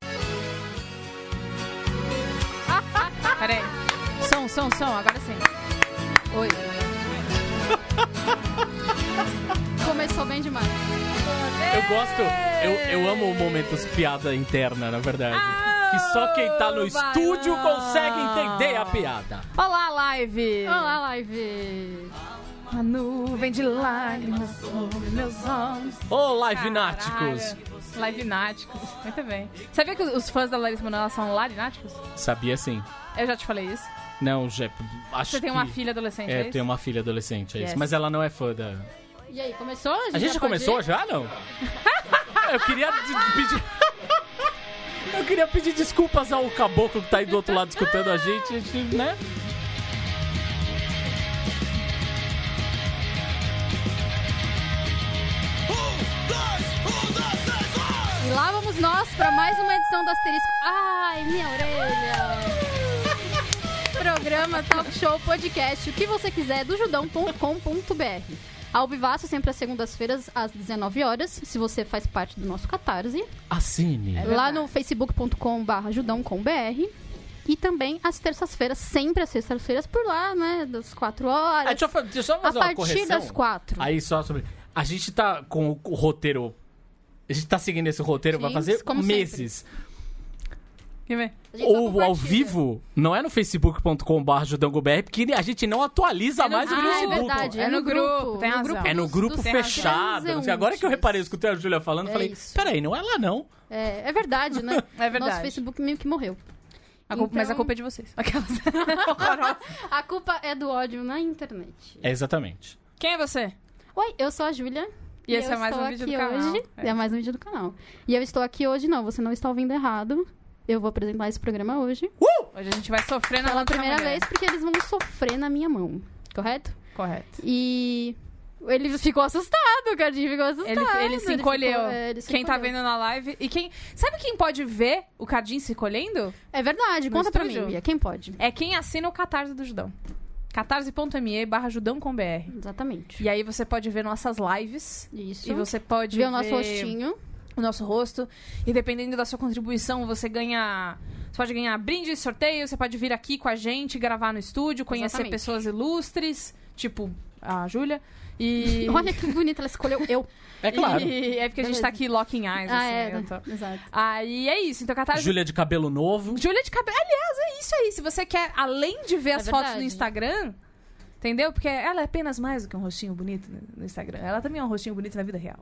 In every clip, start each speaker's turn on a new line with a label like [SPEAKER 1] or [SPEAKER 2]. [SPEAKER 1] peraí. Som, som, som, agora sim. Oi. Começou bem demais.
[SPEAKER 2] Eu gosto, eu, eu amo momentos piada interna, na verdade. Que só quem tá no
[SPEAKER 3] Vai
[SPEAKER 2] estúdio
[SPEAKER 3] lá.
[SPEAKER 2] consegue entender a piada.
[SPEAKER 1] Olá, live!
[SPEAKER 3] Olá, live.
[SPEAKER 1] Uma nuvem de lágrimas sobre meus olhos.
[SPEAKER 2] Ô, live náticos!
[SPEAKER 1] Caralho. Live náticos. Muito bem. Sabia que os fãs da Larissa Manoela são larináticos?
[SPEAKER 2] Sabia sim.
[SPEAKER 1] Eu já te falei isso.
[SPEAKER 2] Não, já, acho
[SPEAKER 1] Você tem uma
[SPEAKER 2] que-
[SPEAKER 1] filha adolescente, é,
[SPEAKER 2] É,
[SPEAKER 1] isso?
[SPEAKER 2] tem uma filha adolescente, é
[SPEAKER 1] Yes.
[SPEAKER 2] isso. Mas ela não é fã da.
[SPEAKER 3] E aí, começou?
[SPEAKER 2] A gente já
[SPEAKER 3] pode
[SPEAKER 2] começou
[SPEAKER 3] ir?
[SPEAKER 2] já, não? Eu queria de- de pedir. Eu queria pedir desculpas ao caboclo que tá aí do outro lado escutando a gente, a gente, né?
[SPEAKER 3] E lá vamos nós para mais uma edição do Asterisco. Ai, minha orelha. Programa Talk Show Podcast, o que você quiser, do judão.com.br. Ao vivaço, sempre às segundas-feiras, às 19 horas, se você faz parte do nosso Catarse.
[SPEAKER 2] É Assine.
[SPEAKER 1] verdade.
[SPEAKER 3] lá no facebook.com.br judão.com.br e também às terças-feiras, sempre às terças-feiras por lá, né? Das 4
[SPEAKER 2] Ah,
[SPEAKER 3] horas.
[SPEAKER 2] deixa, eu, fa- deixa eu só
[SPEAKER 3] A
[SPEAKER 2] fazer uma
[SPEAKER 3] partir
[SPEAKER 2] correção.
[SPEAKER 3] das 4.
[SPEAKER 2] Uhum. Aí só sobre. A gente tá com o, o roteiro. A gente tá seguindo esse roteiro, vai
[SPEAKER 3] Sim,
[SPEAKER 2] fazer
[SPEAKER 3] como
[SPEAKER 2] meses.
[SPEAKER 1] Quer ver?
[SPEAKER 3] A gente só
[SPEAKER 2] Ou ao
[SPEAKER 3] compartilha.
[SPEAKER 2] vivo, não é no facebook.com.br judangobr, porque a gente não atualiza
[SPEAKER 1] É no-
[SPEAKER 2] mais o
[SPEAKER 1] Ah, é
[SPEAKER 2] Facebook.
[SPEAKER 3] verdade,
[SPEAKER 1] É no grupo, tem
[SPEAKER 3] no
[SPEAKER 1] razão.
[SPEAKER 3] grupo
[SPEAKER 2] É no
[SPEAKER 3] dos-
[SPEAKER 2] grupo
[SPEAKER 3] dos
[SPEAKER 2] fechado. não sei. Agora que eu
[SPEAKER 3] transeuntes.
[SPEAKER 2] reparei, eu escutei a Júlia falando,
[SPEAKER 3] É
[SPEAKER 2] falei,
[SPEAKER 3] isso.
[SPEAKER 2] peraí, não é lá não.
[SPEAKER 3] É, é verdade, né?
[SPEAKER 1] É verdade.
[SPEAKER 3] Nosso Facebook meio que morreu.
[SPEAKER 1] A culpa- Mas a
[SPEAKER 3] Então-
[SPEAKER 1] culpa é de vocês. Aquelas.
[SPEAKER 3] A culpa é do ódio na internet.
[SPEAKER 2] É exatamente.
[SPEAKER 1] Quem é você?
[SPEAKER 3] Oi, eu sou a Júlia.
[SPEAKER 1] E esse
[SPEAKER 3] eu
[SPEAKER 1] é mais
[SPEAKER 3] estou
[SPEAKER 1] um vídeo
[SPEAKER 3] aqui
[SPEAKER 1] do canal.
[SPEAKER 3] hoje.
[SPEAKER 1] É.
[SPEAKER 3] É. mais um vídeo do canal. E eu estou aqui hoje, não, você não está ouvindo errado. Eu vou apresentar esse programa hoje.
[SPEAKER 1] Hoje a gente vai sofrer na
[SPEAKER 3] pela
[SPEAKER 1] mão dessa
[SPEAKER 3] primeira
[SPEAKER 1] mulher.
[SPEAKER 3] vez, porque eles vão sofrer na minha mão. Correto?
[SPEAKER 1] Correto.
[SPEAKER 3] E ele ficou assustado, o Cardinho ficou assustado.
[SPEAKER 1] Ele, ele se encolheu.
[SPEAKER 3] ficou- é, tá, ele se
[SPEAKER 1] quem tá
[SPEAKER 3] encolheu.
[SPEAKER 1] vendo na live. E quem. Sabe quem pode ver o Cardim se colhendo?
[SPEAKER 3] É verdade,
[SPEAKER 1] no
[SPEAKER 3] conta pra
[SPEAKER 1] estúdio?
[SPEAKER 3] mim, Bia, quem pode?
[SPEAKER 1] É quem assina o Catarse do Judão. catarse.me barra judão com BR.
[SPEAKER 3] Exatamente.
[SPEAKER 1] E aí você pode ver nossas lives.
[SPEAKER 3] Isso.
[SPEAKER 1] E você pode
[SPEAKER 3] vê o nosso rostinho.
[SPEAKER 1] o nosso rosto. E dependendo da sua contribuição, você ganha. Você pode ganhar brinde, sorteio, você pode vir aqui com a gente, gravar no estúdio, conhecer
[SPEAKER 3] Exatamente.
[SPEAKER 1] pessoas ilustres, tipo a Júlia. E.
[SPEAKER 3] Olha que bonita, ela escolheu eu.
[SPEAKER 2] É claro.
[SPEAKER 1] E é porque a gente
[SPEAKER 3] Beleza.
[SPEAKER 1] tá aqui locking eyes,
[SPEAKER 3] ah,
[SPEAKER 1] assim.
[SPEAKER 3] é.
[SPEAKER 1] eu
[SPEAKER 3] né?
[SPEAKER 1] tô-
[SPEAKER 3] Exato.
[SPEAKER 1] Aí é isso. Então, Catarse.
[SPEAKER 2] Júlia de cabelo novo.
[SPEAKER 1] Júlia de cabelo. Aliás, é isso aí. Se você quer, além de ver as fotos no
[SPEAKER 3] É verdade.
[SPEAKER 1] Instagram, entendeu? Porque ela é apenas mais do que um rostinho bonito no Instagram. Ela também é um rostinho bonito na vida real.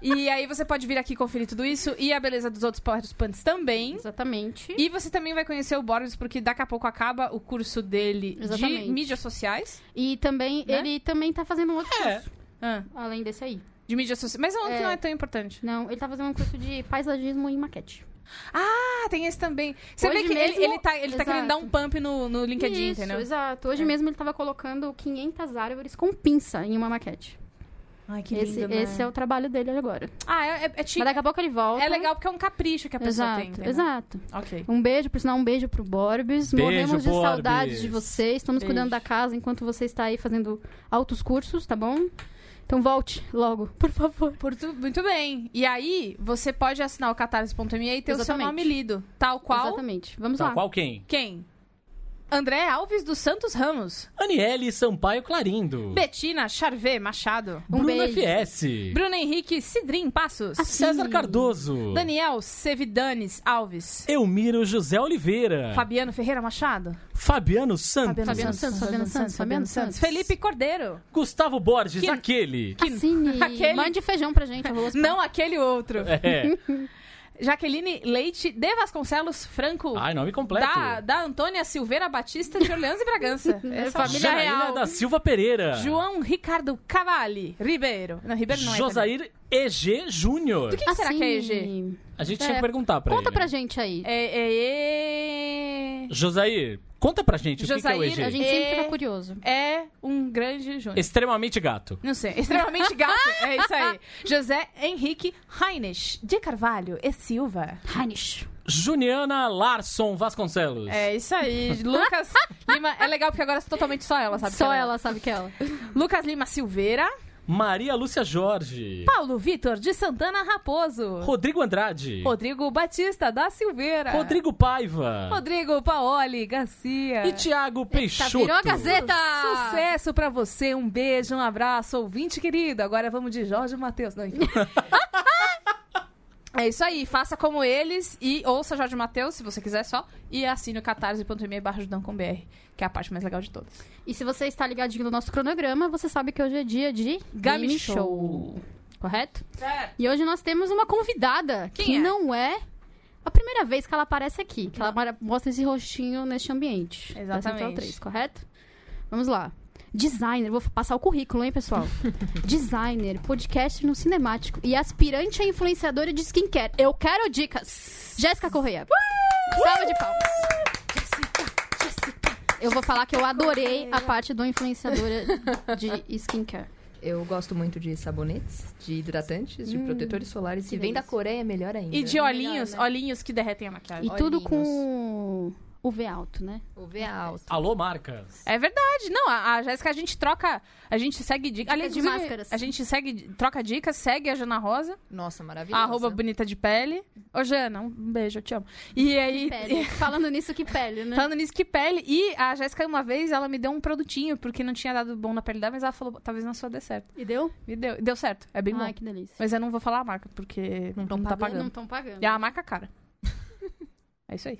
[SPEAKER 1] e aí você pode vir aqui conferir tudo isso e a beleza dos outros participantes também.
[SPEAKER 3] Exatamente.
[SPEAKER 1] E você também vai conhecer o Boris, porque daqui a pouco acaba o curso dele de
[SPEAKER 3] Exatamente.
[SPEAKER 1] mídias sociais.
[SPEAKER 3] E, também,
[SPEAKER 1] Né?
[SPEAKER 3] ele também tá fazendo um outro
[SPEAKER 2] É.
[SPEAKER 3] curso,
[SPEAKER 1] Ah,
[SPEAKER 3] além desse aí.
[SPEAKER 1] de mídias sociais. Mas é um que
[SPEAKER 3] É.
[SPEAKER 1] não é tão importante.
[SPEAKER 3] Não, ele tá fazendo um curso de paisagismo e maquete.
[SPEAKER 1] Ah, tem esse também. Você
[SPEAKER 3] Hoje
[SPEAKER 1] vê que ele,
[SPEAKER 3] mesmo-
[SPEAKER 1] ele tá, ele tá
[SPEAKER 3] Exato.
[SPEAKER 1] querendo dar um pump no, no LinkedIn,
[SPEAKER 3] Isso,
[SPEAKER 1] entendeu?
[SPEAKER 3] exato. Hoje
[SPEAKER 1] É.
[SPEAKER 3] mesmo ele tava colocando 500 árvores com pinça em uma maquete.
[SPEAKER 1] Ai, que
[SPEAKER 3] esse,
[SPEAKER 1] lindo, né?
[SPEAKER 3] esse é o trabalho dele agora.
[SPEAKER 1] Ah, é, é, é chique.
[SPEAKER 3] Mas daqui a pouco ele volta.
[SPEAKER 1] É legal porque é um capricho que a pessoa
[SPEAKER 3] Exato,
[SPEAKER 1] tem. entendeu?
[SPEAKER 3] exato.
[SPEAKER 1] Ok.
[SPEAKER 3] Um beijo, por sinal, um beijo pro Borbes.
[SPEAKER 2] Beijo,
[SPEAKER 3] Morremos de
[SPEAKER 2] Borbes.
[SPEAKER 3] saudades de você. Estamos
[SPEAKER 1] Beijo.
[SPEAKER 3] cuidando da casa enquanto você está aí fazendo altos cursos, tá bom? Então volte logo, por favor.
[SPEAKER 1] Por tu- muito bem. E aí, você pode assinar o catarse.me e ter o seu
[SPEAKER 3] Exatamente.
[SPEAKER 1] nome lido. Tal qual.
[SPEAKER 3] Exatamente. Vamos
[SPEAKER 2] Tá,
[SPEAKER 3] lá.
[SPEAKER 2] qual quem?
[SPEAKER 1] Quem? André Alves dos Santos Ramos.
[SPEAKER 2] Aniele Sampaio Clarindo.
[SPEAKER 1] Betina Charvet Machado.
[SPEAKER 3] Um
[SPEAKER 2] Bruno
[SPEAKER 3] beijo.
[SPEAKER 2] FS.
[SPEAKER 1] Bruno Henrique Cidrim Passos.
[SPEAKER 3] Assim.
[SPEAKER 2] César Cardoso.
[SPEAKER 1] Daniel Sevidanes Alves.
[SPEAKER 2] Elmiro José Oliveira.
[SPEAKER 1] Fabiano Ferreira Machado.
[SPEAKER 2] Fabiano Santos.
[SPEAKER 3] Fabiano Santos, Fabiano Santos, Fabiano Santos.
[SPEAKER 1] Felipe Cordeiro.
[SPEAKER 2] Gustavo Borges,
[SPEAKER 1] Que-
[SPEAKER 2] aquele.
[SPEAKER 3] Assine.
[SPEAKER 1] Aquele-
[SPEAKER 3] Mande feijão pra gente. arroz.
[SPEAKER 1] Não aquele outro.
[SPEAKER 2] É.
[SPEAKER 1] Jaqueline Leite de Vasconcelos Franco.
[SPEAKER 2] Ai, nome completo.
[SPEAKER 1] Da, da Antônia Silveira Batista de Orleans e Bragança. Essa família
[SPEAKER 2] Janaína
[SPEAKER 1] real.
[SPEAKER 2] É da Silva Pereira.
[SPEAKER 1] João Ricardo Cavalli Ribeiro. Não, Ribeiro não é. italiano.
[SPEAKER 2] Josair EG Júnior.
[SPEAKER 1] Do que será que é EG?
[SPEAKER 3] Assine.
[SPEAKER 2] A gente
[SPEAKER 3] É.
[SPEAKER 2] tinha que perguntar pra
[SPEAKER 3] Conta
[SPEAKER 2] ele.
[SPEAKER 3] pra gente aí.
[SPEAKER 1] É, é, é-
[SPEAKER 2] Josair, conta pra gente o
[SPEAKER 1] Josair,
[SPEAKER 2] que que é o
[SPEAKER 3] A
[SPEAKER 2] EG.
[SPEAKER 3] gente
[SPEAKER 1] É.
[SPEAKER 3] sempre fica curioso.
[SPEAKER 1] é um grande Júnior.
[SPEAKER 2] Extremamente gato.
[SPEAKER 1] Não sei, extremamente gato. É isso aí. José Henrique Heines de Carvalho e Silva.
[SPEAKER 3] Hanish.
[SPEAKER 2] Juniana Larson Vasconcelos.
[SPEAKER 1] É isso aí. Lucas Lima. É legal porque agora é totalmente só ela, sabe?
[SPEAKER 3] Só
[SPEAKER 1] que
[SPEAKER 3] ela sabe que é ela.
[SPEAKER 1] Lucas Lima Silveira.
[SPEAKER 2] Maria Lúcia Jorge.
[SPEAKER 1] Paulo Vitor de Santana Raposo.
[SPEAKER 2] Rodrigo Andrade.
[SPEAKER 1] Rodrigo Batista da Silveira.
[SPEAKER 2] Rodrigo Paiva.
[SPEAKER 1] Rodrigo Paoli Garcia.
[SPEAKER 2] E Tiago
[SPEAKER 3] Tá,
[SPEAKER 2] Peixoto.
[SPEAKER 3] virou a Gazeta!
[SPEAKER 1] Sucesso pra você, um beijo, um abraço, ouvinte querido. Agora vamos de Jorge Matheus. Não, então. enfim. É isso aí, faça como eles e ouça Jorge Matheus, se você quiser só, e assine o catarse.me barra Judão com BR, que é a parte mais legal de todas.
[SPEAKER 3] E se você está ligadinho no nosso cronograma, você sabe que hoje é dia de
[SPEAKER 1] Game
[SPEAKER 3] Game
[SPEAKER 1] Show.
[SPEAKER 3] Correto?
[SPEAKER 1] Certo.
[SPEAKER 3] E hoje nós temos uma convidada
[SPEAKER 1] Quem
[SPEAKER 3] que
[SPEAKER 1] é?
[SPEAKER 3] não é a primeira vez que ela aparece aqui, que ela mara- mostra esse rostinho neste ambiente. da Central
[SPEAKER 1] Exatamente.
[SPEAKER 3] 3, correto? Vamos lá. Designer, vou passar o currículo, hein, pessoal? Designer, podcast no cinemático e aspirante a influenciadora de skincare. Eu quero dicas. Jéssica Correia. Salva de palmas. Eu vou falar que eu adorei a parte do influenciadora de skincare.
[SPEAKER 4] Eu gosto muito de sabonetes, de hidratantes, de protetores solares. Hum, Se vem da Coreia, é melhor ainda.
[SPEAKER 1] E de olhinhos,
[SPEAKER 4] Melhor, né?
[SPEAKER 1] olhinhos que derretem a maquiagem.
[SPEAKER 3] E tudo com o V alto, né?
[SPEAKER 4] O V é alto.
[SPEAKER 2] Alô, marcas.
[SPEAKER 1] É verdade, não, a, a Jéssica, a gente troca, a gente segue dicas. Aliás,
[SPEAKER 3] de
[SPEAKER 1] inclusive,
[SPEAKER 3] máscaras.
[SPEAKER 1] A gente segue, troca dicas, segue a Jana Rosa.
[SPEAKER 4] Nossa, maravilhoso.
[SPEAKER 1] Arroba bonita de pele. Ô, Jana, um beijo, eu te amo. E aí.
[SPEAKER 3] Pele. né? Falando nisso, que pele, né?
[SPEAKER 1] Falando nisso, que pele. E a Jéssica, uma vez, ela me deu um produtinho, porque não tinha dado bom na pele dela, mas ela falou, talvez na sua dê certo.
[SPEAKER 3] E deu?
[SPEAKER 1] E deu, deu certo. É bem
[SPEAKER 3] Ai,
[SPEAKER 1] bom.
[SPEAKER 3] que delícia.
[SPEAKER 1] Mas eu não vou falar a marca, porque não,
[SPEAKER 4] Não tão
[SPEAKER 1] tá
[SPEAKER 4] pagando,
[SPEAKER 1] pagando.
[SPEAKER 3] Não estão pagando.
[SPEAKER 1] E é a marca cara. é isso aí.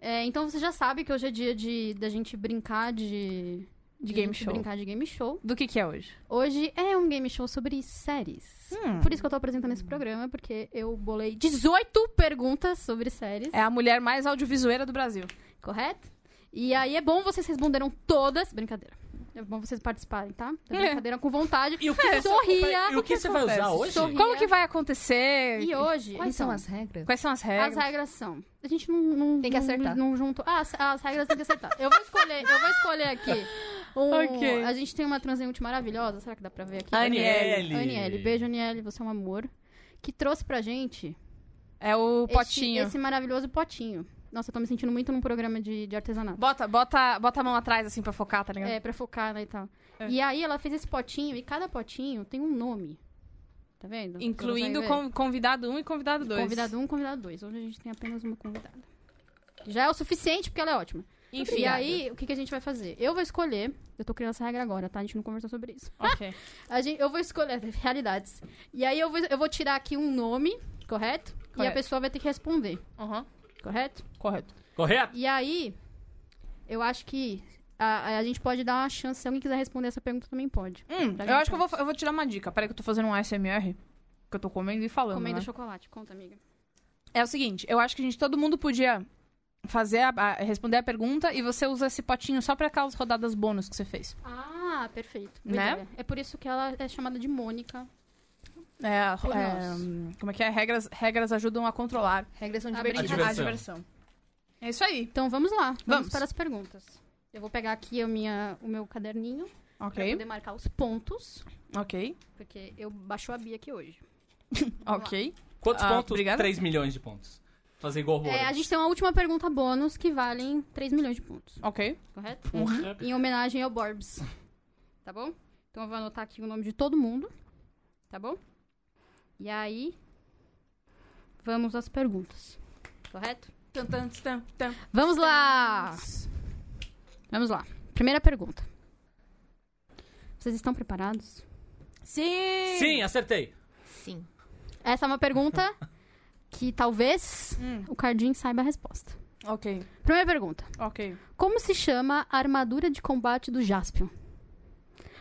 [SPEAKER 3] É, então você já sabe que hoje é dia de da gente brincar de.
[SPEAKER 1] De
[SPEAKER 3] da
[SPEAKER 1] game
[SPEAKER 3] gente
[SPEAKER 1] show.
[SPEAKER 3] brincar de game show.
[SPEAKER 1] Do que que é hoje?
[SPEAKER 3] Hoje é um game show sobre séries.
[SPEAKER 1] Hum.
[SPEAKER 3] Por isso que eu tô apresentando esse programa, porque eu bolei 18 perguntas sobre séries,
[SPEAKER 1] É a mulher mais audiovisueira do Brasil.
[SPEAKER 3] correto? E aí é bom vocês responderam todas. Brincadeira. É bom vocês participarem, tá? Da
[SPEAKER 1] É.
[SPEAKER 3] brincadeira com vontade.
[SPEAKER 2] E o que você-
[SPEAKER 3] Sorria.
[SPEAKER 2] E o que você vai usar hoje?
[SPEAKER 3] Sorria.
[SPEAKER 1] Como que vai acontecer?
[SPEAKER 3] E hoje.
[SPEAKER 4] Quais
[SPEAKER 3] então,
[SPEAKER 4] são as regras?
[SPEAKER 1] Quais são as
[SPEAKER 3] As
[SPEAKER 1] regras?
[SPEAKER 3] regras são. A gente não. não-
[SPEAKER 4] Tem que
[SPEAKER 3] não-
[SPEAKER 4] acertar.
[SPEAKER 3] Não, junto. Ah, as, as regras tem que acertar. Eu vou escolher, eu vou escolher aqui. Um,
[SPEAKER 1] Ok.
[SPEAKER 3] A gente tem uma transeunte maravilhosa, será que dá pra ver aqui?
[SPEAKER 2] Aniele.
[SPEAKER 3] Aniele. Beijo, Aniele, você é um amor. Que trouxe pra gente
[SPEAKER 1] É o
[SPEAKER 3] este-
[SPEAKER 1] potinho.
[SPEAKER 3] Esse, maravilhoso potinho. Nossa, eu tô me sentindo muito num programa de, de artesanato.
[SPEAKER 1] Bota, bota, bota a mão atrás, assim, pra focar, tá ligado?
[SPEAKER 3] É, pra focar, né, e tal.
[SPEAKER 1] É.
[SPEAKER 3] E aí ela fez esse potinho e cada potinho tem um nome. Tá vendo?
[SPEAKER 1] Incluindo
[SPEAKER 3] Você consegue ver?
[SPEAKER 1] con- convidado 1 um e convidado 2.
[SPEAKER 3] Convidado 1, um, convidado 2. Hoje a gente tem apenas uma convidada. Já é o suficiente porque ela é ótima.
[SPEAKER 1] Enfim.
[SPEAKER 3] E aí, o que, que a gente vai fazer? Eu vou escolher. Eu tô criando essa regra agora, tá? A gente não conversou sobre isso.
[SPEAKER 1] Ok.
[SPEAKER 3] A gente, eu vou escolher realidades. E aí eu vou, eu vou tirar aqui um nome, correto? E a
[SPEAKER 1] Correto.
[SPEAKER 3] pessoa vai ter que responder,
[SPEAKER 1] Aham.
[SPEAKER 3] correto?
[SPEAKER 1] Correto.
[SPEAKER 2] Correto?
[SPEAKER 3] E aí, eu acho que a, a gente pode dar uma chance. Se alguém quiser responder essa pergunta, também pode.
[SPEAKER 1] Hum,
[SPEAKER 3] Pra
[SPEAKER 1] eu
[SPEAKER 3] gente é
[SPEAKER 1] acho que eu vou, eu vou tirar uma dica. Peraí que eu tô fazendo um ASMR. Que eu tô comendo e falando,
[SPEAKER 3] Comendo
[SPEAKER 1] né?
[SPEAKER 3] chocolate, conta, amiga.
[SPEAKER 1] É o seguinte, eu acho que a gente, todo mundo podia fazer a- a- responder a pergunta e você usa esse potinho só pra aquelas rodadas bônus que você fez.
[SPEAKER 3] Ah, perfeito.
[SPEAKER 1] Boa
[SPEAKER 3] Né?
[SPEAKER 1] ideia.
[SPEAKER 3] É por isso que ela é chamada de Mônica.
[SPEAKER 1] É,
[SPEAKER 3] Por
[SPEAKER 1] é,
[SPEAKER 3] nós.
[SPEAKER 1] hum, como é que é? Regras, regras ajudam a controlar
[SPEAKER 4] Regras são
[SPEAKER 3] A
[SPEAKER 1] a
[SPEAKER 4] divertidas.
[SPEAKER 2] brincadeira.
[SPEAKER 1] diversão. É isso aí.
[SPEAKER 3] Então vamos lá, vamos,
[SPEAKER 1] Vamos.
[SPEAKER 3] para as perguntas. Eu vou pegar aqui a minha, o meu caderninho pra
[SPEAKER 1] Ok,
[SPEAKER 3] poder marcar os pontos.
[SPEAKER 1] ok,
[SPEAKER 3] Porque eu baixou a Bia aqui hoje.
[SPEAKER 1] ok.
[SPEAKER 2] Quantos
[SPEAKER 1] Ah,
[SPEAKER 2] pontos?
[SPEAKER 1] obrigada.
[SPEAKER 2] 3 milhões de pontos. Fazer igual o
[SPEAKER 3] É, a
[SPEAKER 2] Borat.
[SPEAKER 3] gente tem uma última pergunta bônus que valem 3 milhões de pontos,
[SPEAKER 1] Ok.
[SPEAKER 3] correto?
[SPEAKER 2] Um
[SPEAKER 3] Em homenagem ao Borbs. Tá bom? Então eu vou anotar aqui o nome de todo mundo. Tá bom? E aí. Vamos às perguntas. Correto?
[SPEAKER 1] Tan, tan, tan, tan.
[SPEAKER 3] Vamos lá! Vamos lá. Primeira pergunta. Vocês estão preparados?
[SPEAKER 1] Sim!
[SPEAKER 2] Sim, acertei.
[SPEAKER 4] Sim.
[SPEAKER 3] Essa é uma pergunta que talvez
[SPEAKER 1] Hum.
[SPEAKER 3] o Cardim saiba a resposta.
[SPEAKER 1] Ok,
[SPEAKER 3] Primeira pergunta.
[SPEAKER 1] ok.
[SPEAKER 3] Como se chama a armadura de combate do Jaspion?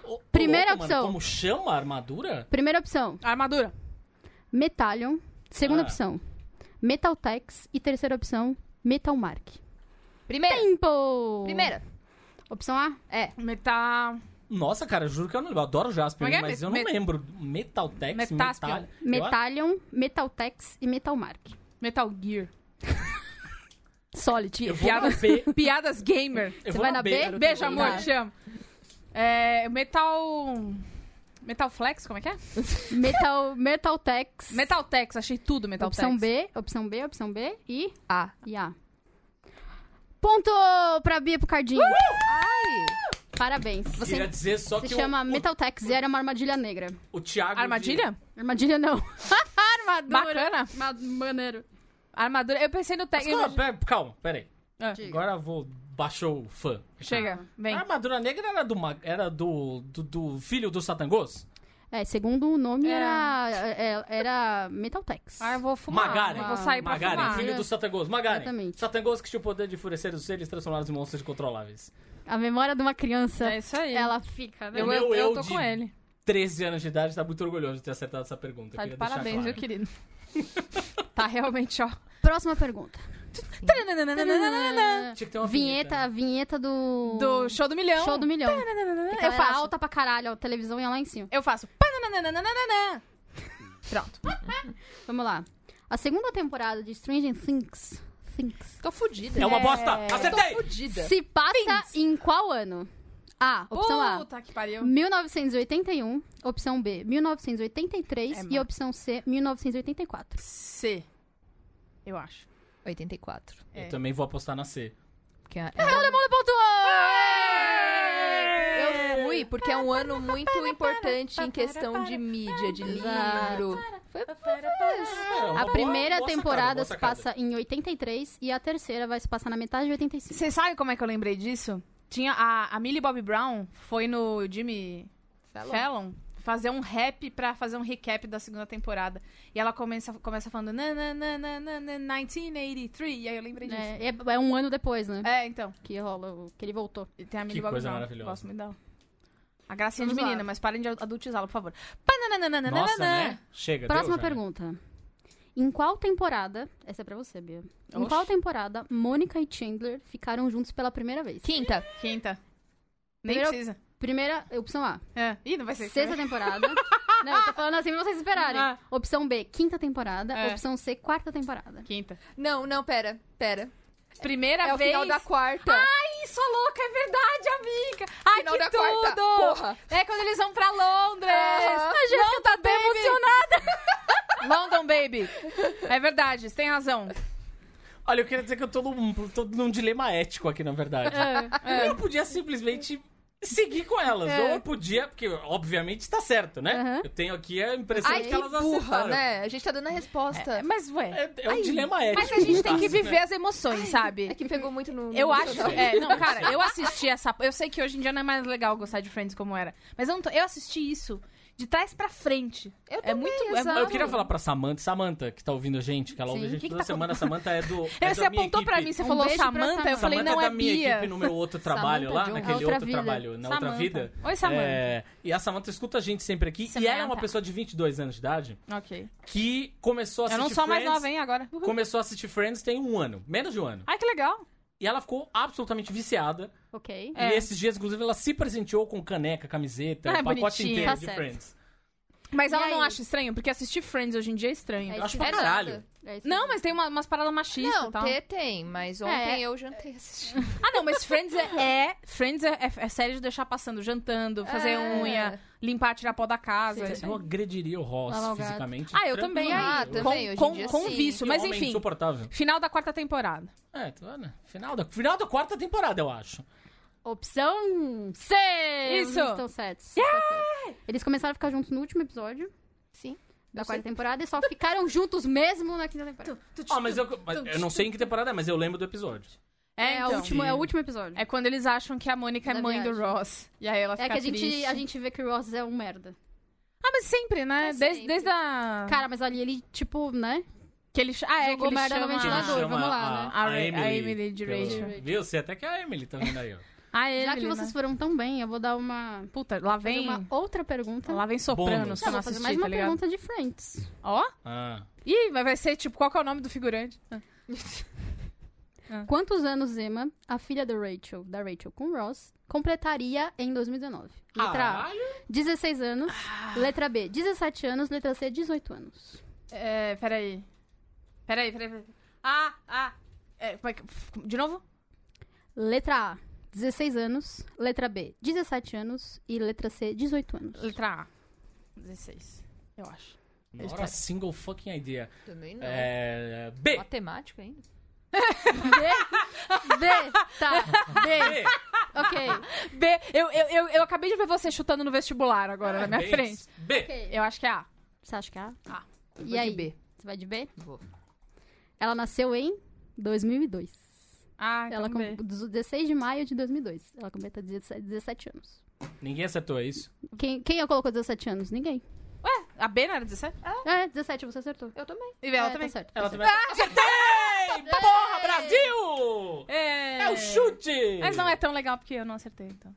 [SPEAKER 2] Ô, ô,
[SPEAKER 3] Primeira
[SPEAKER 2] louco, mano,
[SPEAKER 3] opção.
[SPEAKER 2] Como chama a armadura?
[SPEAKER 3] Primeira opção,
[SPEAKER 1] Armadura.
[SPEAKER 3] Metalion. Segunda
[SPEAKER 2] Ah.
[SPEAKER 3] opção, Metaltex. E terceira opção, Metalmark.
[SPEAKER 4] Primeira.
[SPEAKER 3] um. Tempo!
[SPEAKER 4] Primeira.
[SPEAKER 3] Opção A?
[SPEAKER 4] É.
[SPEAKER 1] Metal.
[SPEAKER 2] Nossa, cara, eu juro que eu não lembro. Eu adoro Jasper,
[SPEAKER 1] Como é que é?
[SPEAKER 2] mas eu não
[SPEAKER 1] Met-
[SPEAKER 2] lembro. Metaltex,
[SPEAKER 1] Metaspion.
[SPEAKER 2] Metal...
[SPEAKER 3] Metalion, Metaltex e Metalmark.
[SPEAKER 1] Metal Gear.
[SPEAKER 3] Solid.
[SPEAKER 2] Eu vou na B.
[SPEAKER 1] Piadas gamer.
[SPEAKER 2] Eu
[SPEAKER 3] Você
[SPEAKER 2] vou
[SPEAKER 3] vai na B?
[SPEAKER 2] cara.
[SPEAKER 1] Beijo,
[SPEAKER 3] Tá.
[SPEAKER 1] amor, te amo. É, metal. Metal Flex, como é que é?
[SPEAKER 3] Metal, Metaltex.
[SPEAKER 1] Metal Tex, achei tudo Metal
[SPEAKER 3] opção
[SPEAKER 1] Tex.
[SPEAKER 3] B, opção B, opção B e,
[SPEAKER 4] A.
[SPEAKER 3] e A. Ponto pra Bia e pro Cardinho.
[SPEAKER 4] Ai.
[SPEAKER 3] Parabéns. Você
[SPEAKER 2] Queria dizer só
[SPEAKER 3] se
[SPEAKER 2] que o-
[SPEAKER 3] chama
[SPEAKER 2] o,
[SPEAKER 3] Metaltex e era uma armadilha negra.
[SPEAKER 2] o Thiago...
[SPEAKER 1] Armadilha?
[SPEAKER 3] Armadilha não. Armadura.
[SPEAKER 1] Bacana.
[SPEAKER 3] Ma- maneiro.
[SPEAKER 1] Armadura. Eu pensei no
[SPEAKER 2] De...
[SPEAKER 1] tag.
[SPEAKER 2] Calma, pera, calma, pera aí.
[SPEAKER 1] Ah,
[SPEAKER 3] Diga.
[SPEAKER 2] Agora eu vou... Baixou o fã.
[SPEAKER 3] Ah.
[SPEAKER 1] Chega, vem.
[SPEAKER 2] A armadura negra era do, ma- era do, do, do filho do Satangos?
[SPEAKER 3] É, segundo o nome era, é- era Metaltex.
[SPEAKER 1] Ah, eu vou fumar.
[SPEAKER 2] Magaren.
[SPEAKER 1] Eu vou sair pra
[SPEAKER 2] Magaren,
[SPEAKER 1] fumar.
[SPEAKER 2] filho do Satangos. Magaren.
[SPEAKER 3] Exatamente.
[SPEAKER 2] Satangos que tinha o poder de enfurecer os seres e transformar-os em monstros incontroláveis.
[SPEAKER 3] A memória de uma criança,
[SPEAKER 1] É isso aí.
[SPEAKER 3] ela fica, né?
[SPEAKER 1] Eu,
[SPEAKER 2] Meu
[SPEAKER 1] eu, eu
[SPEAKER 2] eu
[SPEAKER 1] tô
[SPEAKER 2] de-
[SPEAKER 1] com ele.
[SPEAKER 2] 13 anos de idade, tá muito orgulhoso de ter acertado essa pergunta.
[SPEAKER 1] Tá
[SPEAKER 2] Queria
[SPEAKER 1] de
[SPEAKER 2] deixar
[SPEAKER 1] parabéns,
[SPEAKER 2] claro.
[SPEAKER 1] viu, querido? tá realmente, ó.
[SPEAKER 3] Próxima pergunta.
[SPEAKER 2] Tinha que ter uma
[SPEAKER 3] Vinheta, vinheta do...
[SPEAKER 1] Do show do milhão.
[SPEAKER 3] Show do milhão.
[SPEAKER 1] milhão.
[SPEAKER 3] Que
[SPEAKER 1] Eu
[SPEAKER 3] ela era
[SPEAKER 1] faço.
[SPEAKER 3] alta pra caralho, a televisão ia lá em cima.
[SPEAKER 1] Eu faço. Panananananana. Pronto.
[SPEAKER 3] Vamos lá. A segunda temporada de Stranger Things, Things
[SPEAKER 4] Tô fudida.
[SPEAKER 2] É uma
[SPEAKER 1] É,
[SPEAKER 2] bosta!
[SPEAKER 4] Tô
[SPEAKER 2] Acertei!
[SPEAKER 4] fudida.
[SPEAKER 3] se passa em qual ano? A, opção A,
[SPEAKER 1] Puta que pariu.
[SPEAKER 3] 1981, opção B, 1983
[SPEAKER 1] É,
[SPEAKER 3] e
[SPEAKER 1] mano.
[SPEAKER 3] opção C, 1984.
[SPEAKER 1] C. Eu acho.
[SPEAKER 4] 84.
[SPEAKER 1] É.
[SPEAKER 2] Eu também vou apostar na C.
[SPEAKER 4] Porque é-
[SPEAKER 3] Todo
[SPEAKER 4] Eu fui, porque é um ano muito importante em questão de mídia, de livro. Foi
[SPEAKER 2] É, uma
[SPEAKER 3] A
[SPEAKER 2] boa-
[SPEAKER 3] primeira
[SPEAKER 2] boa sacada,
[SPEAKER 3] temporada
[SPEAKER 2] boa
[SPEAKER 3] se
[SPEAKER 2] sacada.
[SPEAKER 3] passa em 83 e a terceira vai se passar na metade de 85.
[SPEAKER 1] Você sabe como é que eu lembrei disso? Tinha a, a Millie Bobby Brown foi no Jimmy Fallon. fazer um rap pra fazer um recap da segunda temporada. E ela começa, começa falando na, na, na, na, na, na, 1983. E aí eu lembrei disso.
[SPEAKER 3] É, é- é um ano depois, né?
[SPEAKER 1] É, então.
[SPEAKER 3] Que rola, o- que ele voltou.
[SPEAKER 1] E tem a Millie
[SPEAKER 2] Que
[SPEAKER 1] Bobby
[SPEAKER 2] coisa
[SPEAKER 1] Brown.
[SPEAKER 2] maravilhosa.
[SPEAKER 1] Gosto muito dela. A gracinha
[SPEAKER 3] Vamos
[SPEAKER 1] de menina,
[SPEAKER 3] lá.
[SPEAKER 1] mas parem de adultizá-la, por favor.
[SPEAKER 2] Nossa,
[SPEAKER 1] Pananananananana.
[SPEAKER 2] né? Chega,
[SPEAKER 3] Próxima
[SPEAKER 2] deu já, né?
[SPEAKER 3] pergunta. Em qual temporada. Essa é pra você, Bia. Em
[SPEAKER 1] Oxe.
[SPEAKER 3] qual temporada Mônica e Chandler ficaram juntos pela primeira vez?
[SPEAKER 4] Quinta.
[SPEAKER 1] Quinta. Nem
[SPEAKER 3] Primeiro-
[SPEAKER 1] precisa.
[SPEAKER 3] Primeira, opção A.
[SPEAKER 1] É. Ih, não vai ser.
[SPEAKER 3] Sexta temporada. Não, eu tô falando assim pra vocês esperarem.
[SPEAKER 1] Ah.
[SPEAKER 3] Opção B, quinta temporada.
[SPEAKER 1] É.
[SPEAKER 3] Opção C, quarta temporada.
[SPEAKER 1] Quinta.
[SPEAKER 4] Não, não, pera, pera.
[SPEAKER 1] Primeira
[SPEAKER 4] É o
[SPEAKER 1] vez.
[SPEAKER 4] final da quarta.
[SPEAKER 1] Ai, sua louca, é verdade, amiga. Ai,
[SPEAKER 4] Final
[SPEAKER 1] que
[SPEAKER 4] da quarta,
[SPEAKER 1] tudo.
[SPEAKER 4] porra.
[SPEAKER 1] É quando eles vão pra Londres.
[SPEAKER 4] Aham.
[SPEAKER 1] A Jéssica tá até emocionada. London, baby. É verdade, você tem razão.
[SPEAKER 2] Olha, eu queria dizer que eu tô num, tô num dilema ético aqui, na verdade.
[SPEAKER 1] É,
[SPEAKER 2] Eu podia simplesmente seguir com elas. Ou eu podia, porque obviamente tá certo, né?
[SPEAKER 3] Aham.
[SPEAKER 2] Eu tenho aqui a impressão
[SPEAKER 4] Ai,
[SPEAKER 2] de
[SPEAKER 4] que
[SPEAKER 2] que elas
[SPEAKER 4] burra,
[SPEAKER 2] acertaram.
[SPEAKER 4] né? A gente tá dando a resposta.
[SPEAKER 1] Mas, ué.
[SPEAKER 2] É, é um dilema ético.
[SPEAKER 1] Mas a gente tem que
[SPEAKER 2] clássico,
[SPEAKER 1] viver
[SPEAKER 2] né?
[SPEAKER 1] as emoções,
[SPEAKER 4] É
[SPEAKER 1] sabe?
[SPEAKER 4] que pegou muito no. no
[SPEAKER 1] Eu acho.
[SPEAKER 4] emocional.
[SPEAKER 1] É, não, cara, eu assisti essa. Eu sei que hoje em dia não é mais legal gostar de Friends como era. Mas eu, não tô- eu assisti isso de trás pra frente.
[SPEAKER 4] Eu
[SPEAKER 1] é
[SPEAKER 4] também,
[SPEAKER 1] muito. é
[SPEAKER 4] exato.
[SPEAKER 2] Mas
[SPEAKER 1] muito-
[SPEAKER 2] eu queria falar pra Samantha, Samantha, que tá ouvindo a gente, que ela ouve
[SPEAKER 3] Sim.
[SPEAKER 2] a gente
[SPEAKER 1] Que que
[SPEAKER 2] toda
[SPEAKER 1] tá
[SPEAKER 2] semana. A Samantha é do. é
[SPEAKER 1] Aí
[SPEAKER 2] da
[SPEAKER 1] Você
[SPEAKER 2] minha
[SPEAKER 1] apontou pra
[SPEAKER 2] equipe.
[SPEAKER 1] mim, você
[SPEAKER 3] Um
[SPEAKER 1] falou
[SPEAKER 3] beijo pra
[SPEAKER 1] Samantha, eu
[SPEAKER 3] Samantha.
[SPEAKER 1] falei,
[SPEAKER 2] Samantha
[SPEAKER 1] não
[SPEAKER 2] é
[SPEAKER 1] é
[SPEAKER 2] da minha
[SPEAKER 1] Bia. um
[SPEAKER 2] equipe no meu outro trabalho
[SPEAKER 4] Samantha
[SPEAKER 2] lá,
[SPEAKER 4] John.
[SPEAKER 2] naquele
[SPEAKER 3] Outra
[SPEAKER 2] outro
[SPEAKER 3] vida.
[SPEAKER 2] trabalho, na outra
[SPEAKER 1] Samantha.
[SPEAKER 2] vida.
[SPEAKER 1] Oi, Samantha.
[SPEAKER 2] É, e a Samantha escuta a gente sempre aqui. E ela é uma
[SPEAKER 1] Samantha.
[SPEAKER 2] pessoa de 22 anos de idade
[SPEAKER 1] Ok.
[SPEAKER 2] que começou a
[SPEAKER 1] Eu
[SPEAKER 2] assistir
[SPEAKER 1] não sou a mais
[SPEAKER 2] Friends.
[SPEAKER 1] nova, hein, agora. Uhul.
[SPEAKER 2] Começou a assistir Friends tem um ano, menos de um ano.
[SPEAKER 1] Ai, que legal.
[SPEAKER 2] E ela ficou absolutamente viciada.
[SPEAKER 3] Ok.
[SPEAKER 1] É.
[SPEAKER 2] E esses dias, inclusive, ela se presenteou com caneca, camiseta,
[SPEAKER 1] Ah,
[SPEAKER 2] o
[SPEAKER 1] é
[SPEAKER 2] pacote
[SPEAKER 1] bonitinha.
[SPEAKER 2] inteiro
[SPEAKER 3] Tá
[SPEAKER 2] de
[SPEAKER 3] certo.
[SPEAKER 2] Friends.
[SPEAKER 1] Mas
[SPEAKER 3] E
[SPEAKER 1] ela não
[SPEAKER 3] aí?
[SPEAKER 1] acha estranho? Porque assistir Friends hoje em dia é estranho.
[SPEAKER 3] É
[SPEAKER 2] Eu acho pra
[SPEAKER 4] esquisito.
[SPEAKER 2] caralho.
[SPEAKER 3] É isso
[SPEAKER 1] Não,
[SPEAKER 3] mesmo.
[SPEAKER 1] mas tem uma- umas paradas machistas
[SPEAKER 4] Não,
[SPEAKER 1] e tal.
[SPEAKER 4] ter tem, mas ontem
[SPEAKER 3] É.
[SPEAKER 4] eu jantei assistindo.
[SPEAKER 1] Ah, não, mas Friends é. é- Friends é, é, é sério de deixar passando, jantando, fazer
[SPEAKER 4] É.
[SPEAKER 1] unha, limpar, tirar pó da casa.
[SPEAKER 4] Sim.
[SPEAKER 1] isso.
[SPEAKER 2] Eu agrediria o Ross
[SPEAKER 3] Lavar o gato.
[SPEAKER 2] fisicamente. né?
[SPEAKER 1] Ah, eu também.
[SPEAKER 4] Ah,
[SPEAKER 1] aí.
[SPEAKER 4] também,
[SPEAKER 1] com,
[SPEAKER 4] hoje em dia
[SPEAKER 1] com, com
[SPEAKER 4] sim.
[SPEAKER 1] vício, mas enfim.
[SPEAKER 2] é um Insuportável.
[SPEAKER 1] Final da quarta temporada.
[SPEAKER 2] É, tá vendo? Final da, final da quarta temporada, eu acho.
[SPEAKER 3] Opção C!
[SPEAKER 1] Isso.
[SPEAKER 3] Vocês É, Estão certos. Tá certo. Eles começaram a ficar juntos no último episódio
[SPEAKER 4] Sim.
[SPEAKER 3] da quarta temporada e só ficaram juntos mesmo na quinta temporada.
[SPEAKER 2] Ah, mas eu, mas eu não sei em que temporada é, mas eu lembro do episódio.
[SPEAKER 1] É,
[SPEAKER 3] É,
[SPEAKER 1] então.
[SPEAKER 3] o último, é o último episódio.
[SPEAKER 1] É quando eles acham que a Mônica é
[SPEAKER 3] Da
[SPEAKER 1] mãe do
[SPEAKER 3] viagem.
[SPEAKER 1] Ross. E aí ela
[SPEAKER 3] É
[SPEAKER 1] fica
[SPEAKER 3] que a gente,
[SPEAKER 1] triste.
[SPEAKER 3] a gente vê que o Ross é um merda.
[SPEAKER 1] Ah, mas sempre, né?
[SPEAKER 4] É
[SPEAKER 1] desde,
[SPEAKER 4] sempre.
[SPEAKER 1] desde a.
[SPEAKER 3] Cara, mas ali ele, tipo, né?
[SPEAKER 1] que ele... Ah, é,
[SPEAKER 3] jogou
[SPEAKER 1] que ele
[SPEAKER 3] merda
[SPEAKER 1] chama...
[SPEAKER 3] no
[SPEAKER 2] Que ele
[SPEAKER 3] ventilador.
[SPEAKER 2] chama
[SPEAKER 3] vamos lá,
[SPEAKER 1] A
[SPEAKER 2] a,
[SPEAKER 3] né?
[SPEAKER 1] Ra- a
[SPEAKER 2] Emily,
[SPEAKER 1] Emily de Rachel.
[SPEAKER 2] Viu? Você até que a Emily tá vindo aí, ó.
[SPEAKER 1] Ah, ele,
[SPEAKER 3] Já que vocês
[SPEAKER 1] né?
[SPEAKER 3] foram tão bem, eu vou dar uma,
[SPEAKER 1] Puta, lá
[SPEAKER 3] fazer
[SPEAKER 1] vem...
[SPEAKER 3] uma outra pergunta.
[SPEAKER 1] Lá vem Sopranos
[SPEAKER 2] Bônus.
[SPEAKER 1] que eu
[SPEAKER 3] Não,
[SPEAKER 1] não
[SPEAKER 3] vou fazer
[SPEAKER 1] assisti,
[SPEAKER 3] mais uma
[SPEAKER 1] tá ligado?
[SPEAKER 3] pergunta de Friends.
[SPEAKER 1] Ó.
[SPEAKER 2] Ah.
[SPEAKER 1] Ih, mas vai ser tipo, qual que é o nome do figurante? Ah.
[SPEAKER 3] Quantos anos Emma, a filha da Rachel, da Rachel com Ross, completaria em 2019? Letra
[SPEAKER 1] Ah.
[SPEAKER 3] A,
[SPEAKER 2] Caralho.
[SPEAKER 3] 16 anos. Letra B, 17 anos. Letra C, 18 anos.
[SPEAKER 1] É, peraí. Peraí, peraí, peraí. Ah, ah. É, como é que- f- de novo?
[SPEAKER 3] Letra A, 16 anos. Letra B, 17 anos. E letra C, 18 anos.
[SPEAKER 1] Letra A. 16, eu acho.
[SPEAKER 2] Not a single fucking idea.
[SPEAKER 4] Também não.
[SPEAKER 2] É, B.
[SPEAKER 4] Matemática ainda.
[SPEAKER 3] B, tá.
[SPEAKER 2] B.
[SPEAKER 1] ok. B, eu, eu, eu, eu acabei de ver você chutando no vestibular agora, na minha
[SPEAKER 2] B,
[SPEAKER 1] frente.
[SPEAKER 2] B.
[SPEAKER 3] Ok.
[SPEAKER 1] Eu acho que é A.
[SPEAKER 3] Você acha que é A?
[SPEAKER 1] A.
[SPEAKER 4] Vou
[SPEAKER 3] E
[SPEAKER 4] de
[SPEAKER 3] aí?
[SPEAKER 4] B.
[SPEAKER 3] Você vai de B?
[SPEAKER 4] Vou.
[SPEAKER 3] Ela nasceu em 2002.
[SPEAKER 1] Ah, então
[SPEAKER 3] ela com
[SPEAKER 1] B.
[SPEAKER 3] 16 de maio de 2002. Ela completa 17, 17 anos.
[SPEAKER 2] Ninguém acertou é isso.
[SPEAKER 3] Quem, quem colocou 17 anos? Ninguém.
[SPEAKER 1] Ué, a B não era 17?
[SPEAKER 3] É, 17, você acertou.
[SPEAKER 4] Eu também.
[SPEAKER 1] E ela
[SPEAKER 3] é,
[SPEAKER 1] também.
[SPEAKER 3] Tá certo.
[SPEAKER 2] Ela também. Acertei! Porra, Brasil!
[SPEAKER 1] É...
[SPEAKER 2] É o chute!
[SPEAKER 1] Mas não é tão legal porque eu não acertei, então.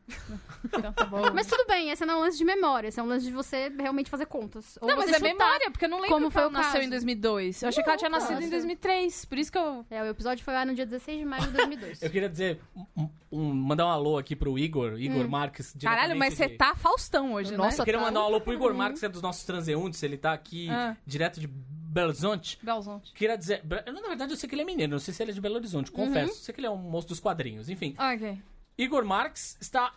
[SPEAKER 1] então tá bom.
[SPEAKER 3] Mas tudo bem, esse não é um lance de memória. Esse é um lance de você realmente fazer contas. Ou
[SPEAKER 1] não, mas
[SPEAKER 3] você
[SPEAKER 1] é
[SPEAKER 3] chutar.
[SPEAKER 1] memória, porque eu não lembro
[SPEAKER 3] Como
[SPEAKER 1] que
[SPEAKER 3] foi
[SPEAKER 1] ela
[SPEAKER 3] o
[SPEAKER 1] nasceu
[SPEAKER 3] caso.
[SPEAKER 1] em 2002. Eu achei que ela tinha
[SPEAKER 3] Não,
[SPEAKER 1] nascido em
[SPEAKER 3] nossa.
[SPEAKER 1] 2003, por isso que eu...
[SPEAKER 3] É, o episódio foi lá no dia 16 de maio de 2002.
[SPEAKER 2] Eu queria dizer, um- um- mandar um alô aqui pro Igor, Igor Marques.
[SPEAKER 1] Hum. Caralho,
[SPEAKER 2] diretamente
[SPEAKER 1] mas você
[SPEAKER 2] de-
[SPEAKER 1] tá Faustão hoje,
[SPEAKER 3] Nossa,
[SPEAKER 2] Eu queria
[SPEAKER 3] tá
[SPEAKER 2] mandar um alô pro Igor Marques, que é dos nossos transeuntes, ele tá aqui
[SPEAKER 1] Ah.
[SPEAKER 2] direto de Belo Horizonte.
[SPEAKER 1] né? Belzonte.
[SPEAKER 2] Queria dizer, eu, na verdade eu sei que ele é mineiro, não sei se ele é de Belo
[SPEAKER 1] Uhum.
[SPEAKER 2] Horizonte, confesso. Sei que ele é um moço dos quadrinhos, enfim.
[SPEAKER 1] Ok.
[SPEAKER 2] Igor Marques está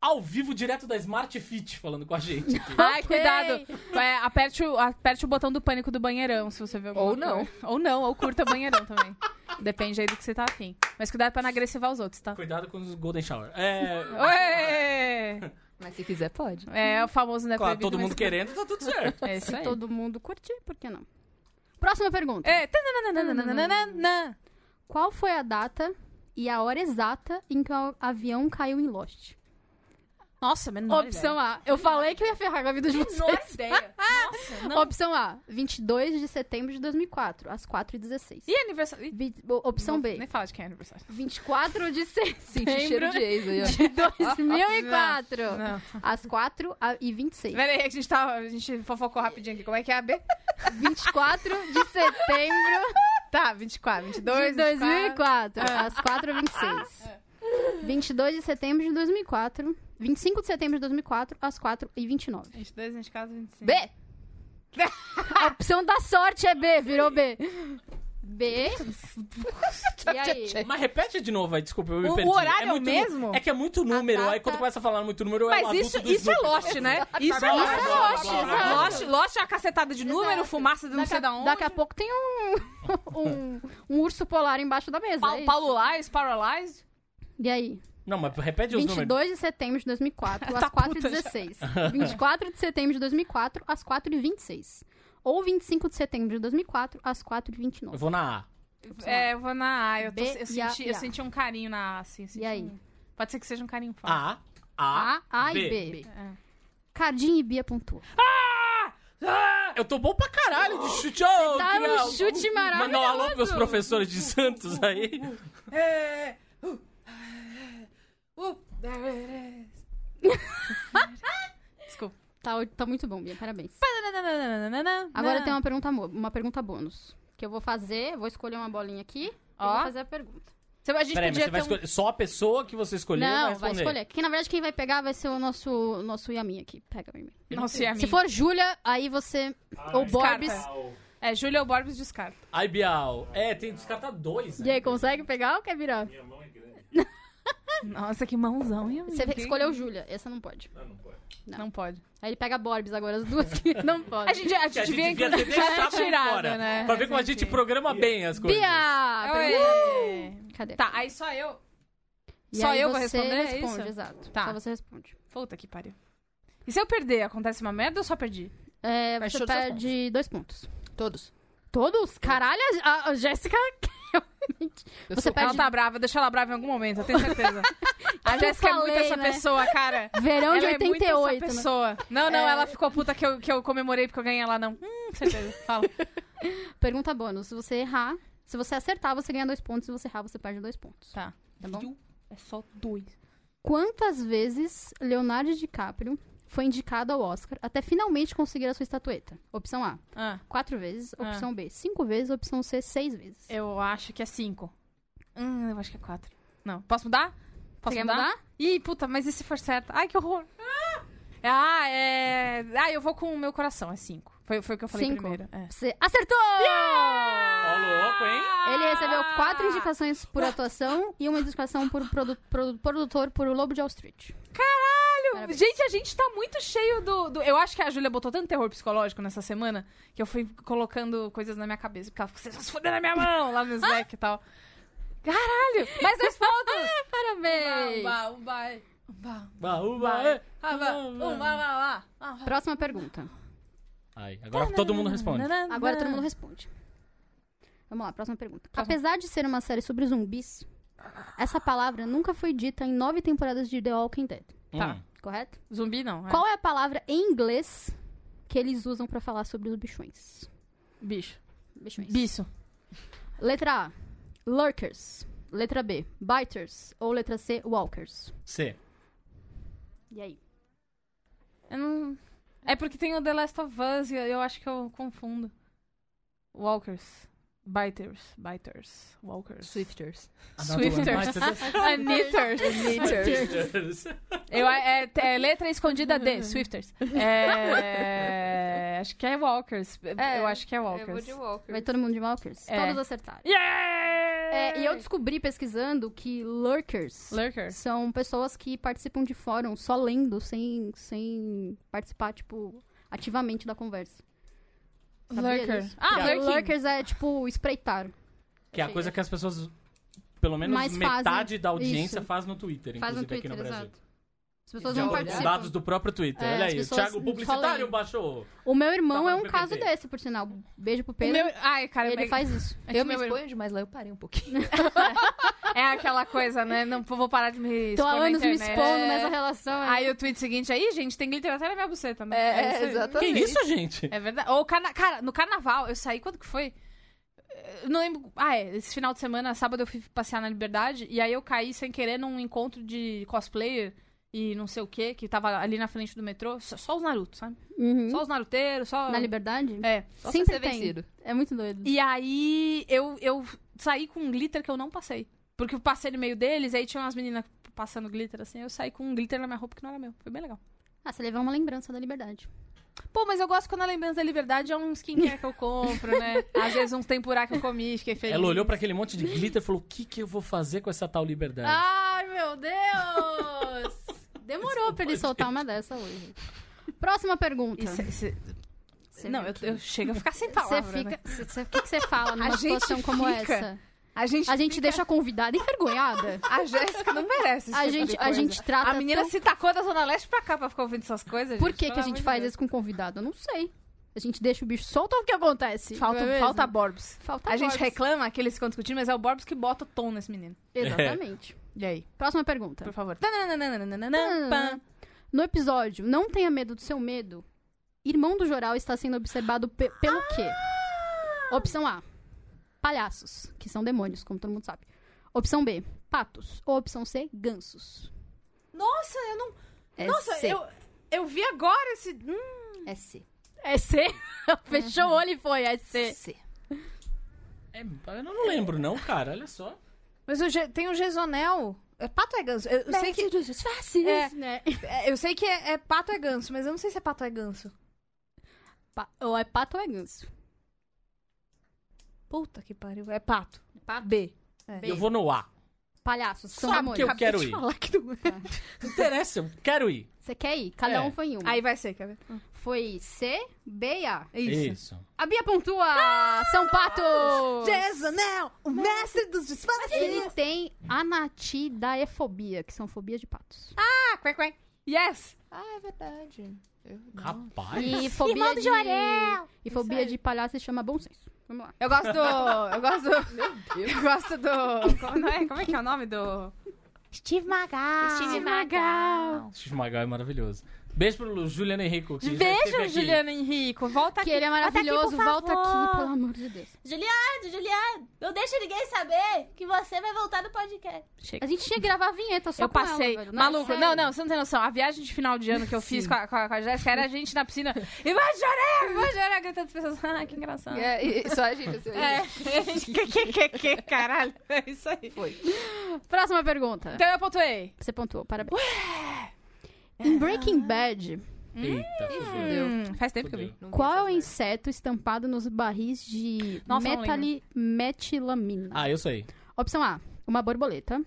[SPEAKER 2] ao vivo direto da Smart Fit falando com a gente aqui.
[SPEAKER 1] Ai, cuidado. É, aperte, o, aperte o botão do pânico do banheirão, se você vê alguma
[SPEAKER 4] Ou não.
[SPEAKER 1] coisa. Ou não, ou curta o banheirão também. Depende aí do que você tá afim. Mas cuidado pra não agressivar os outros, tá?
[SPEAKER 2] Cuidado com os Golden Shower. É,
[SPEAKER 1] Ué!
[SPEAKER 4] Mas se quiser, pode.
[SPEAKER 1] É o famoso, né?
[SPEAKER 2] claro,
[SPEAKER 1] proibido,
[SPEAKER 2] todo
[SPEAKER 1] mas-
[SPEAKER 2] mundo querendo, tá tudo certo.
[SPEAKER 1] É isso
[SPEAKER 3] Se
[SPEAKER 1] aí.
[SPEAKER 3] todo mundo curtir, por que não? Próxima pergunta.
[SPEAKER 1] É. tananana.
[SPEAKER 3] Qual foi a data e a hora exata em que o avião caiu em Lost?
[SPEAKER 1] Nossa, menor
[SPEAKER 3] Opção A. Eu falei que eu ia ferrar com a vida de vocês.
[SPEAKER 1] Menor ideia. Nossa, não.
[SPEAKER 3] Opção A. 22 de setembro de 2004, às 4h16.
[SPEAKER 1] E aniversário? Ih,
[SPEAKER 3] Vi- o- Opção
[SPEAKER 1] não-
[SPEAKER 3] B.
[SPEAKER 1] Nem fala de quem é aniversário.
[SPEAKER 3] 24 né? de
[SPEAKER 4] Senti
[SPEAKER 3] setembro
[SPEAKER 4] cheiro de ex aí, ó.
[SPEAKER 3] de 2004,
[SPEAKER 1] Não.
[SPEAKER 3] às 4h26.
[SPEAKER 1] Pera aí, a gente, tá, a gente fofocou rapidinho aqui. Como é que é a B?
[SPEAKER 3] 24 de setembro
[SPEAKER 1] Tá, 24, 22,
[SPEAKER 3] de É. 2004,
[SPEAKER 1] Ah.
[SPEAKER 3] às 4h26. É. 22 de setembro de 2004, 25 de setembro de 2004, às 4h29.
[SPEAKER 1] 22, 24, 25.
[SPEAKER 3] B. A opção da sorte é B, virou B. B. E aí?
[SPEAKER 2] Mas repete de novo aí, desculpa, eu me
[SPEAKER 1] O-
[SPEAKER 2] perdi.
[SPEAKER 1] o horário é o
[SPEAKER 2] muito nu-
[SPEAKER 1] mesmo? Ah, tá,
[SPEAKER 2] É que é muito número,
[SPEAKER 3] data-
[SPEAKER 2] aí quando começa a falar muito número, é o
[SPEAKER 1] Mas
[SPEAKER 2] adulto
[SPEAKER 1] isso,
[SPEAKER 2] do
[SPEAKER 1] isso é
[SPEAKER 2] Snoopy.
[SPEAKER 1] Lost, né? Isso é
[SPEAKER 4] Blá,
[SPEAKER 1] Lost.
[SPEAKER 4] blá, blá,
[SPEAKER 3] Lost,
[SPEAKER 4] blá, blá,
[SPEAKER 3] exato.
[SPEAKER 4] blá.
[SPEAKER 1] Lost, Lost é uma cacetada de número,
[SPEAKER 3] Exato.
[SPEAKER 1] fumaça de não
[SPEAKER 3] Daqui
[SPEAKER 1] sei
[SPEAKER 3] a-
[SPEAKER 1] da onde.
[SPEAKER 3] Daqui a pouco tem um, um, um urso polar embaixo da mesa. é
[SPEAKER 1] Pa
[SPEAKER 3] isso.
[SPEAKER 1] Paulo Lais, Paralyzed.
[SPEAKER 3] E aí?
[SPEAKER 2] Não, mas repete os números.
[SPEAKER 3] 22 de setembro de 2004,
[SPEAKER 1] Tá
[SPEAKER 3] às
[SPEAKER 1] puta já.
[SPEAKER 3] 4h16. 24 de setembro de 2004, às 4h26. Ou 25 de setembro de 2004, às
[SPEAKER 2] Eu
[SPEAKER 3] 4h29.
[SPEAKER 2] vou na A.
[SPEAKER 1] É, eu vou na A. Eu, tô-
[SPEAKER 3] B
[SPEAKER 1] eu
[SPEAKER 3] e a-
[SPEAKER 1] senti,
[SPEAKER 3] e
[SPEAKER 1] eu
[SPEAKER 3] a.
[SPEAKER 1] senti um carinho na A, assim. eu senti
[SPEAKER 3] aí?
[SPEAKER 1] um- Pode ser que seja um carinho forte.
[SPEAKER 2] A, A,
[SPEAKER 3] A, A
[SPEAKER 2] B.
[SPEAKER 3] e B.
[SPEAKER 1] É.
[SPEAKER 3] Cardinha e Bia pontuam.
[SPEAKER 2] Ah, eu tô bom pra caralho de chute. Oh,
[SPEAKER 3] Tá
[SPEAKER 2] queria
[SPEAKER 3] um chute
[SPEAKER 2] Mandar um alô pros meus
[SPEAKER 1] maravilhoso.
[SPEAKER 2] professores de Santos aí.
[SPEAKER 1] Desculpa.
[SPEAKER 3] Tá, tá muito bom, Bia, parabéns. Agora
[SPEAKER 1] Agora
[SPEAKER 3] tem uma pergunta, mo- uma pergunta bônus. Que eu vou fazer, vou escolher uma bolinha aqui e
[SPEAKER 1] Ó.
[SPEAKER 3] vou fazer a pergunta.
[SPEAKER 1] uma. A gente
[SPEAKER 2] Peraí, mas
[SPEAKER 1] podia
[SPEAKER 2] você vai
[SPEAKER 1] ter um...
[SPEAKER 2] escolher só a pessoa que você escolheu vai
[SPEAKER 3] Não, vai
[SPEAKER 2] responder.
[SPEAKER 3] escolher. Que na verdade quem vai pegar vai ser o nosso, nosso Yamin aqui. Pega o Yamin.
[SPEAKER 1] Nossa, e a
[SPEAKER 3] Se
[SPEAKER 1] minha?
[SPEAKER 3] for Júlia, aí você. ou
[SPEAKER 1] Ah, descarta.
[SPEAKER 3] Borbs.
[SPEAKER 1] É, Júlia ou Borbs descarta.
[SPEAKER 2] Ai, Bial. É, tem que descartar dois. né?
[SPEAKER 3] E aí, consegue pegar ou quer virar?
[SPEAKER 1] Nossa, que mãozão, hein?
[SPEAKER 3] Você
[SPEAKER 1] amiga?
[SPEAKER 3] escolheu Júlia, essa não pode.
[SPEAKER 1] Não pode.
[SPEAKER 3] Aí ele pega Borbs agora, as duas que não podem.
[SPEAKER 1] A gente, a gente
[SPEAKER 2] Que a gente
[SPEAKER 1] devia,
[SPEAKER 2] devia ter
[SPEAKER 1] inclusive, já
[SPEAKER 2] deixado um
[SPEAKER 1] ter tirado,
[SPEAKER 2] fora.
[SPEAKER 1] né? Ah,
[SPEAKER 2] Pra ver como a gente programa bem as coisas.
[SPEAKER 3] Bia!
[SPEAKER 1] Ué.
[SPEAKER 3] Cadê?
[SPEAKER 1] Tá, aí só eu.
[SPEAKER 3] E
[SPEAKER 1] Só
[SPEAKER 3] aí
[SPEAKER 1] eu vou
[SPEAKER 3] você
[SPEAKER 1] responder, é
[SPEAKER 3] responde,
[SPEAKER 1] isso?
[SPEAKER 3] exato.
[SPEAKER 1] Tá.
[SPEAKER 3] Só você responde.
[SPEAKER 1] Puta que pariu. E se eu perder, acontece uma merda ou só perdi?
[SPEAKER 3] É,
[SPEAKER 4] Mas
[SPEAKER 3] você
[SPEAKER 4] todos os
[SPEAKER 3] perde dois pontos.
[SPEAKER 4] Todos.
[SPEAKER 3] Todos? Caralho, a, a Jéssica.
[SPEAKER 4] Eu
[SPEAKER 3] Você
[SPEAKER 4] sou-
[SPEAKER 1] Ela
[SPEAKER 3] perde.
[SPEAKER 1] tá brava, deixa ela brava em algum momento, eu tenho certeza. a
[SPEAKER 3] Eu
[SPEAKER 1] Jéssica é
[SPEAKER 3] falei,
[SPEAKER 1] muito essa
[SPEAKER 3] né?
[SPEAKER 1] pessoa, cara.
[SPEAKER 3] Verão de
[SPEAKER 1] ela é muito
[SPEAKER 3] 88.
[SPEAKER 1] essa
[SPEAKER 3] né?
[SPEAKER 1] pessoa. Não, não,
[SPEAKER 3] É.
[SPEAKER 1] ela ficou puta que eu, que eu comemorei porque eu ganhei ela, não. Hum, certeza. Fala.
[SPEAKER 3] Pergunta bônus. Se você errar, se você acertar, você ganha dois pontos. Se você errar, você perde dois pontos.
[SPEAKER 1] Tá.
[SPEAKER 3] Tá bom?
[SPEAKER 1] É só dois.
[SPEAKER 3] Quantas vezes Leonardo DiCaprio foi indicado ao Oscar até finalmente conseguir a sua estatueta? Opção A,
[SPEAKER 1] Ah,
[SPEAKER 3] quatro vezes.
[SPEAKER 1] Ah.
[SPEAKER 3] Opção B, cinco vezes. Opção C, seis vezes.
[SPEAKER 1] eu acho que é cinco. Hum, eu acho que é quatro. Não. Posso mudar? Posso
[SPEAKER 3] Você quer mudar?
[SPEAKER 1] Ih, puta, mas e se for certo? Ai, que horror. Ah, Ah, é. Ah, eu vou com o meu coração, é cinco. Foi, foi o que eu falei
[SPEAKER 3] Cinco.
[SPEAKER 1] primeiro. É.
[SPEAKER 3] Você acertou!
[SPEAKER 2] Ó, louco, hein?
[SPEAKER 3] Ele recebeu quatro indicações por atuação e uma indicação por produ- produ- produtor por O Lobo de Wall Street.
[SPEAKER 1] Caralho!
[SPEAKER 3] Parabéns.
[SPEAKER 1] Gente, a gente tá muito cheio do, do- Eu acho que a Júlia botou tanto terror psicológico nessa semana que eu fui colocando coisas na minha cabeça. Porque ela ficou, vocês vão se foder na minha mão lá no Slack e tal. Caralho!
[SPEAKER 5] Mais dois pontos!
[SPEAKER 1] Ah,
[SPEAKER 4] um
[SPEAKER 3] Parabéns.
[SPEAKER 5] Umba, umba, é.
[SPEAKER 1] Um
[SPEAKER 2] Bah, uba,
[SPEAKER 3] Vai.
[SPEAKER 2] é.
[SPEAKER 5] Ah, vai. Umba, umba, umba.
[SPEAKER 3] Próxima pergunta.
[SPEAKER 2] Aí, agora todo mundo responde.
[SPEAKER 1] Tá.
[SPEAKER 3] Agora todo mundo responde. Vamos lá, próxima pergunta. Apesar de ser uma série sobre zumbis, essa palavra nunca foi dita em nove temporadas de The Walking Dead,
[SPEAKER 2] Hum,
[SPEAKER 1] Tá.
[SPEAKER 3] correto?
[SPEAKER 1] Zumbi não. é.
[SPEAKER 3] Qual é a palavra em inglês que eles usam pra falar sobre os bichões?
[SPEAKER 1] Bicho.
[SPEAKER 3] Bichões.
[SPEAKER 1] Bicho.
[SPEAKER 3] Letra A, lurkers. Letra B, biters. Ou letra C, walkers.
[SPEAKER 2] C.
[SPEAKER 3] E aí?
[SPEAKER 1] Eu não... É porque tem o The Last of Us e eu acho que eu confundo. Walkers. Biters. Biters. Walkers.
[SPEAKER 4] Swifters.
[SPEAKER 1] Swifters. Ah, Knitters. Eu, é, é letra escondida D. Swifters. É, acho que é Walkers.
[SPEAKER 5] É,
[SPEAKER 1] eu acho que é
[SPEAKER 5] Eu vou
[SPEAKER 1] Walkers.
[SPEAKER 5] de Walker.
[SPEAKER 3] Vai todo mundo de walkers?
[SPEAKER 1] É.
[SPEAKER 3] Todos acertaram.
[SPEAKER 1] Yeah!
[SPEAKER 3] É, e eu descobri pesquisando que lurkers
[SPEAKER 1] Lurkers.
[SPEAKER 3] são pessoas que participam de fórum só lendo, sem, sem participar, tipo, ativamente da conversa. Sabia
[SPEAKER 1] Lurker.
[SPEAKER 3] disso?
[SPEAKER 1] Ah,
[SPEAKER 3] Porque
[SPEAKER 1] lurking.
[SPEAKER 3] lurkers é, tipo, espreitar.
[SPEAKER 2] Que é a coisa que as pessoas, pelo menos
[SPEAKER 3] Mas fazem
[SPEAKER 2] metade da audiência,
[SPEAKER 3] isso.
[SPEAKER 2] faz no Twitter,
[SPEAKER 3] Faz no
[SPEAKER 2] inclusive aqui
[SPEAKER 3] Twitter,
[SPEAKER 2] no Brasil.
[SPEAKER 3] exato. As pessoas
[SPEAKER 4] Já
[SPEAKER 3] não
[SPEAKER 4] olhar.
[SPEAKER 2] Os
[SPEAKER 4] Sim.
[SPEAKER 3] participam.
[SPEAKER 2] dados do próprio Twitter.
[SPEAKER 3] É,
[SPEAKER 2] Olha
[SPEAKER 3] as
[SPEAKER 2] aí, o
[SPEAKER 3] pessoas
[SPEAKER 2] Thiago Publicitário
[SPEAKER 3] falam.
[SPEAKER 2] baixou.
[SPEAKER 3] O meu irmão
[SPEAKER 2] Tá
[SPEAKER 3] é
[SPEAKER 2] no
[SPEAKER 3] um
[SPEAKER 2] PPT.
[SPEAKER 3] caso desse, por sinal. Beijo pro
[SPEAKER 1] O
[SPEAKER 3] Pedro.
[SPEAKER 1] meu- Ai, cara,
[SPEAKER 3] Ele
[SPEAKER 1] é-
[SPEAKER 3] faz isso.
[SPEAKER 1] é que
[SPEAKER 4] Eu me
[SPEAKER 1] meu-
[SPEAKER 4] exponho demais lá, eu parei um pouquinho.
[SPEAKER 1] É aquela coisa, né? Não vou parar de me expor
[SPEAKER 3] Tô há
[SPEAKER 1] na
[SPEAKER 3] anos me
[SPEAKER 1] internet.
[SPEAKER 3] expondo nessa relação. é.
[SPEAKER 1] Aí o tweet seguinte aí, gente, tem glitter até na minha buceta, né? isso aí.
[SPEAKER 2] Que
[SPEAKER 4] É, exatamente.
[SPEAKER 2] isso, gente?
[SPEAKER 1] É verdade. Ou, carna... cara, no carnaval, eu saí, quando que foi? Eu não lembro. Ah, é, esse final de semana, sábado, eu fui passear na Liberdade, e aí eu caí sem querer num encontro de cosplayer e não sei o que, que tava ali na frente do metrô. Só, só os Naruto, sabe?
[SPEAKER 3] Uhum.
[SPEAKER 1] Só os naruteiros, só...
[SPEAKER 3] Na liberdade?
[SPEAKER 1] É.
[SPEAKER 4] Só se
[SPEAKER 3] Sempre
[SPEAKER 4] você é
[SPEAKER 3] tem.
[SPEAKER 4] vencido.
[SPEAKER 3] É muito doido.
[SPEAKER 1] E aí, eu, eu saí com um glitter que eu não passei. Porque eu passei no meio deles, aí tinha umas meninas passando glitter, assim, eu saí com um glitter na minha roupa que não era meu. Foi bem legal.
[SPEAKER 3] Ah, você levou uma lembrança da liberdade.
[SPEAKER 1] Pô, mas eu gosto quando a lembrança da liberdade é um skincare que eu compro, né? Às vezes uns tempurá que eu comi, fiquei feliz.
[SPEAKER 2] Ela olhou pra aquele monte de glitter e falou: o que, que eu vou fazer com essa tal liberdade?
[SPEAKER 3] Ai, meu Deus! Demorou
[SPEAKER 1] é
[SPEAKER 3] pra ele soltar uma dessa hoje. Próxima pergunta.
[SPEAKER 1] Isso- é, isso- é
[SPEAKER 3] Você
[SPEAKER 1] não,
[SPEAKER 3] vê
[SPEAKER 1] eu,
[SPEAKER 3] que-
[SPEAKER 1] eu chego a ficar sem
[SPEAKER 3] Você
[SPEAKER 1] palavra,
[SPEAKER 3] fica.
[SPEAKER 1] né?
[SPEAKER 3] cê- cê- O que que você fala numa
[SPEAKER 1] A gente
[SPEAKER 3] situação como
[SPEAKER 1] fica-
[SPEAKER 3] essa?
[SPEAKER 1] A gente,
[SPEAKER 3] A gente deixa a convidada envergonhada.
[SPEAKER 1] a Jéssica não merece esse
[SPEAKER 3] A
[SPEAKER 1] tipo de
[SPEAKER 3] gente, a
[SPEAKER 1] coisa.
[SPEAKER 3] gente trata.
[SPEAKER 1] A menina
[SPEAKER 3] tão-
[SPEAKER 1] se tacou da Zona Leste pra cá pra ficar ouvindo essas coisas.
[SPEAKER 3] Por que, que a
[SPEAKER 1] Pelo
[SPEAKER 3] gente
[SPEAKER 1] amor
[SPEAKER 3] faz
[SPEAKER 1] de Deus.
[SPEAKER 3] isso com convidado? Eu não sei. A gente deixa o bicho solto ou o que acontece?
[SPEAKER 1] Falta, um-
[SPEAKER 3] Não é mesmo?
[SPEAKER 1] falta Borbs.
[SPEAKER 3] Falta
[SPEAKER 1] a gente
[SPEAKER 3] voz.
[SPEAKER 1] reclama que eles ficam discutindo, mas é o Borbs que bota o tom nesse menino.
[SPEAKER 3] É. Exatamente.
[SPEAKER 1] E aí?
[SPEAKER 3] Próxima pergunta.
[SPEAKER 1] Por favor. Hum. Tananananananã, pam.
[SPEAKER 3] No episódio Não Tenha Medo do Seu Medo, irmão do Joral está sendo observado pe- pelo quê? Opção A. Palhaços, que são demônios, como todo mundo sabe. Opção B. Patos. Ou opção C. Gansos.
[SPEAKER 1] Nossa, eu não.
[SPEAKER 4] É
[SPEAKER 1] Nossa,
[SPEAKER 4] C.
[SPEAKER 1] eu, eu vi agora esse. Hum,
[SPEAKER 4] É C.
[SPEAKER 3] É C? Fechou o olho e foi. É C.
[SPEAKER 4] C.
[SPEAKER 2] É, eu não lembro, não, cara. Olha só.
[SPEAKER 1] Mas o Ge- tem o Gesonel. É pato ou é ganso? Eu, eu sei que, É.
[SPEAKER 3] Né?
[SPEAKER 1] é, eu sei que é, é pato ou é ganso, mas eu não sei se é pato ou é ganso.
[SPEAKER 3] Pa- ou é pato ou é ganso.
[SPEAKER 1] Puta que pariu. É pato. B.
[SPEAKER 2] Eu vou no A.
[SPEAKER 3] Palhaços, que são
[SPEAKER 2] Sabe que
[SPEAKER 3] demônios.
[SPEAKER 2] eu quero
[SPEAKER 1] Deixa
[SPEAKER 2] ir. Tá
[SPEAKER 1] eu falar que não é.
[SPEAKER 2] Não interessa, eu quero ir.
[SPEAKER 3] Você quer ir? Cada
[SPEAKER 2] É.
[SPEAKER 3] um foi em uma.
[SPEAKER 1] Aí vai ser, quer ver?
[SPEAKER 3] Foi C, B e A.
[SPEAKER 1] É Isso.
[SPEAKER 3] A Bia pontua! são patos!
[SPEAKER 1] Gesonel, o mestre dos disfarces.
[SPEAKER 3] Ele tem anatidaefobia, que são fobias de patos.
[SPEAKER 1] Ah, quack, quack. Yes.
[SPEAKER 4] Ah, é verdade. Eu não.
[SPEAKER 2] Rapaz.
[SPEAKER 3] E fobia
[SPEAKER 5] Irmão do
[SPEAKER 3] de...
[SPEAKER 5] Jorel!
[SPEAKER 3] E fobia de palhaço se chama bom senso. Vamos lá.
[SPEAKER 1] Eu gosto do... Eu gosto do... Eu gosto do... Como, não é? Como é que é o nome do...
[SPEAKER 5] Steve Magal.
[SPEAKER 1] Steve Magal.
[SPEAKER 2] Steve Magal é maravilhoso. Beijo pro Juliano Henrico. que já esteve
[SPEAKER 1] Beijo,
[SPEAKER 2] é, aqui.
[SPEAKER 1] Juliano Henrico. Volta aqui.
[SPEAKER 3] Que ele é
[SPEAKER 5] aqui,
[SPEAKER 3] maravilhoso,
[SPEAKER 5] por
[SPEAKER 3] volta
[SPEAKER 5] favor.
[SPEAKER 3] aqui, pelo amor de Deus.
[SPEAKER 5] Juliano, Juliano, não deixa ninguém saber que você vai voltar no podcast.
[SPEAKER 3] A gente tinha que gravar a vinheta só
[SPEAKER 1] Eu
[SPEAKER 3] com ela,
[SPEAKER 1] passei.
[SPEAKER 3] velho. é
[SPEAKER 1] Maluco,
[SPEAKER 3] sério.
[SPEAKER 1] não, é não, você não tem noção. A viagem de final de ano que eu fiz com a, com a, com a Jéssica era a gente na piscina. E vai chorar, vai chorar, gritando as pessoas. Ah, que engraçado.
[SPEAKER 4] É, e- e só a gente assim.
[SPEAKER 1] É, que, que, que, que, caralho. É isso aí.
[SPEAKER 3] Próxima pergunta.
[SPEAKER 1] Então eu pontuei.
[SPEAKER 3] Você pontuou, parabéns. Em Breaking
[SPEAKER 1] Ah.
[SPEAKER 3] Bad,
[SPEAKER 2] Eita, fudeu.
[SPEAKER 1] Hum, faz tempo que eu vi.
[SPEAKER 2] fudeu.
[SPEAKER 4] Não vi
[SPEAKER 3] qual é
[SPEAKER 4] essas
[SPEAKER 3] o inseto estampado nos barris de
[SPEAKER 1] Nossa, não
[SPEAKER 3] metali- metilamina?
[SPEAKER 2] Ah, eu sei.
[SPEAKER 3] Opção A, uma borboleta.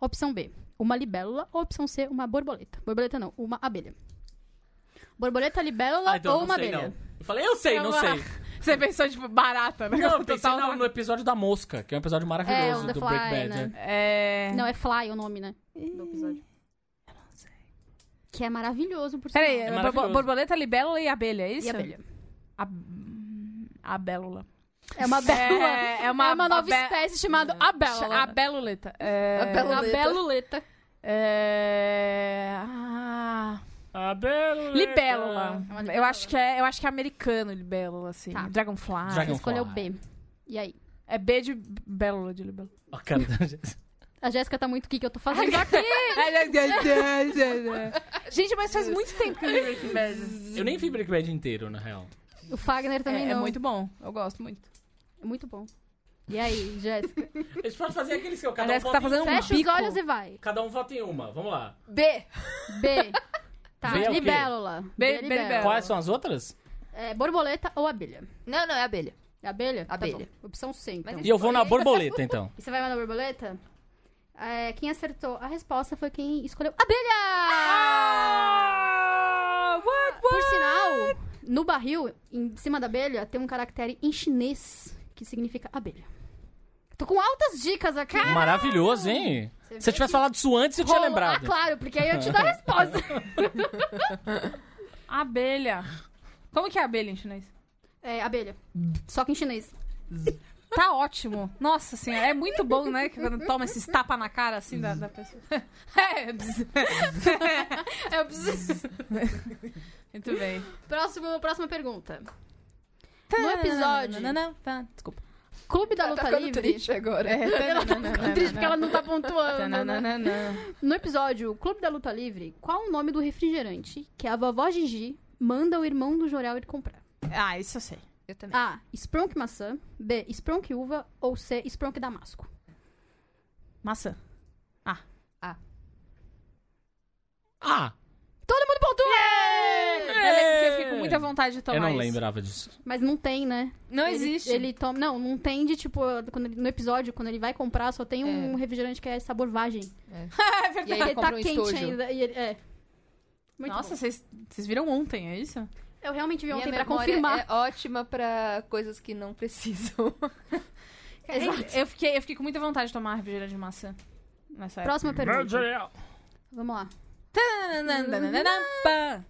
[SPEAKER 3] Opção B, uma libélula. Ou opção C, uma borboleta. Borboleta não, uma abelha. Borboleta, libélula
[SPEAKER 2] Ah, então eu
[SPEAKER 3] ou
[SPEAKER 2] não
[SPEAKER 3] uma
[SPEAKER 2] sei,
[SPEAKER 3] abelha?
[SPEAKER 2] não. Eu falei, eu sei, não
[SPEAKER 1] Vamos lá.
[SPEAKER 2] sei.
[SPEAKER 1] Você pensou, tipo, barata, né?
[SPEAKER 2] Não, eu pensei
[SPEAKER 1] Total-
[SPEAKER 2] no, no episódio da mosca, que é um episódio
[SPEAKER 3] É,
[SPEAKER 2] maravilhoso
[SPEAKER 3] o The
[SPEAKER 2] do
[SPEAKER 3] Fly,
[SPEAKER 2] Break Bad.
[SPEAKER 3] né?
[SPEAKER 2] é.
[SPEAKER 1] É...
[SPEAKER 3] Não, é Fly o nome, né?
[SPEAKER 4] do episódio.
[SPEAKER 3] Que é maravilhoso, por
[SPEAKER 1] Peraí,
[SPEAKER 3] sinal. né?
[SPEAKER 1] é
[SPEAKER 2] maravilhoso.
[SPEAKER 1] borbo- borboleta, libélula e abelha, é isso?
[SPEAKER 3] E abelha.
[SPEAKER 1] A... Abélula.
[SPEAKER 3] É uma bélula.
[SPEAKER 1] É, é
[SPEAKER 3] É uma,
[SPEAKER 1] uma,
[SPEAKER 3] nova
[SPEAKER 1] abe-
[SPEAKER 3] espécie chamada abélula.
[SPEAKER 1] A beluleta. É...
[SPEAKER 4] Abélula.
[SPEAKER 3] A beluleta.
[SPEAKER 1] É... Ah...
[SPEAKER 2] A Bélula.
[SPEAKER 1] Libélula.
[SPEAKER 3] É uma libélula.
[SPEAKER 1] Eu acho que é, eu acho que é americano, libélula, assim.
[SPEAKER 3] Tá.
[SPEAKER 1] Dragonfly.
[SPEAKER 2] Dragon-
[SPEAKER 3] Você escolheu
[SPEAKER 2] Fly.
[SPEAKER 3] B. E aí?
[SPEAKER 1] É B de bélula, de libélula.
[SPEAKER 2] Ó, cara, da Jéssica.
[SPEAKER 3] A Jéssica tá muito o que que eu tô fazendo aqui.
[SPEAKER 1] Gente, mas faz muito tempo que eu li Breaking Bad.
[SPEAKER 2] eu nem vi Break Bad inteiro, na real.
[SPEAKER 3] O Fagner também
[SPEAKER 1] É, é
[SPEAKER 3] não.
[SPEAKER 1] muito bom. Eu gosto muito.
[SPEAKER 3] É muito bom. E aí, Jéssica?
[SPEAKER 2] A gente pode fazer aqueles que eu cada um
[SPEAKER 1] Parece que tá
[SPEAKER 2] vota em...
[SPEAKER 1] fazendo um
[SPEAKER 3] Fecha
[SPEAKER 1] bico.
[SPEAKER 3] os olhos e vai.
[SPEAKER 2] Cada um vota em uma, vamos lá.
[SPEAKER 1] B.
[SPEAKER 3] B. Tá,
[SPEAKER 2] B é o quê?
[SPEAKER 3] libélula. é
[SPEAKER 1] B-
[SPEAKER 3] libélula.
[SPEAKER 1] libélula.
[SPEAKER 2] Quais são as outras?
[SPEAKER 3] É, borboleta ou abelha?
[SPEAKER 4] Não, não, é abelha.
[SPEAKER 3] É Abelha? Tá
[SPEAKER 4] Abelha.
[SPEAKER 3] bom. Opção C, então.
[SPEAKER 4] Mas
[SPEAKER 2] E eu vou na borboleta, então.
[SPEAKER 3] E você vai mandar borboleta? É, quem acertou a resposta foi quem escolheu abelha! Ah, Por sinal, no barril, em cima da abelha, tem um caractere em chinês que significa abelha. Tô com altas dicas aqui.
[SPEAKER 2] Maravilhoso, hein?
[SPEAKER 3] Você
[SPEAKER 2] Se eu
[SPEAKER 3] vê
[SPEAKER 2] tivesse
[SPEAKER 3] que
[SPEAKER 2] falado isso antes, eu tinha
[SPEAKER 3] rolou.
[SPEAKER 2] lembrado.
[SPEAKER 3] Ah, claro, porque aí eu te dou a resposta.
[SPEAKER 1] Abelha. Como que é abelha em chinês?
[SPEAKER 3] É, abelha. Só que em chinês.
[SPEAKER 1] Tá ótimo. Nossa senhora, é muito bom, né? Que quando toma esses tapa na cara assim da, da pessoa. É, bzz.
[SPEAKER 3] Eu preciso...
[SPEAKER 1] muito bem.
[SPEAKER 3] Próximo, próxima pergunta.
[SPEAKER 1] Tá.
[SPEAKER 3] No episódio,
[SPEAKER 1] Nananana, tá, Desculpa.
[SPEAKER 3] Clube da Luta
[SPEAKER 4] tá ficando
[SPEAKER 3] Livre...
[SPEAKER 4] triste agora.
[SPEAKER 3] Ela tá ficando triste porque ela não tá pontuando. né?
[SPEAKER 1] Tananana.
[SPEAKER 3] No episódio Clube da Luta Livre, qual o nome do refrigerante que a vovó Gigi manda o irmão do Jorel ir comprar?
[SPEAKER 1] Ah, isso eu sei.
[SPEAKER 4] Eu também.
[SPEAKER 3] A. Spronk maçã. B. Spronk uva. Ou C. Spronk damasco.
[SPEAKER 1] Maçã.
[SPEAKER 2] Ah,
[SPEAKER 3] Todo mundo pontua!
[SPEAKER 1] Eu lembro que eu fiquei com muita vontade de tomar
[SPEAKER 2] eu não
[SPEAKER 1] isso.
[SPEAKER 2] lembrava disso.
[SPEAKER 3] Mas não tem, né?
[SPEAKER 1] Não
[SPEAKER 3] Ele-
[SPEAKER 1] existe.
[SPEAKER 3] Ele toma... Não, não tem de, tipo, quando ele- no episódio, quando ele vai comprar, só tem um refrigerante que é sabor vagem.
[SPEAKER 1] É verdade.
[SPEAKER 4] E aí
[SPEAKER 3] Porque tá
[SPEAKER 4] ele compra um
[SPEAKER 3] quente
[SPEAKER 4] estojo.
[SPEAKER 3] ainda. e ele- é. Muito
[SPEAKER 1] Nossa,
[SPEAKER 3] bom.
[SPEAKER 1] vocês vocês viram ontem, é isso?
[SPEAKER 3] Eu realmente vi
[SPEAKER 4] Minha
[SPEAKER 3] ontem pra
[SPEAKER 4] memória
[SPEAKER 3] confirmar.
[SPEAKER 4] é ótima pra coisas que não precisam.
[SPEAKER 3] É,
[SPEAKER 1] Exato. Eu fiquei, eu fiquei com muita vontade de tomar refrigerante de maçã.
[SPEAKER 4] é-
[SPEAKER 1] Nessa época.
[SPEAKER 3] Próxima pergunta. Vamos lá.
[SPEAKER 1] Tananana.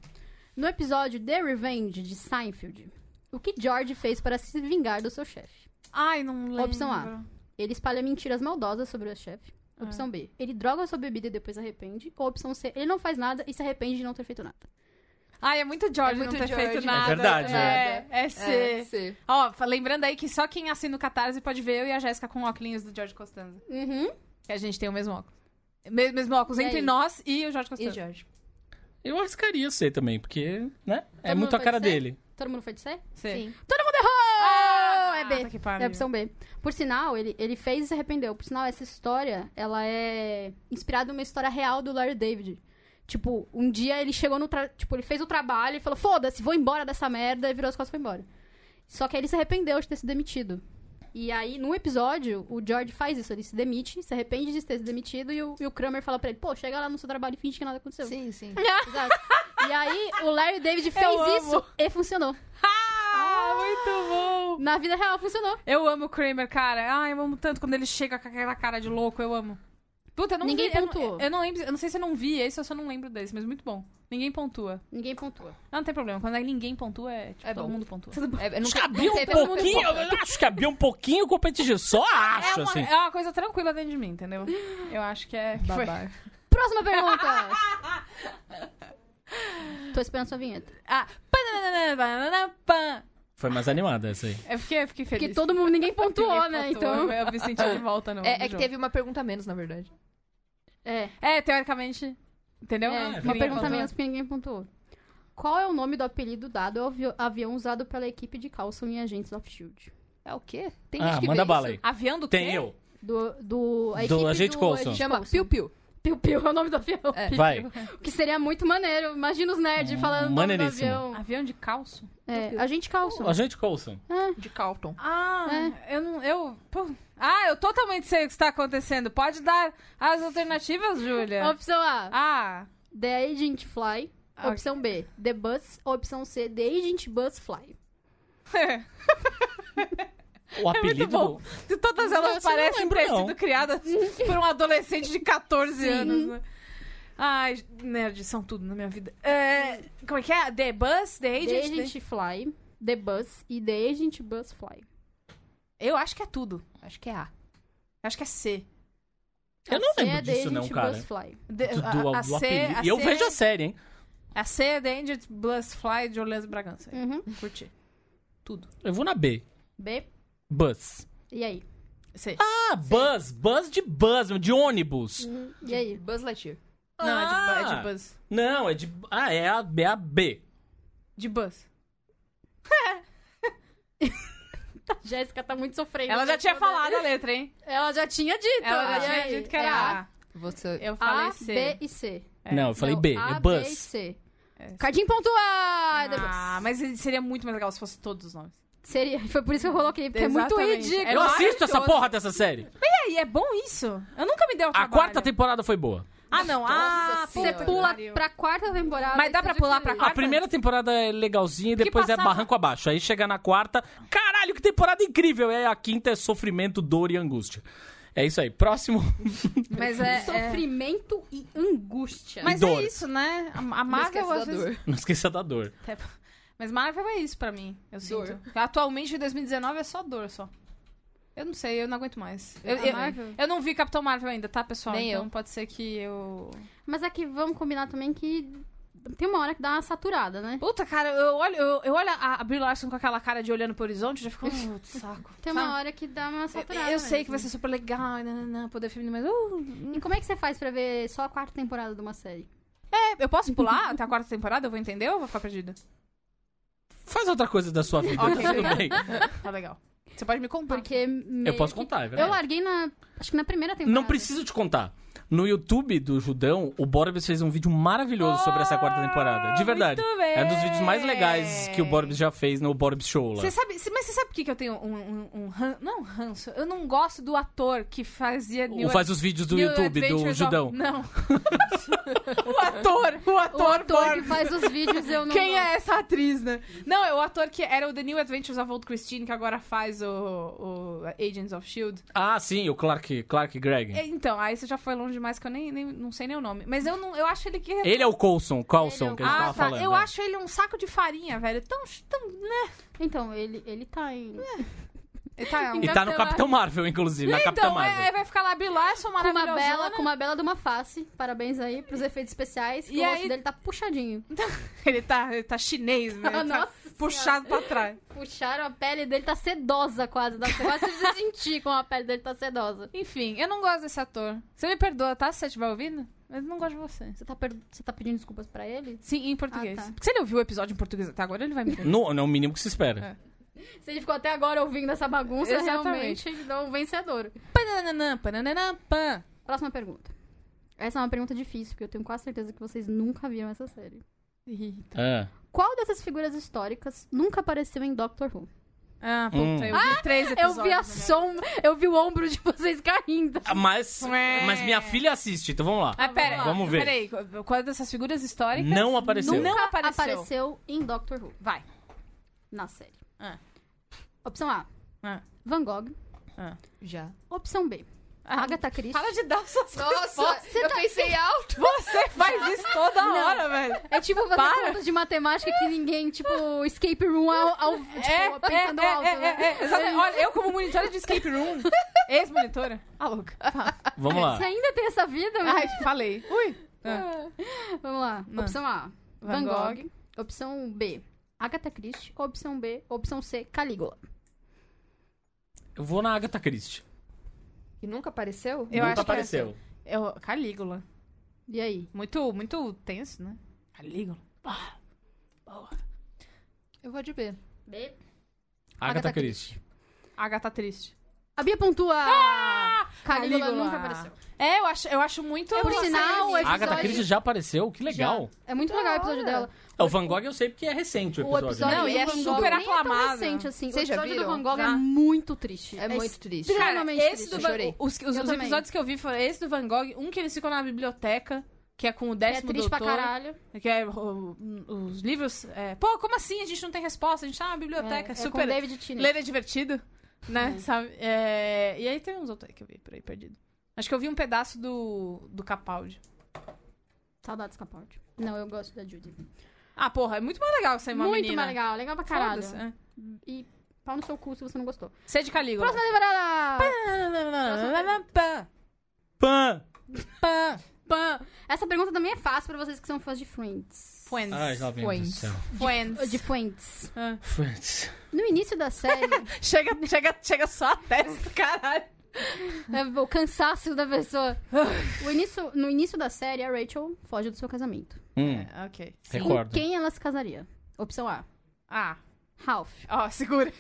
[SPEAKER 3] No episódio The Revenge de Seinfeld, o que George fez para se vingar do seu chefe?
[SPEAKER 1] Ai, não lembro.
[SPEAKER 3] Opção A. Ele espalha mentiras maldosas sobre o chefe. Opção B. Ele droga sua bebida e depois se arrepende. Ou opção C. Ele não faz nada e se arrepende de não ter feito nada.
[SPEAKER 1] Ai, é muito George
[SPEAKER 4] É muito
[SPEAKER 1] não ter
[SPEAKER 4] George.
[SPEAKER 1] feito
[SPEAKER 4] É
[SPEAKER 1] nada.
[SPEAKER 2] verdade,
[SPEAKER 1] É, é,
[SPEAKER 4] É,
[SPEAKER 1] C.
[SPEAKER 4] sim.
[SPEAKER 1] Ó, fa- lembrando aí que só quem assina o Catarse pode ver eu e a Jéssica com óculos do George Costanza.
[SPEAKER 3] Uhum.
[SPEAKER 1] Que a gente tem o mesmo óculos. Me- mesmo óculos
[SPEAKER 3] E
[SPEAKER 1] entre
[SPEAKER 3] aí?
[SPEAKER 1] nós e o George
[SPEAKER 4] E
[SPEAKER 1] Costanza.
[SPEAKER 4] Jorge?
[SPEAKER 2] Eu arriscaria ser também, porque, né? é
[SPEAKER 3] mundo
[SPEAKER 2] muito a
[SPEAKER 3] pode
[SPEAKER 2] cara
[SPEAKER 3] ser?
[SPEAKER 2] dele.
[SPEAKER 3] Todo mundo foi de C?
[SPEAKER 1] C.
[SPEAKER 4] Sim.
[SPEAKER 3] Todo mundo errou!
[SPEAKER 1] Ah,
[SPEAKER 3] é B.
[SPEAKER 1] Puta que pariu.
[SPEAKER 3] É a opção B. Por sinal, ele, ele fez e se arrependeu. Por sinal, essa história, ela é inspirada numa história real do Larry David. Tipo, um dia ele chegou no... tra- Tipo, ele fez o trabalho e falou, foda-se, vou embora dessa merda. E virou as costas e foi embora. Só que aí ele se arrependeu de ter se demitido. E aí, num episódio, o George faz isso. Ele se demite, se arrepende de ter se demitido. E o, e o Kramer fala pra ele, pô, chega lá no seu trabalho e finge que nada aconteceu.
[SPEAKER 4] Sim, sim.
[SPEAKER 3] Exato. e aí, o Larry David
[SPEAKER 1] Eu amo.
[SPEAKER 3] fez isso e funcionou.
[SPEAKER 1] Ah, muito bom!
[SPEAKER 3] Na vida real, funcionou.
[SPEAKER 1] Eu amo o Kramer, cara. Ai, eu amo tanto quando ele chega com aquela cara de louco, eu amo. Puta, eu não
[SPEAKER 3] Ninguém
[SPEAKER 1] vi, eu não- Eu
[SPEAKER 3] pontuou.
[SPEAKER 1] não, lembro, eu não sei se eu não vi esse, eu só não lembro desse, mas muito bom. Ninguém pontua.
[SPEAKER 3] Ninguém pontua.
[SPEAKER 1] Não, não tem problema. Quando é ninguém pontua, é tipo,
[SPEAKER 4] É
[SPEAKER 1] todo
[SPEAKER 4] bom.
[SPEAKER 1] mundo pontua.
[SPEAKER 4] É,
[SPEAKER 2] Acho
[SPEAKER 4] nunca-
[SPEAKER 2] que abria
[SPEAKER 4] nunca
[SPEAKER 2] um
[SPEAKER 4] é pelo-
[SPEAKER 2] pouquinho, eu acho que abria um pouquinho o competitivo. Só
[SPEAKER 1] É
[SPEAKER 2] acho,
[SPEAKER 1] uma,
[SPEAKER 2] assim.
[SPEAKER 1] é uma coisa tranquila dentro de mim, entendeu? Eu acho que é. que foi.
[SPEAKER 4] Babar.
[SPEAKER 3] Próxima pergunta! Tô esperando sua vinheta.
[SPEAKER 1] Ah, pananana, banana, pan.
[SPEAKER 2] Foi mais animada essa aí.
[SPEAKER 1] Eu fiquei, eu fiquei feliz.
[SPEAKER 3] Porque todo mundo, ninguém pontuou,
[SPEAKER 1] Ninguém
[SPEAKER 3] né?
[SPEAKER 1] pontua,
[SPEAKER 3] Então.
[SPEAKER 1] Eu me senti de volta no.
[SPEAKER 4] É,
[SPEAKER 1] no
[SPEAKER 4] é que
[SPEAKER 1] jogo.
[SPEAKER 4] teve uma pergunta a menos, na verdade.
[SPEAKER 3] É,
[SPEAKER 1] É, teoricamente. Entendeu?
[SPEAKER 3] é,
[SPEAKER 2] ninguém
[SPEAKER 3] uma pergunta
[SPEAKER 1] pontua.
[SPEAKER 3] menos porque ninguém pontuou. Qual é o nome do apelido dado ao avi- avião usado pela equipe de Carlson em Agents of Shield?
[SPEAKER 4] É o quê? Tem
[SPEAKER 2] Ah,
[SPEAKER 4] gente que
[SPEAKER 2] manda
[SPEAKER 4] vê
[SPEAKER 2] bala
[SPEAKER 4] isso?
[SPEAKER 2] aí.
[SPEAKER 1] Avião do quê?
[SPEAKER 2] Tem eu.
[SPEAKER 3] Do. do a
[SPEAKER 2] Do
[SPEAKER 3] equipe
[SPEAKER 2] agente
[SPEAKER 3] do
[SPEAKER 2] Coulson.
[SPEAKER 3] agente
[SPEAKER 4] Chama
[SPEAKER 3] Coulson.
[SPEAKER 4] Piu Piu.
[SPEAKER 3] Piu Piu é o nome do avião.
[SPEAKER 4] É.
[SPEAKER 2] Vai.
[SPEAKER 3] Que seria muito maneiro. Imagina os nerds falando o nome do
[SPEAKER 2] Hum, maneiríssimo.
[SPEAKER 3] avião.
[SPEAKER 1] Avião de calço?
[SPEAKER 3] É, agente Coulson.
[SPEAKER 2] A gente Coulson.
[SPEAKER 4] De Carlton.
[SPEAKER 1] Ah,
[SPEAKER 2] É.
[SPEAKER 1] eu não. Eu. pô. Ah, eu totalmente sei o que está acontecendo. Pode dar as alternativas, Júlia.
[SPEAKER 3] É. Opção A.
[SPEAKER 1] Ah,
[SPEAKER 3] The Agent Fly.
[SPEAKER 1] Ah,
[SPEAKER 3] Opção B, The Bus. Opção C, The Agent Bus Fly.
[SPEAKER 2] O apelido
[SPEAKER 1] É Muito bom.
[SPEAKER 2] do...
[SPEAKER 1] De todas elas
[SPEAKER 2] Essa eu não
[SPEAKER 1] parecem
[SPEAKER 2] lembro,
[SPEAKER 1] ter
[SPEAKER 2] não.
[SPEAKER 1] sido criadas por um adolescente de 14 anos, né? Ai, nerds são tudo na minha vida. É, como é que é? The Bus? The Agent?
[SPEAKER 3] The
[SPEAKER 1] The-
[SPEAKER 3] Agent Fly, The Bus e The Agent Bus Fly.
[SPEAKER 1] Eu acho que é tudo.
[SPEAKER 4] Acho que é A.
[SPEAKER 1] Acho que é C.
[SPEAKER 2] Eu não
[SPEAKER 3] C
[SPEAKER 2] lembro
[SPEAKER 3] é The
[SPEAKER 2] disso,
[SPEAKER 3] Agent
[SPEAKER 2] não, cara.
[SPEAKER 3] Bus Fly.
[SPEAKER 1] The-
[SPEAKER 2] Do, do-
[SPEAKER 1] a, a
[SPEAKER 2] do
[SPEAKER 1] C, é-
[SPEAKER 2] apelido.
[SPEAKER 1] a
[SPEAKER 2] E eu
[SPEAKER 1] C-
[SPEAKER 2] vejo a série, hein?
[SPEAKER 1] A C é The Agent Bus Fly de Orleans Bragança.
[SPEAKER 3] Uhum.
[SPEAKER 1] Curti. Tudo.
[SPEAKER 2] Eu vou na B.
[SPEAKER 3] B.
[SPEAKER 2] Bus.
[SPEAKER 3] E aí?
[SPEAKER 1] C. Hum.
[SPEAKER 2] Ah, bus. Bus de bus, de ônibus.
[SPEAKER 3] E aí?
[SPEAKER 4] Buzz Lightyear.
[SPEAKER 1] Não, é, de, bu- é
[SPEAKER 2] Ah.
[SPEAKER 1] de Bus.
[SPEAKER 2] Não, é de... Ah, é a, é a B.
[SPEAKER 1] De Bus.
[SPEAKER 3] Jéssica tá muito sofrendo.
[SPEAKER 1] Ela já tinha falado a letra, hein?
[SPEAKER 3] Ela já tinha dito.
[SPEAKER 1] Ela
[SPEAKER 3] E
[SPEAKER 1] já
[SPEAKER 3] aí?
[SPEAKER 1] tinha dito que
[SPEAKER 3] É
[SPEAKER 1] era A.
[SPEAKER 4] Você...
[SPEAKER 1] Eu falei
[SPEAKER 3] A,
[SPEAKER 1] C.
[SPEAKER 3] B e C.
[SPEAKER 1] É.
[SPEAKER 2] Não, eu falei
[SPEAKER 3] Não,
[SPEAKER 2] B.
[SPEAKER 3] A,
[SPEAKER 2] é
[SPEAKER 3] B e
[SPEAKER 2] bus.
[SPEAKER 3] C.
[SPEAKER 1] É.
[SPEAKER 3] Cadinho pontuado.
[SPEAKER 1] Ah, mas seria muito mais legal se fosse todos os nomes.
[SPEAKER 3] Seria. Foi por isso que eu coloquei, porque é muito
[SPEAKER 1] Exatamente.
[SPEAKER 3] ridículo.
[SPEAKER 1] É
[SPEAKER 2] eu assisto essa
[SPEAKER 1] maravilhoso.
[SPEAKER 2] porra dessa série.
[SPEAKER 1] E aí, é bom isso? Eu nunca me dei o
[SPEAKER 2] A
[SPEAKER 1] trabalho.
[SPEAKER 2] quarta temporada foi boa.
[SPEAKER 1] Ah, não. Ah,
[SPEAKER 3] Você
[SPEAKER 1] puta que
[SPEAKER 3] pula
[SPEAKER 1] pariu.
[SPEAKER 3] pra quarta temporada.
[SPEAKER 1] Mas dá
[SPEAKER 3] isso é
[SPEAKER 1] pra pular pra
[SPEAKER 3] diferente.
[SPEAKER 2] A
[SPEAKER 1] quarta?
[SPEAKER 2] primeira temporada é legalzinha e
[SPEAKER 1] Porque
[SPEAKER 2] depois é
[SPEAKER 1] passava-
[SPEAKER 2] barranco abaixo. Aí chega na quarta, caralho, que temporada incrível! E aí a quinta é sofrimento, dor e angústia. É isso aí. Próximo.
[SPEAKER 1] Mas é... é-
[SPEAKER 3] Sofrimento e angústia.
[SPEAKER 1] Mas
[SPEAKER 2] dor.
[SPEAKER 1] é isso, né? A, a Marvel, às vezes...
[SPEAKER 2] Não esqueça da dor.
[SPEAKER 1] Até- Mas Marvel é isso pra mim, eu sinto.
[SPEAKER 4] Dor.
[SPEAKER 1] Atualmente, em 2019, é só dor, só. Eu não sei, eu não aguento mais. Eu,
[SPEAKER 3] A
[SPEAKER 1] eu-
[SPEAKER 3] Marvel?
[SPEAKER 1] eu não vi Capitão Marvel ainda, tá, pessoal?
[SPEAKER 4] Nem
[SPEAKER 1] então
[SPEAKER 4] eu.
[SPEAKER 1] pode ser que eu...
[SPEAKER 3] Mas é que vamos combinar também que tem uma hora que dá uma saturada, né?
[SPEAKER 1] Puta, cara, eu olho, eu, eu olho a, a Brie Larson com aquela cara de olhando pro horizonte, eu já fico... "Ah, saco.
[SPEAKER 3] Tem
[SPEAKER 1] Sabe?
[SPEAKER 3] uma hora que dá uma
[SPEAKER 1] Eu,
[SPEAKER 3] saturada. né?
[SPEAKER 1] eu sei
[SPEAKER 3] mesmo.
[SPEAKER 1] que vai ser super legal, nananã, poder feminino, mas... uh,
[SPEAKER 3] E como é que você faz pra ver só a quarta temporada de uma série?
[SPEAKER 1] é, eu posso pular até a quarta temporada? Eu vou entender ou eu vou ficar perdida?
[SPEAKER 2] Faz outra coisa da sua vida,
[SPEAKER 1] Ok.
[SPEAKER 2] tá tudo bem.
[SPEAKER 1] Tá legal. Você pode me contar.
[SPEAKER 3] Porque.
[SPEAKER 2] Eu
[SPEAKER 3] meio
[SPEAKER 2] posso
[SPEAKER 3] que-
[SPEAKER 2] contar, é
[SPEAKER 3] Eu
[SPEAKER 2] verdade.
[SPEAKER 3] larguei na. Acho que na primeira temporada.
[SPEAKER 2] Não preciso te contar. No YouTube do Judão, o Borbs fez um vídeo maravilhoso sobre essa quarta temporada. De verdade.
[SPEAKER 1] Ah, muito bem.
[SPEAKER 2] É um dos vídeos mais legais que o Borbs já fez no Borbs Show lá.
[SPEAKER 1] Você sabe, cê- mas você sabe por que, que eu tenho um, um, um ran- não um ranço? Eu não gosto do ator que fazia
[SPEAKER 2] Ou faz os vídeos do
[SPEAKER 1] New
[SPEAKER 2] YouTube do
[SPEAKER 1] Adventures of-
[SPEAKER 2] Judão.
[SPEAKER 1] Não. o ator, o
[SPEAKER 3] O
[SPEAKER 1] ator,
[SPEAKER 3] ator que
[SPEAKER 1] Borbs.
[SPEAKER 3] faz os vídeos eu não.
[SPEAKER 1] Quem
[SPEAKER 3] gosto.
[SPEAKER 1] é essa atriz, né? Não, é o ator que era o The New Adventures of Old Christine, que agora faz o, o Agents of S.H.I.E.L.D.
[SPEAKER 2] Ah, sim, o Clark, Clark Gregg.
[SPEAKER 1] É, Então, aí você já foi longe demais que eu nem, nem não sei nem o nome. Mas eu, não, eu acho ele que...
[SPEAKER 2] Ele é o Coulson, Coulson
[SPEAKER 3] Ele é o-
[SPEAKER 2] que a gente
[SPEAKER 1] ah,
[SPEAKER 2] tava
[SPEAKER 1] tá.
[SPEAKER 2] falando.
[SPEAKER 1] eu
[SPEAKER 2] né?
[SPEAKER 1] acho ele um saco de farinha, velho. Tão... tão né?
[SPEAKER 3] Então, ele, ele tá em.
[SPEAKER 1] Ele tá,
[SPEAKER 2] E tá no Capitão Marvel, inclusive, na Capitão
[SPEAKER 1] então, é,
[SPEAKER 2] Marvel.
[SPEAKER 1] aí vai ficar lá Bill Larson,
[SPEAKER 3] Com né? uma, bela,
[SPEAKER 1] maravilhosona.
[SPEAKER 3] com uma bela de uma face. Parabéns aí pros efeitos especiais. Que
[SPEAKER 1] E
[SPEAKER 3] o
[SPEAKER 1] aí-
[SPEAKER 3] rosto dele tá puxadinho.
[SPEAKER 1] Ele tá, ele tá chinês, né? Ele tá
[SPEAKER 3] Nossa
[SPEAKER 1] puxado pra trás.
[SPEAKER 3] Puxaram a pele dele, tá sedosa quase. Dá pra quase você sentir como a pele dele tá sedosa.
[SPEAKER 1] Enfim, eu não gosto desse ator. Você me perdoa, tá? Se você estiver ouvindo? Mas eu não gosto de você.
[SPEAKER 3] Você tá, per- você tá pedindo desculpas pra ele?
[SPEAKER 1] Sim, em português.
[SPEAKER 3] Ah, tá.
[SPEAKER 1] Porque se ele ouviu o episódio em português até agora, ele vai me perdoar.
[SPEAKER 2] No, não é o mínimo que se espera.
[SPEAKER 3] Se ele ficou até agora ouvindo essa bagunça,
[SPEAKER 1] Exatamente.
[SPEAKER 3] realmente ele é um vencedor.
[SPEAKER 1] Panananã, panananã, pan.
[SPEAKER 3] Próxima pergunta. Essa é uma pergunta difícil, porque eu tenho quase certeza que vocês nunca viram essa série.
[SPEAKER 1] É.
[SPEAKER 2] Ah.
[SPEAKER 3] Qual dessas figuras históricas nunca apareceu em Doctor Who?
[SPEAKER 1] Ah, puta,
[SPEAKER 2] Hum.
[SPEAKER 1] eu vi três
[SPEAKER 3] Eu
[SPEAKER 1] episódios.
[SPEAKER 3] vi a
[SPEAKER 1] né?
[SPEAKER 3] sombra, eu vi o ombro de vocês caindo.
[SPEAKER 2] Ah, Mas,
[SPEAKER 1] Ué.
[SPEAKER 2] mas minha filha assiste, então vamos lá.
[SPEAKER 1] Ah, pera.
[SPEAKER 2] Vamos ver.
[SPEAKER 1] Peraí, qual dessas figuras históricas?
[SPEAKER 2] Não apareceu.
[SPEAKER 1] Não apareceu.
[SPEAKER 3] apareceu em Doctor Who,
[SPEAKER 1] Vai.
[SPEAKER 3] na série.
[SPEAKER 1] Ah.
[SPEAKER 3] Opção A,
[SPEAKER 1] Ah.
[SPEAKER 3] Van Gogh.
[SPEAKER 4] Já.
[SPEAKER 3] Opção B,
[SPEAKER 1] Ah,
[SPEAKER 3] Agatha Christie.
[SPEAKER 1] Para de dar suas
[SPEAKER 4] Nossa, eu pensei alto.
[SPEAKER 1] Você faz isso toda hora, velho.
[SPEAKER 3] É tipo fazer
[SPEAKER 1] Para.
[SPEAKER 3] contas de matemática que ninguém, tipo, escape room ao, ao tipo, pensando alto.
[SPEAKER 1] é,
[SPEAKER 3] né?
[SPEAKER 1] é, é, exatamente. Olha, eu como monitora de escape room, ex-monitora. Ah, louca. Ah,
[SPEAKER 2] Vamos lá.
[SPEAKER 3] Você ainda tem essa vida?
[SPEAKER 1] Ai, falei. Ui.
[SPEAKER 3] Ah. Vamos lá.
[SPEAKER 1] Não.
[SPEAKER 3] Opção A, Van,
[SPEAKER 1] Van
[SPEAKER 3] Gogh.
[SPEAKER 1] Gogh.
[SPEAKER 3] Opção B, Agatha Christie. Opção B, opção C, Calígula.
[SPEAKER 2] Eu vou na Agatha Christie.
[SPEAKER 4] E nunca apareceu? Hum.
[SPEAKER 1] Eu
[SPEAKER 2] Nunca
[SPEAKER 1] acho que é
[SPEAKER 2] apareceu.
[SPEAKER 1] Eu, Calígula.
[SPEAKER 3] E aí?
[SPEAKER 1] Muito, muito tenso, né? Calígula.
[SPEAKER 4] Eu vou de B.
[SPEAKER 3] B.
[SPEAKER 2] Agatha,
[SPEAKER 3] Agatha
[SPEAKER 2] Christie.
[SPEAKER 1] Agatha triste.
[SPEAKER 3] A Bia pontua. Calígula,
[SPEAKER 1] Ah! Calígula.
[SPEAKER 3] nunca apareceu.
[SPEAKER 1] É, eu acho, eu acho muito.
[SPEAKER 3] Por sinal, o episódio...
[SPEAKER 2] Agatha Christie já apareceu? Que legal.
[SPEAKER 3] É muito legal o episódio dela.
[SPEAKER 2] É, O Van Gogh eu sei porque é recente o
[SPEAKER 3] O
[SPEAKER 2] episódio.
[SPEAKER 3] episódio
[SPEAKER 2] né?
[SPEAKER 1] Não,
[SPEAKER 3] do
[SPEAKER 1] e é
[SPEAKER 3] Van Gogh
[SPEAKER 1] super
[SPEAKER 3] nem é tão
[SPEAKER 1] aclamado.
[SPEAKER 3] recente, assim. O
[SPEAKER 4] Vocês já
[SPEAKER 3] episódio do
[SPEAKER 4] viram?
[SPEAKER 3] Van Gogh é
[SPEAKER 1] Já. Tá.
[SPEAKER 3] muito triste.
[SPEAKER 4] É muito triste.
[SPEAKER 3] extremamente
[SPEAKER 1] Cara, esse
[SPEAKER 3] triste.
[SPEAKER 1] do Van,
[SPEAKER 4] Chorei.
[SPEAKER 1] os, os-
[SPEAKER 3] Eu
[SPEAKER 1] os
[SPEAKER 3] também.
[SPEAKER 1] episódios que eu vi foram esse do Van Gogh, um que eles ficam na biblioteca. que é com o
[SPEAKER 3] É
[SPEAKER 1] décimo
[SPEAKER 3] triste pra
[SPEAKER 1] doutor.
[SPEAKER 3] caralho.
[SPEAKER 1] Que é o- os livros. é, Pô, como assim? A gente não tem resposta, a gente tá na biblioteca.
[SPEAKER 3] é, É com
[SPEAKER 1] super.
[SPEAKER 3] David Tennant.
[SPEAKER 1] Ler é divertido, né? Sabe? É, E aí tem uns outros aí que eu vi por aí perdido. Acho que eu vi um pedaço do, do Capaldi.
[SPEAKER 3] Saudades Capaldi. Não, eu gosto da Judy.
[SPEAKER 1] Ah, porra, é muito mais legal ser Tá. uma
[SPEAKER 3] Muito
[SPEAKER 1] menina.
[SPEAKER 3] mais legal, legal pra caralho.
[SPEAKER 1] Foda-se, é.
[SPEAKER 3] E pau no seu cu se você não gostou.
[SPEAKER 1] Sede de Calígula.
[SPEAKER 3] Próxima temporada!
[SPEAKER 1] Pã,
[SPEAKER 2] Pã!
[SPEAKER 1] pã, pã.
[SPEAKER 3] Essa pergunta também é fácil pra vocês que são fãs de Friends.
[SPEAKER 1] Friends.
[SPEAKER 2] Ai, lá vem do
[SPEAKER 4] Friends.
[SPEAKER 2] céu.
[SPEAKER 1] Friends.
[SPEAKER 3] De Friends.
[SPEAKER 1] Ah.
[SPEAKER 2] Friends.
[SPEAKER 3] No início da série,
[SPEAKER 1] Chega, chega, chega só a testa, caralho.
[SPEAKER 3] é o cansaço da pessoa. O início, no início da série, a Rachel foge do seu casamento.
[SPEAKER 2] Hum,
[SPEAKER 1] É, ok.
[SPEAKER 2] recordo.
[SPEAKER 3] Com quem ela se casaria? Opção A.
[SPEAKER 1] Ah,
[SPEAKER 3] Ralph.
[SPEAKER 1] ó, segura.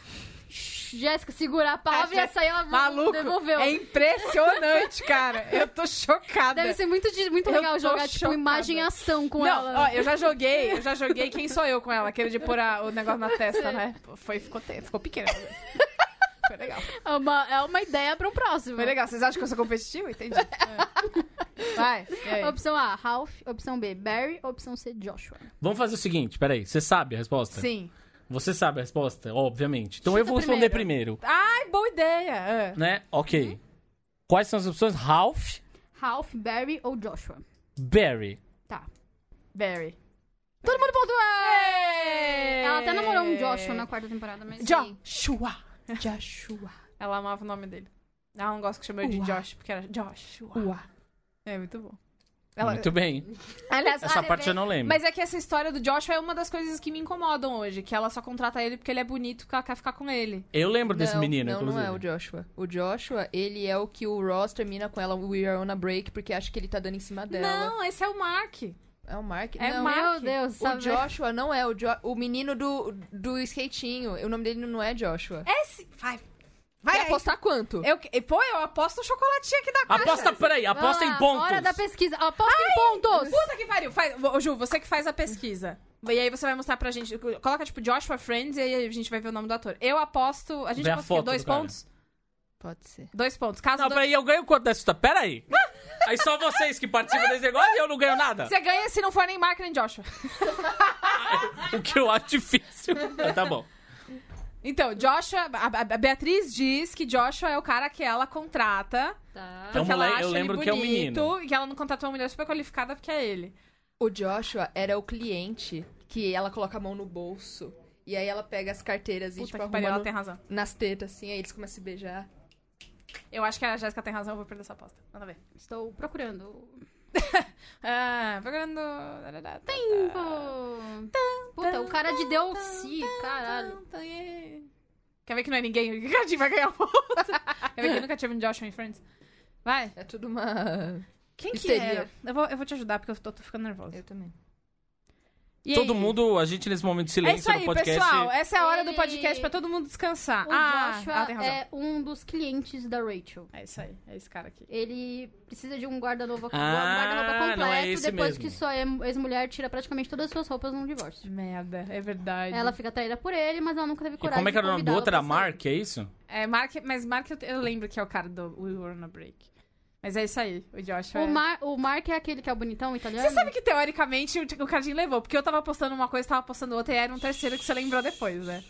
[SPEAKER 3] Jéssica, segura a palavra e
[SPEAKER 1] Ah,
[SPEAKER 3] essa aí ela
[SPEAKER 1] Maluco,
[SPEAKER 3] devolveu.
[SPEAKER 1] é impressionante, cara. Eu tô chocada.
[SPEAKER 3] Deve ser muito, de- muito
[SPEAKER 1] Eu
[SPEAKER 3] legal
[SPEAKER 1] tô
[SPEAKER 3] jogar, tipo,
[SPEAKER 1] chocada.
[SPEAKER 3] imagem e ação com
[SPEAKER 1] não,
[SPEAKER 3] ela.
[SPEAKER 1] ó, eu já joguei, eu já joguei Quem Sou Eu com ela, aquele de pôr a- o negócio na testa, né? Foi, ficou, te- ficou pequeno. Foi legal.
[SPEAKER 3] É uma, é uma ideia pra um próximo.
[SPEAKER 1] Foi legal. Vocês acham que eu sou competitiva? Entendi. É. Vai. e aí?
[SPEAKER 3] Opção A, Ralph. Opção B, Barry. Opção C, Joshua.
[SPEAKER 2] Vamos fazer o seguinte, peraí. Você sabe a resposta?
[SPEAKER 1] Sim.
[SPEAKER 2] Você sabe a resposta, obviamente. Então eu
[SPEAKER 3] Chuta
[SPEAKER 2] vou responder primeiro,
[SPEAKER 1] Ai, boa ideia. Ah.
[SPEAKER 2] né? Ok. Quais são as opções? Ralph,
[SPEAKER 3] Ralph, Barry ou Joshua?
[SPEAKER 2] Barry.
[SPEAKER 3] Tá.
[SPEAKER 1] Barry.
[SPEAKER 3] Todo mundo pontua! Ela até namorou
[SPEAKER 1] É.
[SPEAKER 3] um Joshua na quarta temporada, mas. Sim.
[SPEAKER 1] Joshua. Joshua. Ela amava o nome dele. Ela não gosta que chamou ele de
[SPEAKER 3] Ua.
[SPEAKER 1] Josh, porque era Joshua. É muito bom.
[SPEAKER 2] Muito bem.
[SPEAKER 1] Aliás,
[SPEAKER 2] Essa
[SPEAKER 1] ah,
[SPEAKER 2] parte eu não lembro.
[SPEAKER 1] Mas é que essa história do Joshua é uma das coisas que me incomodam hoje. Que ela só contrata ele porque ele é bonito que ela quer ficar com ele.
[SPEAKER 2] Eu lembro desse
[SPEAKER 4] não,
[SPEAKER 2] menino,
[SPEAKER 4] não, não
[SPEAKER 2] inclusive.
[SPEAKER 4] é o Joshua. O Joshua, ele é o que o Ross termina com ela, We Are On A Break, porque acha que ele tá dando em cima dela.
[SPEAKER 1] Não, esse é o Mark.
[SPEAKER 4] É o Mark?
[SPEAKER 1] É
[SPEAKER 4] não,
[SPEAKER 1] o Mark.
[SPEAKER 3] Meu Deus,
[SPEAKER 4] O
[SPEAKER 3] sabe?
[SPEAKER 4] Joshua não é o, jo o menino do, do skatinho. O nome dele não é Joshua.
[SPEAKER 1] Esse. Vai. Vai
[SPEAKER 4] Quer
[SPEAKER 1] apostar.
[SPEAKER 4] apostar quanto?
[SPEAKER 1] Eu, e, pô, eu aposto um chocolatinho aqui da caixa.
[SPEAKER 2] Aposta, peraí,
[SPEAKER 3] Vai
[SPEAKER 2] aposta
[SPEAKER 3] lá,
[SPEAKER 2] em pontos.
[SPEAKER 3] Ah, Hora da pesquisa. Aposta em pontos!
[SPEAKER 1] Puta que pariu. Faz, ô, Ju, você que faz a pesquisa. E aí você vai mostrar pra gente. Coloca, tipo, Joshua Friends e aí a gente vai ver o nome do ator. Eu aposto... A gente
[SPEAKER 2] Vê a
[SPEAKER 1] aposta o quê?
[SPEAKER 2] foto do
[SPEAKER 1] dois
[SPEAKER 2] cara.
[SPEAKER 1] pontos?
[SPEAKER 4] Pode ser.
[SPEAKER 1] Dois pontos. Caso
[SPEAKER 2] Não,
[SPEAKER 1] do-
[SPEAKER 2] peraí, eu ganho quanto dessa história? Peraí. Aí só vocês que participam desse negócio e eu não ganho nada.
[SPEAKER 1] Você ganha se não for nem Mark nem Joshua.
[SPEAKER 2] O que eu acho difícil. Mas tá bom.
[SPEAKER 1] Então, Joshua... A, a- a Beatriz diz que Joshua é o cara que ela contrata.
[SPEAKER 3] Tá.
[SPEAKER 2] É um
[SPEAKER 1] porque ela
[SPEAKER 2] moleque-
[SPEAKER 1] acha
[SPEAKER 2] eu lembro
[SPEAKER 1] ele
[SPEAKER 2] que é um
[SPEAKER 1] bonito,
[SPEAKER 2] menino.
[SPEAKER 1] E que ela não contratou uma mulher super qualificada porque é ele.
[SPEAKER 4] O Joshua era o cliente que ela coloca a mão no bolso. E aí ela pega as carteiras e,
[SPEAKER 1] Puta
[SPEAKER 4] tipo,
[SPEAKER 1] que pariu,
[SPEAKER 4] arruma
[SPEAKER 1] ela
[SPEAKER 4] no-
[SPEAKER 1] tem razão.
[SPEAKER 4] nas tetas, assim. Aí eles começam a se beijar.
[SPEAKER 1] Eu acho que a Jéssica tem razão, eu vou perder essa aposta. Manda ver.
[SPEAKER 3] Estou procurando.
[SPEAKER 1] Ah, procurando... Tá.
[SPEAKER 3] Pô. Puta, o cara de Delci, caralho.
[SPEAKER 1] Quer ver que não é ninguém? O Cadinho vai ganhar ponto. Quer ver que nunca tive um Joshua em Friends? Vai.
[SPEAKER 4] É tudo uma...
[SPEAKER 1] Quem que
[SPEAKER 4] Histeria.
[SPEAKER 1] era? Eu vou, eu vou te ajudar, porque eu tô, tô ficando nervosa.
[SPEAKER 4] Eu também.
[SPEAKER 1] E
[SPEAKER 2] Todo
[SPEAKER 1] aí?
[SPEAKER 2] mundo, a gente nesse momento de
[SPEAKER 1] É
[SPEAKER 2] silêncio
[SPEAKER 1] isso aí,
[SPEAKER 2] no podcast.
[SPEAKER 1] pessoal. Essa é a hora do
[SPEAKER 3] Ele-
[SPEAKER 1] podcast pra todo mundo descansar.
[SPEAKER 3] O
[SPEAKER 1] ah, ela tem
[SPEAKER 3] Joshua
[SPEAKER 1] razão. É...
[SPEAKER 3] é um dos clientes da Rachel.
[SPEAKER 1] isso aí. É esse cara aqui.
[SPEAKER 3] Ele precisa de um guarda-novo um
[SPEAKER 2] Ah,
[SPEAKER 3] guarda-roupa
[SPEAKER 2] não é
[SPEAKER 3] completo
[SPEAKER 2] esse
[SPEAKER 3] depois
[SPEAKER 2] mesmo.
[SPEAKER 3] que sua em- ex-mulher tira praticamente todas as suas roupas num divórcio.
[SPEAKER 1] Merda, é verdade.
[SPEAKER 3] Ela fica atraída por ele, mas ela nunca teve
[SPEAKER 2] E
[SPEAKER 3] coragem.
[SPEAKER 2] como é que era o
[SPEAKER 3] de
[SPEAKER 2] nome do
[SPEAKER 3] convidá-lo
[SPEAKER 2] outro? Era
[SPEAKER 3] pra sair.
[SPEAKER 2] Mark, é isso?
[SPEAKER 1] É, Mark, mas Mark eu, eu lembro que é o cara do We Were on a Break. Mas é isso aí, o Joshua.
[SPEAKER 3] O,
[SPEAKER 1] é-
[SPEAKER 3] Mar- o Mark é aquele que é o bonitão italiano?
[SPEAKER 1] Você sabe que teoricamente o, o Cardinho levou, porque eu tava postando uma coisa, tava postando outra, e era um terceiro que você lembrou depois, né?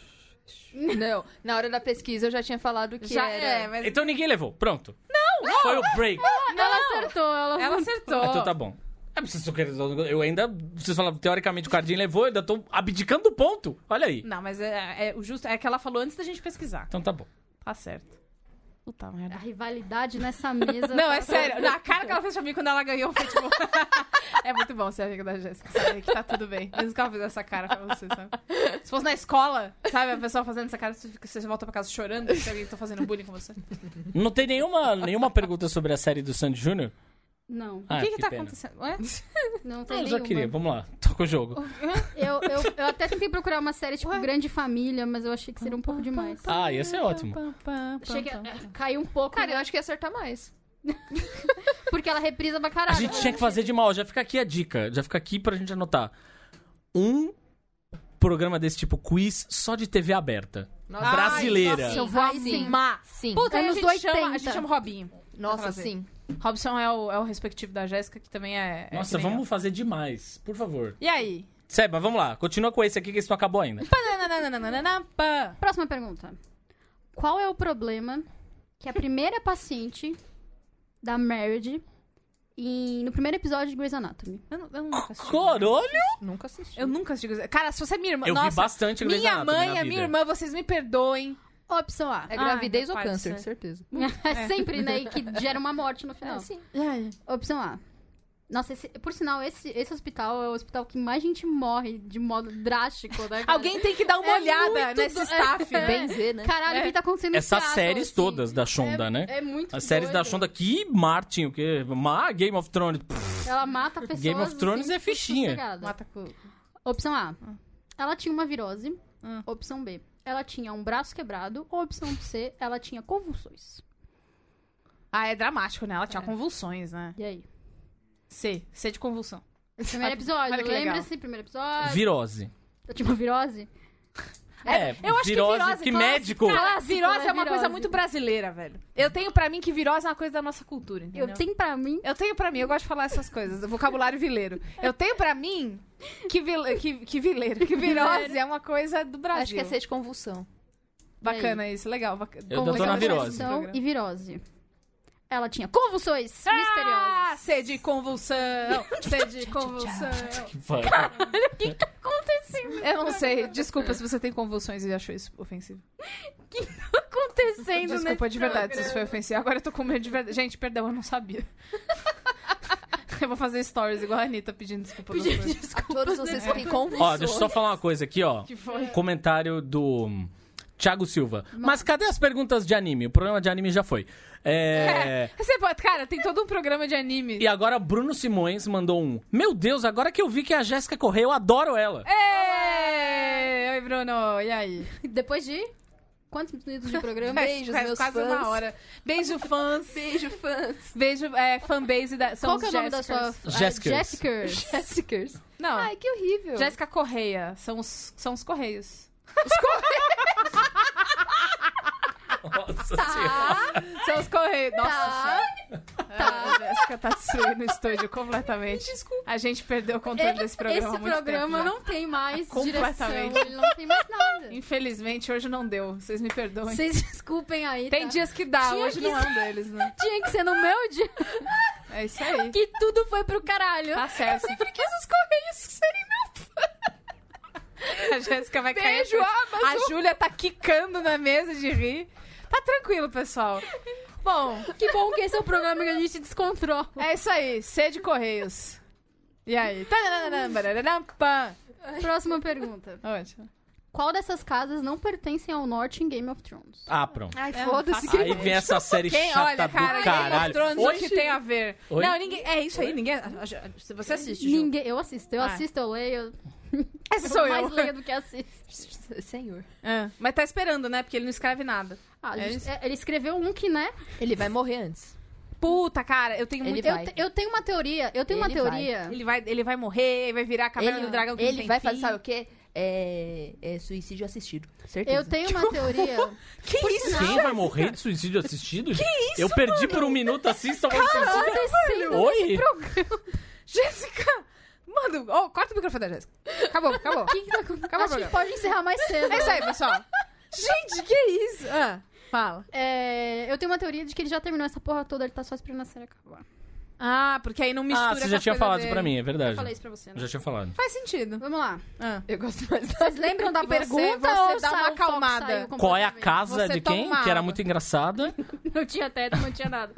[SPEAKER 4] Não, na hora da pesquisa eu já tinha falado que era...
[SPEAKER 1] é, mas
[SPEAKER 2] Então ninguém levou. Pronto. Não! Foi o break.
[SPEAKER 3] Ela acertou, ela,
[SPEAKER 1] ela acertou.
[SPEAKER 2] Ah, Então tá bom. É, vocês estão querendo- Eu ainda. Vocês falam, teoricamente o Cardinho levou, eu ainda tô abdicando do ponto. Olha aí.
[SPEAKER 1] Não, mas é, é o justo é que ela falou antes da gente pesquisar.
[SPEAKER 2] Então tá bom.
[SPEAKER 1] Tá certo. Puta merda.
[SPEAKER 3] A rivalidade nessa mesa.
[SPEAKER 1] Não, é
[SPEAKER 3] tá-
[SPEAKER 1] sério. Na cara que ela fez pra mim quando ela ganhou foi tipo. é muito bom ser amiga da Jéssica, sabe? Que tá tudo bem. Mesmo que ela fizesse essa cara pra você, sabe? Se fosse na escola, sabe? A pessoa fazendo essa cara, você, fica- você volta pra casa chorando, se alguém tá fazendo bullying com você. O
[SPEAKER 2] Não tem nenhuma, nenhuma pergunta sobre a série do Sandy Júnior?
[SPEAKER 3] Não,
[SPEAKER 2] Ah,
[SPEAKER 1] que, que, tá
[SPEAKER 2] pena.
[SPEAKER 1] acontecendo? Ué?
[SPEAKER 3] não tem
[SPEAKER 2] Não, eu
[SPEAKER 3] nenhuma.
[SPEAKER 2] só queria. Vamos lá. Toca o jogo.
[SPEAKER 3] Eu, eu- eu até tentei procurar uma série tipo Grande Família, mas eu achei que seria um pouco demais.
[SPEAKER 2] Ah, ia ser ótimo.
[SPEAKER 1] Pam, pam, pam,
[SPEAKER 3] Achei que
[SPEAKER 1] pam.
[SPEAKER 3] é, caiu um pouco,
[SPEAKER 4] Cara, eu
[SPEAKER 3] né?
[SPEAKER 4] acho que ia acertar mais.
[SPEAKER 3] porque ela reprisa pra
[SPEAKER 2] A
[SPEAKER 3] caralho.
[SPEAKER 2] gente tinha que fazer de mal. Já fica aqui a dica. Já fica aqui pra gente anotar. Um programa desse tipo, quiz, só de TV aberta.
[SPEAKER 4] Nossa,
[SPEAKER 2] Brasileira.
[SPEAKER 1] nossa, eu vou
[SPEAKER 3] Ai, sim.
[SPEAKER 1] amar.
[SPEAKER 4] Sim.
[SPEAKER 1] Puta, aí a
[SPEAKER 3] Anos
[SPEAKER 1] gente, chama, a
[SPEAKER 3] 80.
[SPEAKER 1] gente chama o Robinho.
[SPEAKER 4] Nossa,
[SPEAKER 1] fazer.
[SPEAKER 4] sim.
[SPEAKER 1] Robson é o, é o respectivo da Jéssica, que também é. é
[SPEAKER 2] Nossa,
[SPEAKER 1] que nem
[SPEAKER 2] vamos fazer demais, por favor.
[SPEAKER 1] eu. E aí?
[SPEAKER 2] Seba, vamos lá. Continua com esse aqui que esse não acabou ainda.
[SPEAKER 1] Pananananananana, pá.
[SPEAKER 3] Próxima pergunta. Qual é o problema que a primeira paciente da Marriage em- no primeiro episódio de Grey's Anatomy?
[SPEAKER 1] Eu, nu- eu nunca assisti.
[SPEAKER 2] Corolho!
[SPEAKER 4] Nunca assisti.
[SPEAKER 1] Eu nunca assisti. Grey's- Cara, se você é minha irmã.
[SPEAKER 2] Eu vi
[SPEAKER 1] nossa,
[SPEAKER 2] bastante Grey's
[SPEAKER 1] Minha
[SPEAKER 2] Anatomy
[SPEAKER 1] mãe
[SPEAKER 2] na
[SPEAKER 1] e a
[SPEAKER 2] vida.
[SPEAKER 1] minha irmã, vocês me perdoem.
[SPEAKER 3] Opção A.
[SPEAKER 1] Ah,
[SPEAKER 4] É gravidez
[SPEAKER 1] meu
[SPEAKER 4] ou
[SPEAKER 1] pai do
[SPEAKER 4] câncer,
[SPEAKER 1] céu.
[SPEAKER 4] certeza.
[SPEAKER 3] É sempre, né? e Que gera uma morte
[SPEAKER 1] É,
[SPEAKER 3] no
[SPEAKER 4] É,
[SPEAKER 3] final. Opção A. Nossa, esse- por sinal, esse, esse hospital é o hospital que mais gente morre de modo drástico, né? cara?
[SPEAKER 1] Alguém tem que dar uma
[SPEAKER 3] É
[SPEAKER 1] olhada
[SPEAKER 3] muito
[SPEAKER 1] nesse
[SPEAKER 3] do-
[SPEAKER 1] staff.
[SPEAKER 3] É.
[SPEAKER 4] Benzer, né?
[SPEAKER 3] Caralho, o que tá acontecendo nesse
[SPEAKER 2] Essas
[SPEAKER 3] Seattle,
[SPEAKER 2] séries
[SPEAKER 3] assim?
[SPEAKER 2] todas da Shonda,
[SPEAKER 3] é,
[SPEAKER 2] né?
[SPEAKER 3] É muito
[SPEAKER 2] As séries da
[SPEAKER 3] doido.
[SPEAKER 2] Shonda que Martin, o quê? Ma, Game of Thrones. Pff,
[SPEAKER 3] Ela mata pessoas.
[SPEAKER 2] Game of Thrones
[SPEAKER 3] assim,
[SPEAKER 2] é fichinha.
[SPEAKER 3] sossegada.
[SPEAKER 1] Mata cu.
[SPEAKER 3] Opção A.
[SPEAKER 1] Ah.
[SPEAKER 3] Ela tinha uma virose.
[SPEAKER 1] Hum.
[SPEAKER 3] Opção B. Ela tinha um braço quebrado. Ou opção C. Ela tinha convulsões.
[SPEAKER 1] Ah, é dramático, né? Ela tinha convulsões, né?
[SPEAKER 3] E aí?
[SPEAKER 1] C. C de convulsão.
[SPEAKER 3] Primeiro episódio.
[SPEAKER 1] olha que legal.
[SPEAKER 3] Lembra-se? Primeiro episódio.
[SPEAKER 2] virose.
[SPEAKER 3] Eu tinha uma virose.
[SPEAKER 2] É,
[SPEAKER 1] Eu acho
[SPEAKER 2] virose,
[SPEAKER 1] que virose.
[SPEAKER 2] que
[SPEAKER 1] clássico.
[SPEAKER 2] médico.
[SPEAKER 1] Cara,
[SPEAKER 3] Clássico,
[SPEAKER 1] virose
[SPEAKER 3] né?
[SPEAKER 1] é uma coisa
[SPEAKER 3] Virose.
[SPEAKER 1] muito brasileira, velho. Eu tenho pra mim que virose é uma coisa da nossa cultura, entendeu?
[SPEAKER 3] Eu tenho pra mim...
[SPEAKER 1] Eu tenho pra mim, eu gosto de falar essas coisas, vocabulário vileiro. Eu tenho pra mim que, vil, que, que vileiro, que virose é uma coisa do Brasil.
[SPEAKER 4] Acho que é ser de convulsão.
[SPEAKER 1] Bacana isso, legal. Bac...
[SPEAKER 2] Eu ainda tô na
[SPEAKER 1] Comunicamos
[SPEAKER 2] virose.
[SPEAKER 1] esse
[SPEAKER 3] Convulsão
[SPEAKER 1] programa.
[SPEAKER 3] Então, e virose. Ela tinha convulsões misteriosas.
[SPEAKER 1] Ah, C de convulsão, C de convulsão.
[SPEAKER 2] Que fa-
[SPEAKER 1] Eu não sei, desculpa se você tem convulsões e achou isso ofensivo.
[SPEAKER 3] tá Acontecendo né?
[SPEAKER 1] Desculpa,
[SPEAKER 3] nesse
[SPEAKER 1] de verdade, se
[SPEAKER 3] programa.
[SPEAKER 1] isso foi ofensivo. Agora eu tô com medo de verdade. Gente, perdão, eu não sabia. Eu vou fazer stories igual a Anitta pedindo desculpa. né? das
[SPEAKER 3] Pedindo
[SPEAKER 1] coisas.
[SPEAKER 4] A todos vocês que têm convulsões.
[SPEAKER 2] Ó, deixa eu só falar uma coisa aqui, ó.
[SPEAKER 1] Que foi?
[SPEAKER 2] Comentário do hum, Thiago Silva. Mas cadê as perguntas de anime? O programa de anime já foi. É.
[SPEAKER 1] Você pode, cara, tem todo um programa de anime.
[SPEAKER 2] E agora Bruno Simões mandou um. Meu Deus, agora que eu vi que é a Jéssica Correia, eu adoro ela.
[SPEAKER 1] É. Ê! Oi, Bruno, e aí?
[SPEAKER 3] Depois de... Quantos minutos de programa?
[SPEAKER 1] Faz-
[SPEAKER 4] Beijos,
[SPEAKER 1] faz
[SPEAKER 4] meus
[SPEAKER 1] quase
[SPEAKER 4] fãs.
[SPEAKER 1] uma hora. Beijo, fãs.
[SPEAKER 4] Beijo, fãs.
[SPEAKER 1] Beijo, é, fanbase da. São
[SPEAKER 3] Qual
[SPEAKER 1] os
[SPEAKER 3] que é o nome da sua...
[SPEAKER 1] Jéssicas.
[SPEAKER 3] Ah,
[SPEAKER 2] Jéssicas.
[SPEAKER 3] Jéssicas.
[SPEAKER 4] Jessicers.
[SPEAKER 1] Não,
[SPEAKER 4] Ai, que horrível.
[SPEAKER 1] Jéssica Correia. São os, são os Correios.
[SPEAKER 2] Nossa senhora.
[SPEAKER 1] São os Correios. Nossa
[SPEAKER 3] Tá.
[SPEAKER 1] senhora.
[SPEAKER 3] Ah.
[SPEAKER 1] A Jéssica tá destruindo o estúdio completamente. Desculpa. A gente perdeu o controle desse programa. há
[SPEAKER 3] Esse
[SPEAKER 1] muito
[SPEAKER 3] programa
[SPEAKER 1] tempo né? já.
[SPEAKER 3] não tem mais direção,
[SPEAKER 1] Completamente.
[SPEAKER 3] ele não tem mais nada.
[SPEAKER 1] Infelizmente, hoje não deu. Vocês me perdoem.
[SPEAKER 3] Vocês desculpem aí,
[SPEAKER 1] Tem
[SPEAKER 3] tá?
[SPEAKER 1] dias que dá,
[SPEAKER 3] Tinha
[SPEAKER 1] hoje
[SPEAKER 3] que
[SPEAKER 1] não é um deles, né?
[SPEAKER 3] Tinha que ser no meu dia Ah.
[SPEAKER 1] É isso aí.
[SPEAKER 3] que tudo foi pro caralho.
[SPEAKER 1] Tá certo.
[SPEAKER 3] Por que esses correios serem meu
[SPEAKER 1] A Jéssica vai cair.
[SPEAKER 3] Beijo,
[SPEAKER 1] A
[SPEAKER 3] Amazon!
[SPEAKER 1] Júlia tá quicando na mesa de rir. Tá tranquilo, pessoal. Bom,
[SPEAKER 3] Que bom que esse é o programa que a gente descontrola.
[SPEAKER 1] é isso aí. C de Correios. E aí? Tananana, bararará, pá.
[SPEAKER 3] Próxima pergunta.
[SPEAKER 1] Ótimo.
[SPEAKER 3] Qual dessas casas não pertencem ao norte em Game of Thrones?
[SPEAKER 2] Ah, pronto.
[SPEAKER 4] Ai,
[SPEAKER 1] É,
[SPEAKER 4] foda-se.
[SPEAKER 1] não faço
[SPEAKER 4] Que...
[SPEAKER 2] Aí vem essa série
[SPEAKER 1] Quem
[SPEAKER 2] chata
[SPEAKER 1] olha, cara,
[SPEAKER 2] do
[SPEAKER 1] Game of
[SPEAKER 2] caralho.
[SPEAKER 1] Thrones, o
[SPEAKER 2] Hoje-
[SPEAKER 1] que tem a ver?
[SPEAKER 2] Oi?
[SPEAKER 1] Não, ninguém. É isso aí, ninguém. Se você assiste. Ju.
[SPEAKER 3] Ninguém, eu assisto, eu
[SPEAKER 1] Ah.
[SPEAKER 3] assisto, eu leio.
[SPEAKER 1] Essa sou eu.
[SPEAKER 3] mais leio do que assisto.
[SPEAKER 4] Senhor.
[SPEAKER 1] Ah, mas tá esperando, né? Porque ele não escreve nada.
[SPEAKER 3] Ah,
[SPEAKER 1] É
[SPEAKER 3] gente, é, ele escreveu um que, né?
[SPEAKER 4] Ele vai morrer antes.
[SPEAKER 1] Puta, cara, eu tenho
[SPEAKER 4] Ele
[SPEAKER 1] muito.
[SPEAKER 3] Eu,
[SPEAKER 4] vai.
[SPEAKER 3] te- eu tenho uma teoria, eu tenho
[SPEAKER 4] Ele
[SPEAKER 3] uma teoria.
[SPEAKER 1] Ele vai, ele vai morrer, ele vai virar a caverna do dragão que não
[SPEAKER 4] ele
[SPEAKER 1] tem
[SPEAKER 4] vai
[SPEAKER 1] fim.
[SPEAKER 4] fazer, sabe o quê? É, é suicídio assistido. Certeza.
[SPEAKER 3] Eu tenho uma teoria.
[SPEAKER 1] Que isso?
[SPEAKER 2] Quem vai morrer de suicídio assistido? Que isso, Eu perdi por um minuto, assista. mas suicídio-
[SPEAKER 3] acontecendo
[SPEAKER 2] Oi?
[SPEAKER 1] Jéssica! Mano, ó, corta o microfone da Jéssica. Acabou, acabou.
[SPEAKER 3] O que que tá acontecendo?
[SPEAKER 1] Acabou o
[SPEAKER 3] Acho que
[SPEAKER 1] programa.
[SPEAKER 3] pode encerrar mais cedo.
[SPEAKER 1] É isso aí, pessoal. Gente, que isso? Ah, fala.
[SPEAKER 3] É, eu tenho uma teoria de que ele já terminou essa porra toda, ele tá só esperando a série acabar.
[SPEAKER 1] Ah, porque aí não mistura
[SPEAKER 2] Ah, você
[SPEAKER 1] com
[SPEAKER 2] já
[SPEAKER 1] as
[SPEAKER 2] tinha
[SPEAKER 1] coisas
[SPEAKER 2] falado
[SPEAKER 1] dele.
[SPEAKER 2] pra mim, é verdade.
[SPEAKER 3] Eu falei isso pra você, né?
[SPEAKER 2] Já tinha falado.
[SPEAKER 1] Faz sentido.
[SPEAKER 3] Vamos lá.
[SPEAKER 1] Ah.
[SPEAKER 4] Eu gosto mais
[SPEAKER 3] Vocês lembram da
[SPEAKER 1] Você- você
[SPEAKER 3] pergunta ou
[SPEAKER 1] dá uma
[SPEAKER 3] saiu- o foco
[SPEAKER 1] acalmada?
[SPEAKER 3] saiu
[SPEAKER 2] Qual é a
[SPEAKER 3] completamente?
[SPEAKER 2] casa
[SPEAKER 1] Você
[SPEAKER 2] de quem?
[SPEAKER 1] toma
[SPEAKER 2] Que era
[SPEAKER 1] água.
[SPEAKER 2] muito engraçada.
[SPEAKER 3] Não tinha teto, não tinha nada.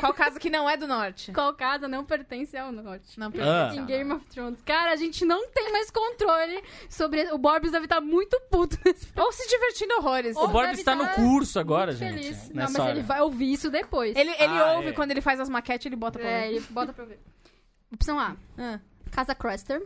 [SPEAKER 1] Qual casa que não é do norte?
[SPEAKER 3] Qual casa não pertence ao norte?
[SPEAKER 1] Não,
[SPEAKER 2] Ah.
[SPEAKER 3] Em Game of Thrones. Cara, a gente não tem mais controle sobre... O Borbs deve estar muito puto nesse
[SPEAKER 1] Ou se divertindo horrores.
[SPEAKER 2] O
[SPEAKER 3] Ou
[SPEAKER 2] Borb
[SPEAKER 3] deve
[SPEAKER 2] está no
[SPEAKER 3] tá
[SPEAKER 2] curso agora,
[SPEAKER 3] Muito
[SPEAKER 2] gente.
[SPEAKER 3] feliz. Não,
[SPEAKER 2] nessa
[SPEAKER 3] mas
[SPEAKER 2] hora.
[SPEAKER 3] ele vai ouvir isso depois.
[SPEAKER 1] Ele, ele
[SPEAKER 2] Ah,
[SPEAKER 1] ouve
[SPEAKER 2] é.
[SPEAKER 1] quando ele faz as maquetes, ele bota pra
[SPEAKER 3] É,
[SPEAKER 1] é.
[SPEAKER 3] ele bota pra ver. Opção A.
[SPEAKER 1] Ah.
[SPEAKER 3] Casa Craster.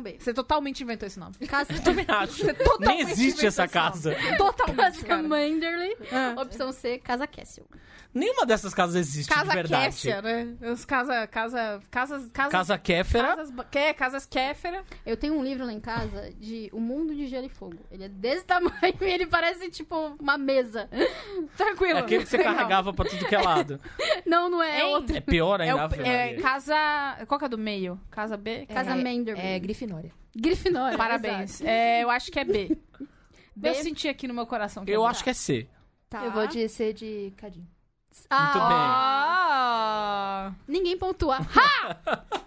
[SPEAKER 3] B.
[SPEAKER 1] Você totalmente inventou esse nome.
[SPEAKER 3] Casa,
[SPEAKER 2] Também
[SPEAKER 1] é
[SPEAKER 2] acho. Nem
[SPEAKER 3] totalmente
[SPEAKER 2] existe essa casa.
[SPEAKER 1] Totalmente.
[SPEAKER 3] casa
[SPEAKER 1] cara.
[SPEAKER 3] Manderley.
[SPEAKER 1] Ah.
[SPEAKER 3] Opção C, Casa Castle.
[SPEAKER 2] Nenhuma dessas casas existe, de
[SPEAKER 1] Casa
[SPEAKER 2] verdade.
[SPEAKER 1] Kessia, né? Os casa. Casa. Casas. Casas.
[SPEAKER 2] Casa Kéfera. é
[SPEAKER 1] Casas, que, casas Kéfera.
[SPEAKER 3] Eu tenho um livro lá em casa de O Mundo de Gelo e Fogo. Ele é desse tamanho e ele parece tipo uma mesa.
[SPEAKER 1] Tranquilo.
[SPEAKER 2] É aquele que você
[SPEAKER 1] Legal.
[SPEAKER 2] carregava pra tudo que é lado.
[SPEAKER 3] Não, não é, é
[SPEAKER 1] Hein?
[SPEAKER 3] outro.
[SPEAKER 2] É pior
[SPEAKER 1] É,
[SPEAKER 2] ainda.
[SPEAKER 1] o,
[SPEAKER 2] Ave
[SPEAKER 1] é
[SPEAKER 2] Maria.
[SPEAKER 1] casa. Qual que é do meio? Casa B?
[SPEAKER 3] Casa
[SPEAKER 4] é,
[SPEAKER 3] Manderbury.
[SPEAKER 4] É Grifinória.
[SPEAKER 3] Grifinória.
[SPEAKER 1] Parabéns. É, eu acho que é B.
[SPEAKER 3] B?
[SPEAKER 1] Eu senti aqui no meu coração.
[SPEAKER 2] Eu acho que é C.
[SPEAKER 3] Tá.
[SPEAKER 4] Eu vou de C de Cadinho.
[SPEAKER 2] Muito bem.
[SPEAKER 1] Ah!
[SPEAKER 3] Ninguém pontua.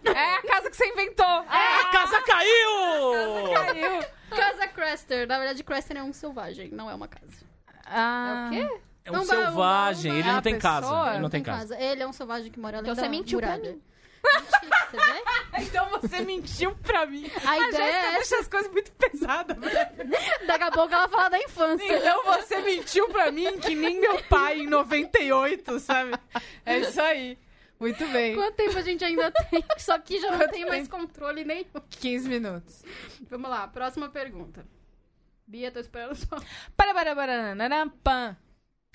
[SPEAKER 1] É a casa que você inventou! É!
[SPEAKER 2] A Ah, casa caiu!
[SPEAKER 1] Caiu.
[SPEAKER 3] casa Craster. Na verdade, Craster é um selvagem, não é uma casa.
[SPEAKER 1] Ah,
[SPEAKER 3] É o quê?
[SPEAKER 2] É
[SPEAKER 3] Não,
[SPEAKER 2] um
[SPEAKER 3] não,
[SPEAKER 2] selvagem,
[SPEAKER 3] não,
[SPEAKER 2] ele
[SPEAKER 1] não.
[SPEAKER 2] não tem
[SPEAKER 1] É uma pessoa?
[SPEAKER 2] casa. Ele não tem casa.
[SPEAKER 3] Ele é um selvagem que mora além
[SPEAKER 4] Então
[SPEAKER 3] da
[SPEAKER 4] você mentiu pra
[SPEAKER 3] muralha.
[SPEAKER 4] mim.
[SPEAKER 3] Menti, você vê?
[SPEAKER 1] Então você mentiu pra mim.
[SPEAKER 3] A
[SPEAKER 1] A
[SPEAKER 3] ideia
[SPEAKER 1] Jéssica
[SPEAKER 3] é
[SPEAKER 1] deixa as coisas muito pesadas.
[SPEAKER 3] essa. Daqui a pouco ela fala da infância.
[SPEAKER 1] Então você mentiu pra mim que nem meu pai em 98, sabe? É isso aí. Muito bem.
[SPEAKER 3] Quanto tempo a gente ainda tem? Só aqui já não
[SPEAKER 1] Quanto
[SPEAKER 3] tem mais controle nenhum.
[SPEAKER 1] 15 minutos.
[SPEAKER 3] Vamos lá, próxima pergunta. Bia, tô esperando só.
[SPEAKER 1] Para, para, para, nanã, pã.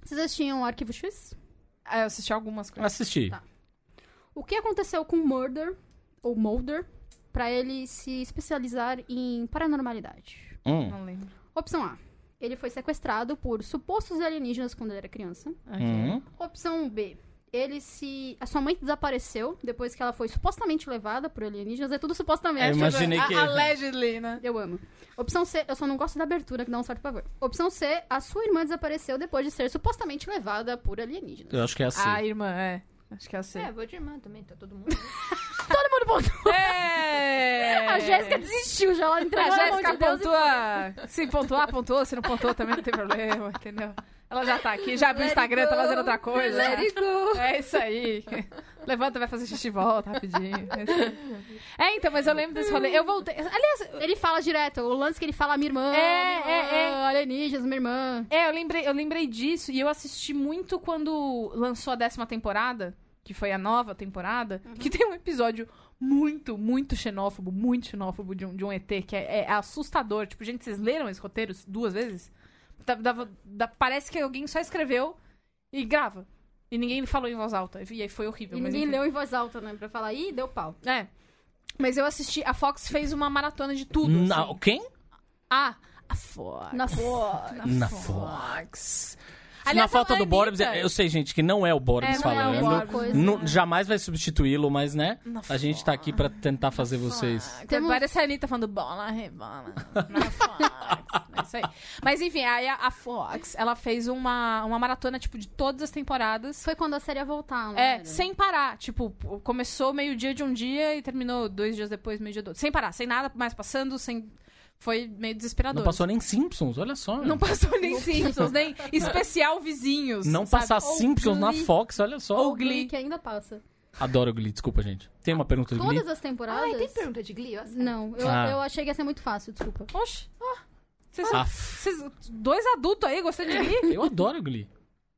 [SPEAKER 3] Vocês assistiam o Arquivo X?
[SPEAKER 1] Ah, eu assisti algumas coisas.
[SPEAKER 2] Assisti.
[SPEAKER 3] Tá. O que aconteceu com Murder, ou Mulder, pra ele se especializar em paranormalidade?
[SPEAKER 2] Hum.
[SPEAKER 1] Não lembro.
[SPEAKER 3] Opção A. Ele foi sequestrado por supostos alienígenas quando ele era criança.
[SPEAKER 1] Ok.
[SPEAKER 2] Hum.
[SPEAKER 3] Opção B. Ele se. A sua mãe desapareceu depois que ela foi supostamente levada por alienígenas. É tudo supostamente.
[SPEAKER 2] É,
[SPEAKER 3] né?
[SPEAKER 2] Imaginei
[SPEAKER 1] A-
[SPEAKER 2] que-
[SPEAKER 1] Ah, Allegedly, né?
[SPEAKER 3] Eu amo. Opção C, eu só não gosto da abertura, que dá um certo pavor. Opção C, a sua irmã desapareceu depois de ser supostamente levada por alienígenas.
[SPEAKER 2] Eu acho que é assim.
[SPEAKER 1] Ah, irmã, é. Acho que é assim.
[SPEAKER 4] vou de irmã também, tá todo mundo.
[SPEAKER 3] Todo mundo pontua.
[SPEAKER 1] É.
[SPEAKER 3] A Jéssica desistiu já, ela entregou
[SPEAKER 1] A
[SPEAKER 3] na mão
[SPEAKER 1] Jéssica
[SPEAKER 3] de Deus. e-
[SPEAKER 1] pontua. Se pontuar, pontuou. Se não pontuou, também não tem problema, entendeu? Ela já tá aqui, já abriu o
[SPEAKER 4] Let it
[SPEAKER 1] Instagram, tá
[SPEAKER 4] go.
[SPEAKER 1] fazendo outra coisa.
[SPEAKER 4] Let it go.
[SPEAKER 1] É isso aí. Levanta, vai fazer xixi e volta rapidinho. É, isso aí. É, então, mas eu lembro desse rolê. Eu voltei. Aliás,
[SPEAKER 3] Ele fala direto, o lance que ele fala, minha irmã,
[SPEAKER 1] É,
[SPEAKER 3] minha irmã,
[SPEAKER 1] é, é.
[SPEAKER 3] alienígenas, minha irmã.
[SPEAKER 1] é, eu lembrei, eu lembrei disso e eu assisti muito quando lançou a décima temporada, que foi a nova temporada,
[SPEAKER 3] Uhum.
[SPEAKER 1] que tem um episódio muito, muito xenófobo, muito xenófobo de um, de um ET, que é, é assustador. Tipo, gente, vocês leram esse roteiro duas vezes? Tá- dava- dá- parece que alguém só escreveu e grava. E ninguém falou em voz alta. E aí foi horrível.
[SPEAKER 3] E
[SPEAKER 1] mas
[SPEAKER 3] ninguém
[SPEAKER 1] enfim.
[SPEAKER 3] leu em voz alta, né? Pra falar, ih, deu pau.
[SPEAKER 1] É. Mas eu assisti. A Fox fez uma maratona de tudo.
[SPEAKER 2] Na,
[SPEAKER 1] assim.
[SPEAKER 2] quem?
[SPEAKER 1] Ah, a Fox.
[SPEAKER 3] Na foda.
[SPEAKER 2] Na Fox.
[SPEAKER 1] Aliás,
[SPEAKER 2] Na falta
[SPEAKER 1] a
[SPEAKER 2] do
[SPEAKER 1] Anitta-
[SPEAKER 2] Borbs, eu sei, gente, que não é o Borbs
[SPEAKER 1] É, não
[SPEAKER 2] falando.
[SPEAKER 1] é o
[SPEAKER 3] alguma
[SPEAKER 1] Borbs.
[SPEAKER 3] coisa.
[SPEAKER 2] Não- jamais vai substituí-lo, mas né?
[SPEAKER 1] Na
[SPEAKER 2] a gente tá aqui pra tentar fazer vocês.
[SPEAKER 1] Fox.
[SPEAKER 3] Temos-
[SPEAKER 1] Ah, Parece a Anitta falando bola, rebola. Na Fox. é isso aí. Mas enfim, aí a, a Fox, ela fez uma, uma maratona, tipo, de todas as temporadas.
[SPEAKER 3] Foi quando a série ia voltar, né? não
[SPEAKER 1] É,
[SPEAKER 3] era?
[SPEAKER 1] sem parar. Tipo, p- começou meio-dia de um dia e terminou dois dias depois, meio-dia do outro. Sem parar, sem nada mais passando, sem. Foi meio desesperador.
[SPEAKER 2] Não passou nem Simpsons, olha só.
[SPEAKER 1] Não passou nem Simpsons, nem especial Vizinhos.
[SPEAKER 2] Não
[SPEAKER 1] sabe?
[SPEAKER 2] passar
[SPEAKER 1] Ou
[SPEAKER 2] Simpsons na
[SPEAKER 1] Glee.
[SPEAKER 2] Fox, olha só.
[SPEAKER 1] Ou
[SPEAKER 3] O Glee
[SPEAKER 1] Glee.
[SPEAKER 3] que ainda passa.
[SPEAKER 2] Adoro Glee, desculpa, gente. Tem uma pergunta do Glee?
[SPEAKER 3] Todas as temporadas...
[SPEAKER 4] Ai, Ah, tem pergunta de Glee?
[SPEAKER 3] Não, eu,
[SPEAKER 2] Ah.
[SPEAKER 3] eu achei que ia ser muito fácil, desculpa.
[SPEAKER 1] Oxe. ó. Vocês são-
[SPEAKER 2] Ah, f-
[SPEAKER 1] vocês- dois adultos aí gostando de Glee?
[SPEAKER 2] eu adoro Glee.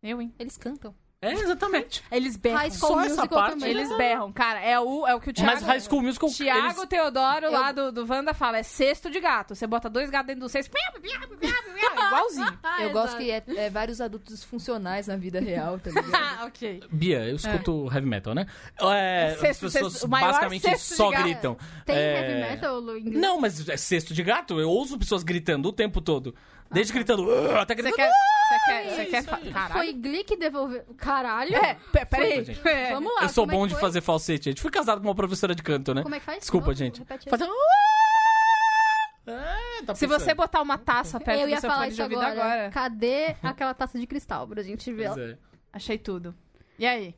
[SPEAKER 1] Eu, hein?
[SPEAKER 4] Eles cantam.
[SPEAKER 2] É, exatamente.
[SPEAKER 1] Eles
[SPEAKER 3] High
[SPEAKER 1] berram.
[SPEAKER 3] School
[SPEAKER 2] Só essa
[SPEAKER 3] Musical
[SPEAKER 2] parte,
[SPEAKER 3] também.
[SPEAKER 1] Eles berram, cara. É o, é o que o Thiago...
[SPEAKER 2] Mas High School Musical...
[SPEAKER 1] Thiago
[SPEAKER 2] eles-
[SPEAKER 1] Teodoro, lá do,
[SPEAKER 4] Eu-
[SPEAKER 1] do Wanda, fala, é cesto de gato. Você bota dois gatos dentro do cesto, piá, piá, piá, piá, igualzinho.
[SPEAKER 4] eu
[SPEAKER 3] exato.
[SPEAKER 4] gosto que é, é vários adultos funcionais na vida real, tá ligado?
[SPEAKER 1] Ah, ok.
[SPEAKER 2] Bia, eu escuto heavy metal, né? É,
[SPEAKER 1] Sexto,
[SPEAKER 2] as pessoas
[SPEAKER 1] sexto- o maior
[SPEAKER 2] basicamente
[SPEAKER 1] sexto de
[SPEAKER 2] só
[SPEAKER 1] gato.
[SPEAKER 2] gritam.
[SPEAKER 3] Tem
[SPEAKER 2] É,
[SPEAKER 3] heavy metal no inglês?
[SPEAKER 2] Não, mas é cesto de gato. Eu ouço pessoas gritando o tempo todo. Desde gritando... "Ugh", Até
[SPEAKER 1] Você
[SPEAKER 2] gritando...
[SPEAKER 1] quer... Você quer... Você
[SPEAKER 2] isso
[SPEAKER 1] quer...
[SPEAKER 2] aí.
[SPEAKER 1] fa- Caralho.
[SPEAKER 3] Foi Glee que devolveu... Caralho!
[SPEAKER 1] É, pe- peraí.
[SPEAKER 2] Desculpa,
[SPEAKER 1] É.
[SPEAKER 3] Vamos lá.
[SPEAKER 2] Eu sou
[SPEAKER 3] como é
[SPEAKER 2] bom
[SPEAKER 3] que
[SPEAKER 2] de
[SPEAKER 3] foi?
[SPEAKER 2] fazer falsete. A gente foi casado com uma professora de canto, né?
[SPEAKER 3] Como é que faz?
[SPEAKER 2] Desculpa,
[SPEAKER 3] Não,
[SPEAKER 2] gente.
[SPEAKER 3] repete aí.
[SPEAKER 2] Fazer... um É, tá
[SPEAKER 1] um Se você
[SPEAKER 2] pensando.
[SPEAKER 1] botar uma taça perto
[SPEAKER 3] Eu
[SPEAKER 1] do
[SPEAKER 3] ia
[SPEAKER 1] seu
[SPEAKER 3] falar
[SPEAKER 1] fone de
[SPEAKER 3] isso
[SPEAKER 1] ouvido
[SPEAKER 3] agora.
[SPEAKER 1] agora...
[SPEAKER 3] Cadê aquela taça de cristal pra gente ver?
[SPEAKER 2] Pois
[SPEAKER 3] ela?
[SPEAKER 2] é.
[SPEAKER 1] Achei tudo. E aí?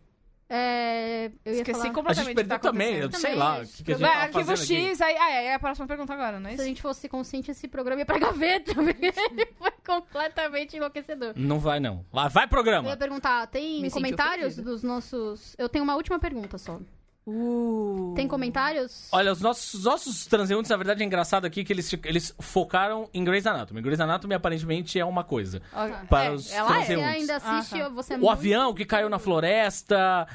[SPEAKER 3] É, eu ia
[SPEAKER 1] Esqueci
[SPEAKER 3] falar...
[SPEAKER 2] A
[SPEAKER 1] completamente
[SPEAKER 2] gente
[SPEAKER 1] o que tá
[SPEAKER 2] perdeu também, eu
[SPEAKER 1] acontecendo.
[SPEAKER 2] sei
[SPEAKER 3] Também,
[SPEAKER 2] lá. O
[SPEAKER 3] gente.
[SPEAKER 2] que, que a gente
[SPEAKER 1] Vai,
[SPEAKER 2] tava
[SPEAKER 1] arquivo
[SPEAKER 2] fazendo aqui.
[SPEAKER 1] X, aí, ah, é, é a próxima pergunta agora, não é
[SPEAKER 3] Se a
[SPEAKER 1] isso?
[SPEAKER 3] gente fosse consciente, esse programa ia pra gaveta. porque Ele foi completamente enlouquecedor.
[SPEAKER 2] Não vai, não. Lá vai
[SPEAKER 3] Eu ia
[SPEAKER 2] programa.
[SPEAKER 3] perguntar, tem
[SPEAKER 4] Me senti
[SPEAKER 3] comentários
[SPEAKER 4] ofendida.
[SPEAKER 3] dos nossos... Eu tenho uma última pergunta só.
[SPEAKER 1] Uh.
[SPEAKER 3] Tem comentários?
[SPEAKER 2] Olha, os nossos, os nossos transeuntes, na verdade, é engraçado aqui que eles, eles focaram em Grey's Anatomy. Grey's Anatomy, aparentemente, é uma coisa.
[SPEAKER 1] Ó,
[SPEAKER 2] Para
[SPEAKER 1] é,
[SPEAKER 2] os
[SPEAKER 1] ela é.
[SPEAKER 3] Você
[SPEAKER 2] transeuntes.
[SPEAKER 3] Ah, ainda assiste,
[SPEAKER 1] Ah,
[SPEAKER 3] você é
[SPEAKER 2] O
[SPEAKER 3] muito-
[SPEAKER 2] avião que caiu na floresta,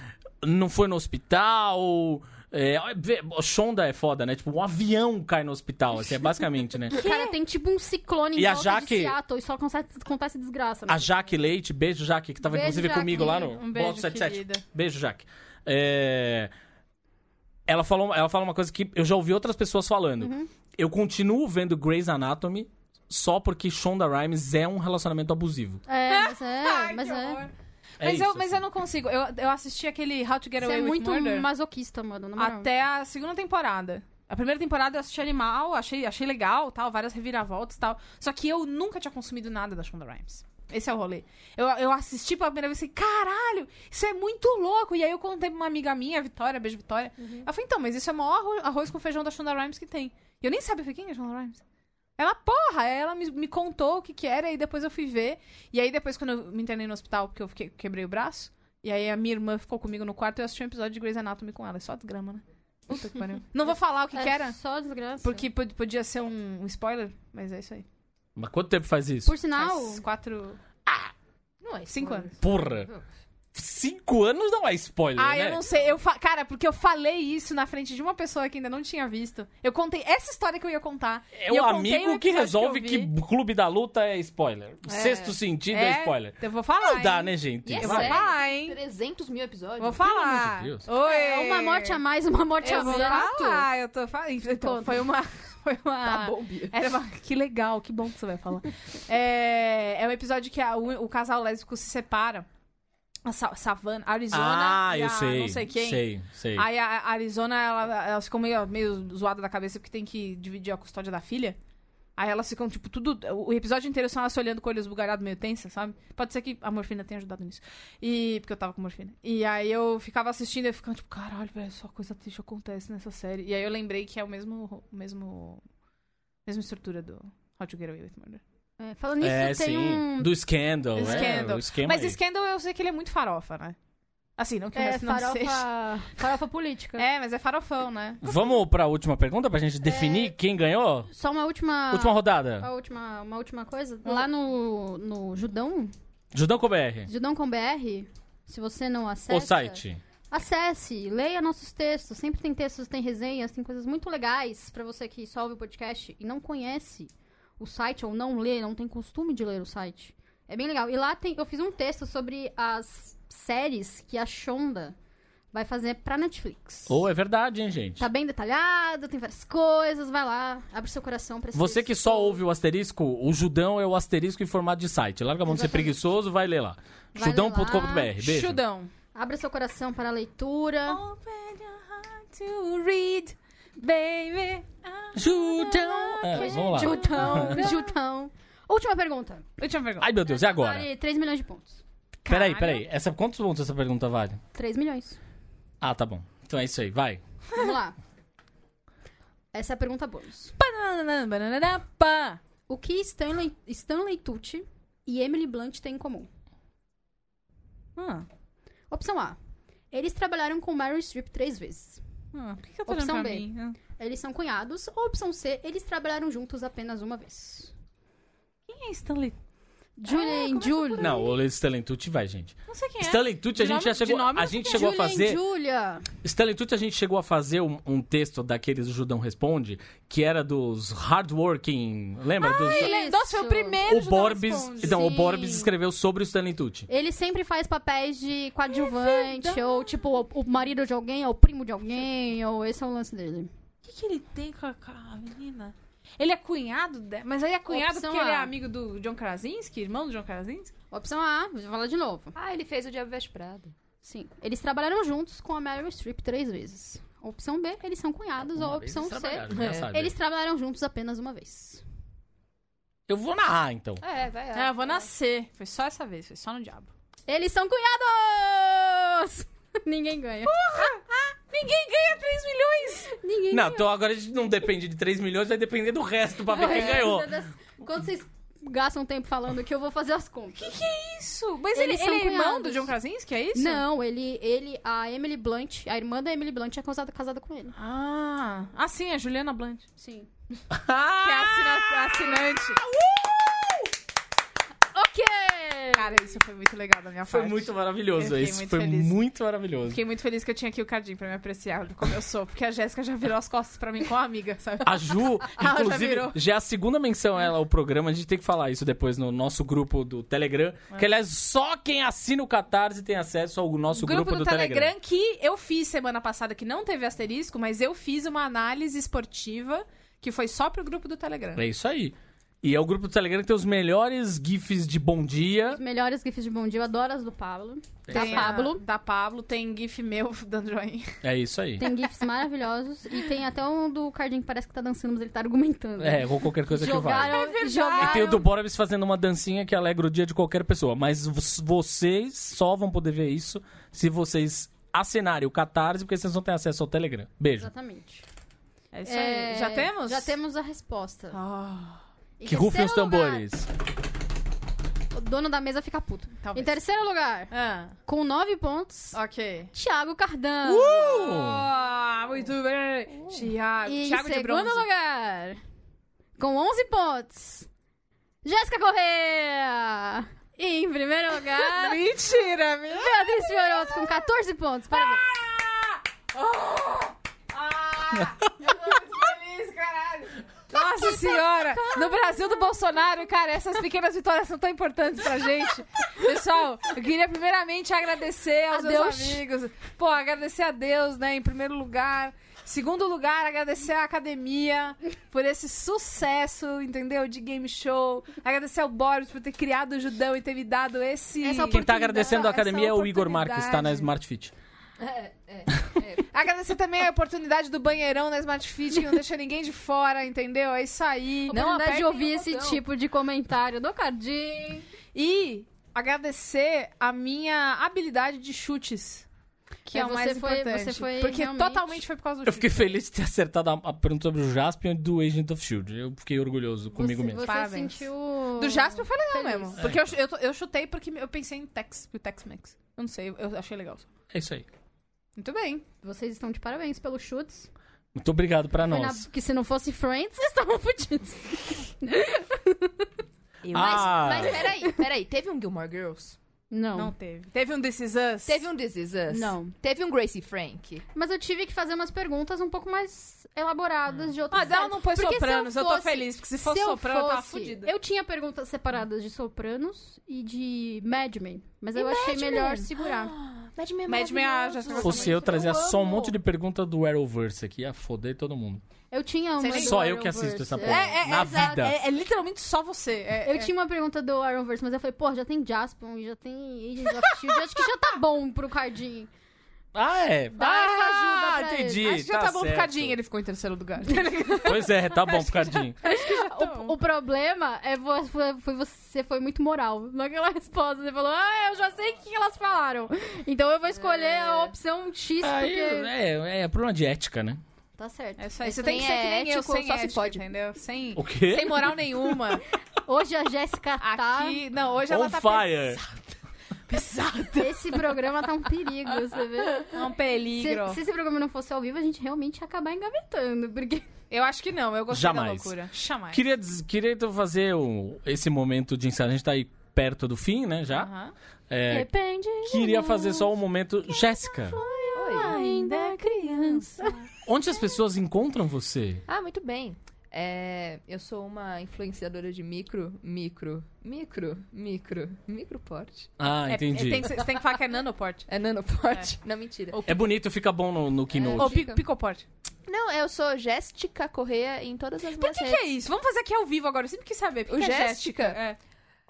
[SPEAKER 2] não foi no hospital, É, vê- Shonda é foda, né? Tipo, um avião cai no hospital, assim, é basicamente, né?
[SPEAKER 3] Cara, tem tipo um ciclone em
[SPEAKER 2] E a
[SPEAKER 3] volta
[SPEAKER 2] Jaque-
[SPEAKER 3] de Seattle e só acontece, acontece desgraça. né?
[SPEAKER 2] A Jaque Leite, beijo, Jaque, que tava
[SPEAKER 3] Beijo,
[SPEAKER 2] inclusive
[SPEAKER 3] Jaque.
[SPEAKER 2] comigo lá no
[SPEAKER 1] Um beijo,
[SPEAKER 2] Bloco 77.
[SPEAKER 1] querida.
[SPEAKER 2] Beijo, Jaque. É, Ela, falou, ela fala uma coisa que eu já ouvi outras pessoas falando.
[SPEAKER 1] Uhum.
[SPEAKER 2] Eu continuo vendo Grey's Anatomy só porque Shonda Rhimes é um relacionamento abusivo.
[SPEAKER 3] É, mas é,
[SPEAKER 1] Ai,
[SPEAKER 3] mas
[SPEAKER 1] que
[SPEAKER 3] é.
[SPEAKER 1] horror.
[SPEAKER 2] É
[SPEAKER 1] Ah, mas, eu,
[SPEAKER 2] isso,
[SPEAKER 1] mas
[SPEAKER 2] assim.
[SPEAKER 1] eu não consigo. Eu, eu assisti aquele How to Get
[SPEAKER 3] Você
[SPEAKER 1] Away
[SPEAKER 3] é
[SPEAKER 1] with
[SPEAKER 3] muito
[SPEAKER 1] Murder
[SPEAKER 3] masoquista, mano. na moral.
[SPEAKER 1] até a segunda temporada. A primeira temporada eu assisti animal, achei, achei legal, tal, várias reviravoltas e tal. Só que eu nunca tinha consumido nada da Shonda Rhimes. Esse é o rolê. Eu, eu assisti pela primeira vez e falei, caralho, isso é muito louco. E aí eu contei pra uma amiga minha, a Vitória, beijo Vitória. Ela falou, então, mas isso é o maior arro- arroz com feijão da Shonda Rhimes que tem. E eu nem sabia eu falei, quem é a Shonda Rhimes. Ela, porra, aí ela me, me contou o que que era e depois eu fui ver. E aí depois quando eu me internei no hospital, porque eu fiquei- quebrei o braço, e aí a minha irmã ficou comigo no quarto e eu assisti um episódio de Grey's Anatomy com ela. É só desgrama, né? Puta que pariu. Não vou falar o que,
[SPEAKER 3] É
[SPEAKER 1] que era,
[SPEAKER 3] Só desgraça.
[SPEAKER 1] porque pod- podia ser um, um spoiler, mas é isso aí.
[SPEAKER 2] Mas quanto tempo faz isso?
[SPEAKER 3] Por sinal.
[SPEAKER 1] Faz quatro...
[SPEAKER 4] Não é
[SPEAKER 1] Cinco
[SPEAKER 4] spoiler.
[SPEAKER 1] anos.
[SPEAKER 2] Porra! Cinco anos não é spoiler,
[SPEAKER 1] Ah,
[SPEAKER 2] né?
[SPEAKER 1] eu não sei. Eu fa- Cara, porque eu falei isso na frente de uma pessoa que ainda não tinha visto. Eu contei essa história que eu ia contar.
[SPEAKER 2] É
[SPEAKER 1] E eu
[SPEAKER 2] o
[SPEAKER 1] contei
[SPEAKER 2] amigo
[SPEAKER 1] o episódio
[SPEAKER 2] que
[SPEAKER 1] que
[SPEAKER 2] resolve
[SPEAKER 1] eu
[SPEAKER 2] que,
[SPEAKER 1] vi.
[SPEAKER 2] Clube da Luta é spoiler. Sexto Sentido é, spoiler.
[SPEAKER 1] Então Eu vou falar,
[SPEAKER 2] Não dá,
[SPEAKER 1] hein?
[SPEAKER 2] né, gente?
[SPEAKER 4] E é
[SPEAKER 1] Eu vou
[SPEAKER 4] sério?
[SPEAKER 1] falar, hein?
[SPEAKER 4] 300 mil episódios?
[SPEAKER 1] Vou
[SPEAKER 2] amor
[SPEAKER 1] falar.
[SPEAKER 2] de Deus.
[SPEAKER 1] Oi.
[SPEAKER 3] É, uma morte a mais, uma morte a
[SPEAKER 1] Eu vou
[SPEAKER 3] menos.
[SPEAKER 1] falar, eu tô falando. Então,
[SPEAKER 3] Conta.
[SPEAKER 1] foi uma. Foi uma.
[SPEAKER 4] Tá bom, Bia.
[SPEAKER 1] Era uma- Que legal, que bom que você vai falar. É, é um episódio que a- o, o casal lésbico se separa. A Sa- Savannah, Arizona.
[SPEAKER 2] Ah,
[SPEAKER 1] e
[SPEAKER 2] eu
[SPEAKER 1] a
[SPEAKER 2] sei.
[SPEAKER 1] Não sei quem.
[SPEAKER 2] Sei, sei.
[SPEAKER 1] Aí a a Arizona, ela, elas ficam meio, meio zoada da cabeça porque tem que dividir a custódia da filha. Aí elas ficam, tipo, tudo. O episódio inteiro são elas se olhando com olhos bugalhados, meio tensa, sabe? Pode ser que a morfina tenha ajudado nisso. E. Porque eu tava com morfina. E aí eu ficava assistindo e eu ficava, tipo, caralho, velho, só coisa triste acontece nessa série. E aí eu lembrei que é o mesmo. o mesmo. Mesma estrutura do How to Get Away with Murder.
[SPEAKER 3] É, falando nisso,
[SPEAKER 2] é,
[SPEAKER 3] tem
[SPEAKER 2] sim.
[SPEAKER 3] um.
[SPEAKER 2] Do Scandal, é,
[SPEAKER 1] Scandal.
[SPEAKER 2] o esquema
[SPEAKER 1] Mas
[SPEAKER 2] aí.
[SPEAKER 1] Scandal eu sei que ele é muito farofa, né? Assim, não que o
[SPEAKER 3] É,
[SPEAKER 1] resto não seja.
[SPEAKER 3] farofa, farofa política.
[SPEAKER 1] É, mas é farofão, né?
[SPEAKER 2] Vamos pra última pergunta pra gente definir quem ganhou?
[SPEAKER 3] Só uma última.
[SPEAKER 2] Última rodada.
[SPEAKER 3] a última, uma última coisa. Lá no, no Judão,
[SPEAKER 2] Judão com BR.
[SPEAKER 3] Judão com BR, se você não acessa.
[SPEAKER 2] O site.
[SPEAKER 3] Acesse, leia nossos textos. Sempre tem textos, tem resenhas, tem coisas muito legais pra você que só ouve o podcast e não conhece o site ou não lê, não tem costume de ler o site. É bem legal. E lá tem, eu fiz um texto sobre as séries que a Shonda vai fazer pra Netflix.
[SPEAKER 2] Ou é verdade, hein, gente?
[SPEAKER 3] Tá bem detalhado, tem várias coisas, vai lá, abre seu coração pra esse
[SPEAKER 2] Você que
[SPEAKER 3] texto.
[SPEAKER 2] só ouve o asterisco, o Judão é o asterisco em formato de site. Larga a mão de ser
[SPEAKER 3] Exatamente.
[SPEAKER 2] preguiçoso, vai ler lá.
[SPEAKER 3] Vai ler
[SPEAKER 2] Judão.com.br.
[SPEAKER 3] lá.
[SPEAKER 2] Beijo.
[SPEAKER 1] Chudão.
[SPEAKER 3] Abra seu coração para a leitura.
[SPEAKER 5] Open your heart to
[SPEAKER 1] to read, baby.
[SPEAKER 2] Judão. É, vamos lá.
[SPEAKER 3] Jutão, Jutão. Última pergunta.
[SPEAKER 1] Última pergunta.
[SPEAKER 2] Ai, meu Deus, e agora?
[SPEAKER 3] Vale 3 milhões de pontos.
[SPEAKER 2] Ah, Peraí,
[SPEAKER 1] Caralho.
[SPEAKER 2] peraí. Essa, quantos pontos essa pergunta vale?
[SPEAKER 3] 3 milhões.
[SPEAKER 2] Ah, tá bom. Então é isso aí, vai.
[SPEAKER 3] Vamos lá. Essa é a pergunta bônus.
[SPEAKER 1] Banana, banana, pá.
[SPEAKER 3] O que Stanley, Stanley Tucci e Emily Blunt têm em comum?
[SPEAKER 1] Ah,
[SPEAKER 3] Opção A. Eles trabalharam com Meryl Streep três vezes.
[SPEAKER 1] ah, por que, que eu tô
[SPEAKER 3] Opção
[SPEAKER 1] olhando pra
[SPEAKER 3] B.
[SPEAKER 1] mim? Ah.
[SPEAKER 3] Eles são cunhados. Ou opção C. Eles trabalharam juntos apenas uma vez.
[SPEAKER 1] Quem é Stanley?
[SPEAKER 3] Julia and Julia.
[SPEAKER 2] Não, o Stanley Tucci vai, gente.
[SPEAKER 1] Não sei quem é.
[SPEAKER 2] Stanley Tucci, a
[SPEAKER 1] De
[SPEAKER 2] gente já
[SPEAKER 1] nome- de
[SPEAKER 2] chegou,
[SPEAKER 1] nome
[SPEAKER 2] a
[SPEAKER 1] eu
[SPEAKER 2] gente
[SPEAKER 1] sei
[SPEAKER 2] chegou a
[SPEAKER 3] Julia and
[SPEAKER 2] fazer...
[SPEAKER 3] Julia.
[SPEAKER 2] Stanley Tucci, a gente chegou a fazer um, um texto daqueles do Judão Responde, que era dos hardworking, lembra? dos,
[SPEAKER 1] Ele- é- Nossa, foi o
[SPEAKER 3] Isso.
[SPEAKER 1] primeiro
[SPEAKER 2] o
[SPEAKER 1] Judão Responde.
[SPEAKER 2] Borbes, não, o
[SPEAKER 3] Sim.
[SPEAKER 2] Borbes escreveu sobre o Stanley Tucci.
[SPEAKER 3] Ele sempre faz papéis de coadjuvante, ou tipo, o, o marido de alguém, ou o primo de alguém, ou esse é o lance dele.
[SPEAKER 1] O que, que ele tem com a, com a menina? Ele é cunhado dela? Mas ele é cunhado
[SPEAKER 3] Opção
[SPEAKER 1] porque ele é
[SPEAKER 3] A.
[SPEAKER 1] amigo do John Krasinski? Irmão do John Krasinski?
[SPEAKER 3] Opção A, vou falar de novo.
[SPEAKER 4] Ah, ele fez o Diabo Veste Prada.
[SPEAKER 3] Sim. Eles trabalharam juntos com a Meryl Streep três vezes. Opção B, eles são cunhados, ou opção C,
[SPEAKER 1] né?
[SPEAKER 4] É.
[SPEAKER 3] eles trabalharam juntos apenas uma vez.
[SPEAKER 2] Eu vou na A, então.
[SPEAKER 4] É, vai
[SPEAKER 1] Ah, eu vou nascer. Foi só essa vez, foi só no diabo.
[SPEAKER 3] Eles são cunhados! Ninguém ganha.
[SPEAKER 1] Ninguém ganha 3 milhões!
[SPEAKER 3] Ninguém
[SPEAKER 2] Não, então agora a gente não depende de 3 milhões, vai depender do resto pra ver
[SPEAKER 3] ganha.
[SPEAKER 2] quem
[SPEAKER 1] é
[SPEAKER 2] ganhou.
[SPEAKER 3] Quando vocês gastam tempo falando que eu vou fazer as contas.
[SPEAKER 1] Que que é isso? Mas ele,
[SPEAKER 3] Eles
[SPEAKER 1] ele é
[SPEAKER 3] são
[SPEAKER 1] irmão do
[SPEAKER 3] cunhados.
[SPEAKER 1] John Krasinski, é isso?
[SPEAKER 3] Não, ele, ele, a Emily Blunt, a irmã da Emily Blunt é casada, casada com ele.
[SPEAKER 1] Ah, ah sim, é Juliana Blunt.
[SPEAKER 3] Sim.
[SPEAKER 1] Ah! Que é assina- assinante.
[SPEAKER 3] Ok!
[SPEAKER 1] Uh! Cara, isso foi muito legal da minha
[SPEAKER 2] Foi
[SPEAKER 1] parte.
[SPEAKER 2] muito maravilhoso.
[SPEAKER 1] Eu fiquei
[SPEAKER 2] Isso
[SPEAKER 1] muito
[SPEAKER 2] foi
[SPEAKER 1] feliz.
[SPEAKER 2] muito maravilhoso.
[SPEAKER 1] Fiquei muito feliz que eu tinha aqui o Cardim pra me apreciar como eu sou. Porque a Jéssica já virou as costas pra mim com a amiga, sabe?
[SPEAKER 2] A Ju,
[SPEAKER 1] Ela já
[SPEAKER 2] inclusive, já,
[SPEAKER 1] virou.
[SPEAKER 2] é a segunda menção a ela ao programa. A gente tem que falar isso depois no nosso grupo do Telegram. Que, aliás, só quem assina o Catarse tem acesso ao nosso grupo,
[SPEAKER 1] do, Telegram,
[SPEAKER 2] Telegram.
[SPEAKER 1] que eu fiz semana passada, que não teve asterisco, mas eu fiz uma análise esportiva que foi só pro grupo do Telegram.
[SPEAKER 2] É isso aí. E é o grupo do Telegram que tem os melhores GIFs de bom dia.
[SPEAKER 3] Os melhores gifs de bom dia, eu adoro as do Pablo. Da
[SPEAKER 1] Tem a-
[SPEAKER 3] Pablo.
[SPEAKER 1] da Pablo, tem GIF meu dando joinha.
[SPEAKER 2] É isso aí.
[SPEAKER 3] Tem gifs maravilhosos. E tem até um do Cardinho que parece que tá dançando, mas ele tá argumentando.
[SPEAKER 2] É, ou qualquer coisa que vale.
[SPEAKER 3] jogaram,
[SPEAKER 5] É
[SPEAKER 3] jogaram.
[SPEAKER 5] verdade.
[SPEAKER 2] Tem o do Boris fazendo uma dancinha que alegra o dia de qualquer pessoa. Mas vo- vocês só vão poder ver isso se vocês assinarem o Catarse, porque vocês não têm acesso ao Telegram. Beijo.
[SPEAKER 3] Exatamente.
[SPEAKER 1] É isso
[SPEAKER 3] É,
[SPEAKER 1] aí. Já temos?
[SPEAKER 3] Já temos a resposta.
[SPEAKER 1] Ah,
[SPEAKER 3] Em
[SPEAKER 2] Que rufem os
[SPEAKER 3] terceiro lugar,
[SPEAKER 2] tambores.
[SPEAKER 3] o dono da mesa fica puto.
[SPEAKER 1] talvez.
[SPEAKER 3] Em terceiro lugar,
[SPEAKER 1] Ah,
[SPEAKER 3] com nove pontos,
[SPEAKER 1] ok.
[SPEAKER 3] Thiago Cardano.
[SPEAKER 1] Uh! Ah, muito bem. Tiago,
[SPEAKER 3] Uh. E em
[SPEAKER 1] Tiago de
[SPEAKER 3] segundo
[SPEAKER 1] Bronze.
[SPEAKER 3] lugar, com 11 pontos, Jéssica Correa. E em primeiro lugar,
[SPEAKER 1] Mentira, minha.
[SPEAKER 3] Beatriz Fiorotto com 14 pontos. Parabéns.
[SPEAKER 1] Ah, eu tô muito feliz, caralho. tá Nossa senhora, no Brasil do Bolsonaro, cara, essas pequenas vitórias são tão importantes pra gente. Pessoal, eu queria primeiramente agradecer aos
[SPEAKER 3] A
[SPEAKER 1] meus
[SPEAKER 3] Deus.
[SPEAKER 1] amigos. Pô, agradecer a Deus, né, em primeiro lugar. Segundo lugar, agradecer à academia por esse sucesso, entendeu? De game show. Agradecer ao Boris por ter criado o Judão e ter me dado esse.
[SPEAKER 3] Essa
[SPEAKER 2] Quem tá agradecendo a
[SPEAKER 1] essa
[SPEAKER 2] academia é o Igor Marques, tá na
[SPEAKER 1] oportunidade.
[SPEAKER 2] Smart Fit.
[SPEAKER 4] É,
[SPEAKER 1] Agradecer também a oportunidade do banheirão na Smart Fit, que não deixa ninguém de fora, entendeu? É isso aí.
[SPEAKER 3] Não
[SPEAKER 1] apertem
[SPEAKER 3] oportunidade de
[SPEAKER 1] o
[SPEAKER 3] ouvir esse
[SPEAKER 1] botão.
[SPEAKER 3] tipo de comentário do Cardim.
[SPEAKER 1] E agradecer a minha habilidade de chutes. Que
[SPEAKER 3] É,
[SPEAKER 1] é, o
[SPEAKER 3] você
[SPEAKER 1] mais
[SPEAKER 3] foi-
[SPEAKER 1] importante.
[SPEAKER 3] você foi
[SPEAKER 1] porque
[SPEAKER 3] realmente-
[SPEAKER 1] totalmente foi por causa do
[SPEAKER 2] Eu
[SPEAKER 1] chute.
[SPEAKER 2] fiquei feliz de ter acertado a, a pergunta sobre o Jaspion e do Agent of Shield. Eu fiquei orgulhoso comigo
[SPEAKER 3] você,
[SPEAKER 2] mesmo.
[SPEAKER 3] Você
[SPEAKER 1] Parabéns.
[SPEAKER 3] sentiu...
[SPEAKER 1] Do Jasper foi legal
[SPEAKER 3] Feliz.
[SPEAKER 1] mesmo. Porque eu, eu, tô- eu chutei porque eu pensei em Tex, o Tex-Mex. Eu não sei, eu achei legal.
[SPEAKER 2] É isso aí.
[SPEAKER 1] Muito bem.
[SPEAKER 3] Vocês estão de parabéns pelos chutes.
[SPEAKER 2] Muito obrigado pra
[SPEAKER 3] Foi
[SPEAKER 2] nós.
[SPEAKER 3] na- Que se não fosse Friends, vocês estavam fodidos.
[SPEAKER 4] Mas,
[SPEAKER 2] Ah.
[SPEAKER 4] mas peraí, peraí. Teve um Gilmore Girls?
[SPEAKER 3] Não.
[SPEAKER 1] Não teve. Teve um This Is Us?
[SPEAKER 4] Teve um This Is Us?
[SPEAKER 3] Não.
[SPEAKER 4] Teve um Gracie Frank?
[SPEAKER 3] Mas eu tive que fazer umas perguntas um pouco mais elaboradas de outras
[SPEAKER 1] Mas ela não pôs
[SPEAKER 3] Porque se eu
[SPEAKER 1] Sopranos, eu, tô
[SPEAKER 3] fosse-
[SPEAKER 1] feliz. Porque Ah, se fosse
[SPEAKER 3] eu
[SPEAKER 1] Sopranos, eu tava
[SPEAKER 3] fosse,
[SPEAKER 1] fodida.
[SPEAKER 3] Eu tinha perguntas separadas de Sopranos e de Mad Men, mas eu achei
[SPEAKER 5] Mad Men?
[SPEAKER 3] melhor segurar.
[SPEAKER 5] Mad Men é
[SPEAKER 1] Mad Men, ah, já
[SPEAKER 5] maravilhoso.
[SPEAKER 1] Eu
[SPEAKER 2] Fosse
[SPEAKER 1] também.
[SPEAKER 2] eu, trazia
[SPEAKER 5] Eu
[SPEAKER 2] só um
[SPEAKER 5] amo.
[SPEAKER 2] monte de pergunta do Arrowverse aqui. Ia foder todo mundo.
[SPEAKER 3] Eu tinha uma.
[SPEAKER 1] Você
[SPEAKER 3] do
[SPEAKER 1] nem-
[SPEAKER 2] Só eu que
[SPEAKER 3] Arrowverse.
[SPEAKER 2] assisto essa
[SPEAKER 3] É,
[SPEAKER 2] porra. na vida.
[SPEAKER 1] É, é literalmente só você. É-
[SPEAKER 3] Eu
[SPEAKER 1] é-
[SPEAKER 3] tinha uma pergunta do Arrowverse, mas eu falei, pô, já tem Jaspion, já tem Agents of Shield, acho que já tá bom pro Cardinho.
[SPEAKER 2] Ah, é. Ah,
[SPEAKER 3] Dá essa ajuda pra
[SPEAKER 2] entendi.
[SPEAKER 1] Acho que já tá, bom
[SPEAKER 2] certo.
[SPEAKER 1] picadinho. Ele ficou em terceiro lugar. Então, tá
[SPEAKER 2] Pois é, tá bom, Picadinho.
[SPEAKER 3] O, o problema é vo- foi, foi você foi muito moral naquela resposta. Você falou, ah, eu já sei o que elas falaram. Então eu vou escolher a opção X,
[SPEAKER 2] Aí,
[SPEAKER 3] porque...
[SPEAKER 2] é, é problema de ética, né?
[SPEAKER 3] Tá certo.
[SPEAKER 1] É isso aí.
[SPEAKER 4] Isso
[SPEAKER 1] Você tem que
[SPEAKER 4] nem
[SPEAKER 1] ser
[SPEAKER 4] é
[SPEAKER 1] que nem eu,
[SPEAKER 4] ético,
[SPEAKER 1] sem
[SPEAKER 4] só se
[SPEAKER 1] ética,
[SPEAKER 4] pode.
[SPEAKER 1] entendeu? Sem,
[SPEAKER 2] O quê?
[SPEAKER 1] sem moral nenhuma.
[SPEAKER 3] Hoje a Jéssica tá...
[SPEAKER 1] Aqui... Não, hoje
[SPEAKER 2] On
[SPEAKER 1] ela tá
[SPEAKER 2] fire.
[SPEAKER 1] pesada. pesada.
[SPEAKER 3] Esse programa tá um perigo, você vê.
[SPEAKER 1] É um
[SPEAKER 3] Se,
[SPEAKER 1] peligro.
[SPEAKER 3] se esse programa não fosse ao vivo, a gente realmente ia acabar engavetando, porque...
[SPEAKER 1] Eu acho que não. Eu gostei da
[SPEAKER 2] Jamais.
[SPEAKER 1] loucura. Jamais.
[SPEAKER 2] Queria, diz- queria então fazer o- esse momento de ensaio. A gente tá aí perto do fim, né, já.
[SPEAKER 1] Aham.
[SPEAKER 2] É,
[SPEAKER 3] Depende...
[SPEAKER 2] queria fazer só um momento... Jéssica,
[SPEAKER 4] Oi.
[SPEAKER 3] Ainda é criança.
[SPEAKER 2] onde as pessoas encontram você?
[SPEAKER 4] Ah, muito bem. É, eu sou uma influenciadora de micro, micro, micro, micro, microporte.
[SPEAKER 2] Ah,
[SPEAKER 1] É- é-
[SPEAKER 2] entendi. É,
[SPEAKER 1] tem que ser- você tem que falar que é nanoporte.
[SPEAKER 4] É nanoporte? Não, mentira.
[SPEAKER 2] bonito, fica bom no, no
[SPEAKER 1] Ou
[SPEAKER 2] keynote.
[SPEAKER 1] pi- picoporte.
[SPEAKER 4] Não, eu sou Jéssica Correia em todas as
[SPEAKER 1] Por
[SPEAKER 4] minhas
[SPEAKER 1] que, que
[SPEAKER 4] redes.
[SPEAKER 1] é isso? Vamos fazer aqui ao vivo agora. Eu sempre quis saber. Por
[SPEAKER 4] O
[SPEAKER 1] que é
[SPEAKER 4] Jéssica?
[SPEAKER 1] É.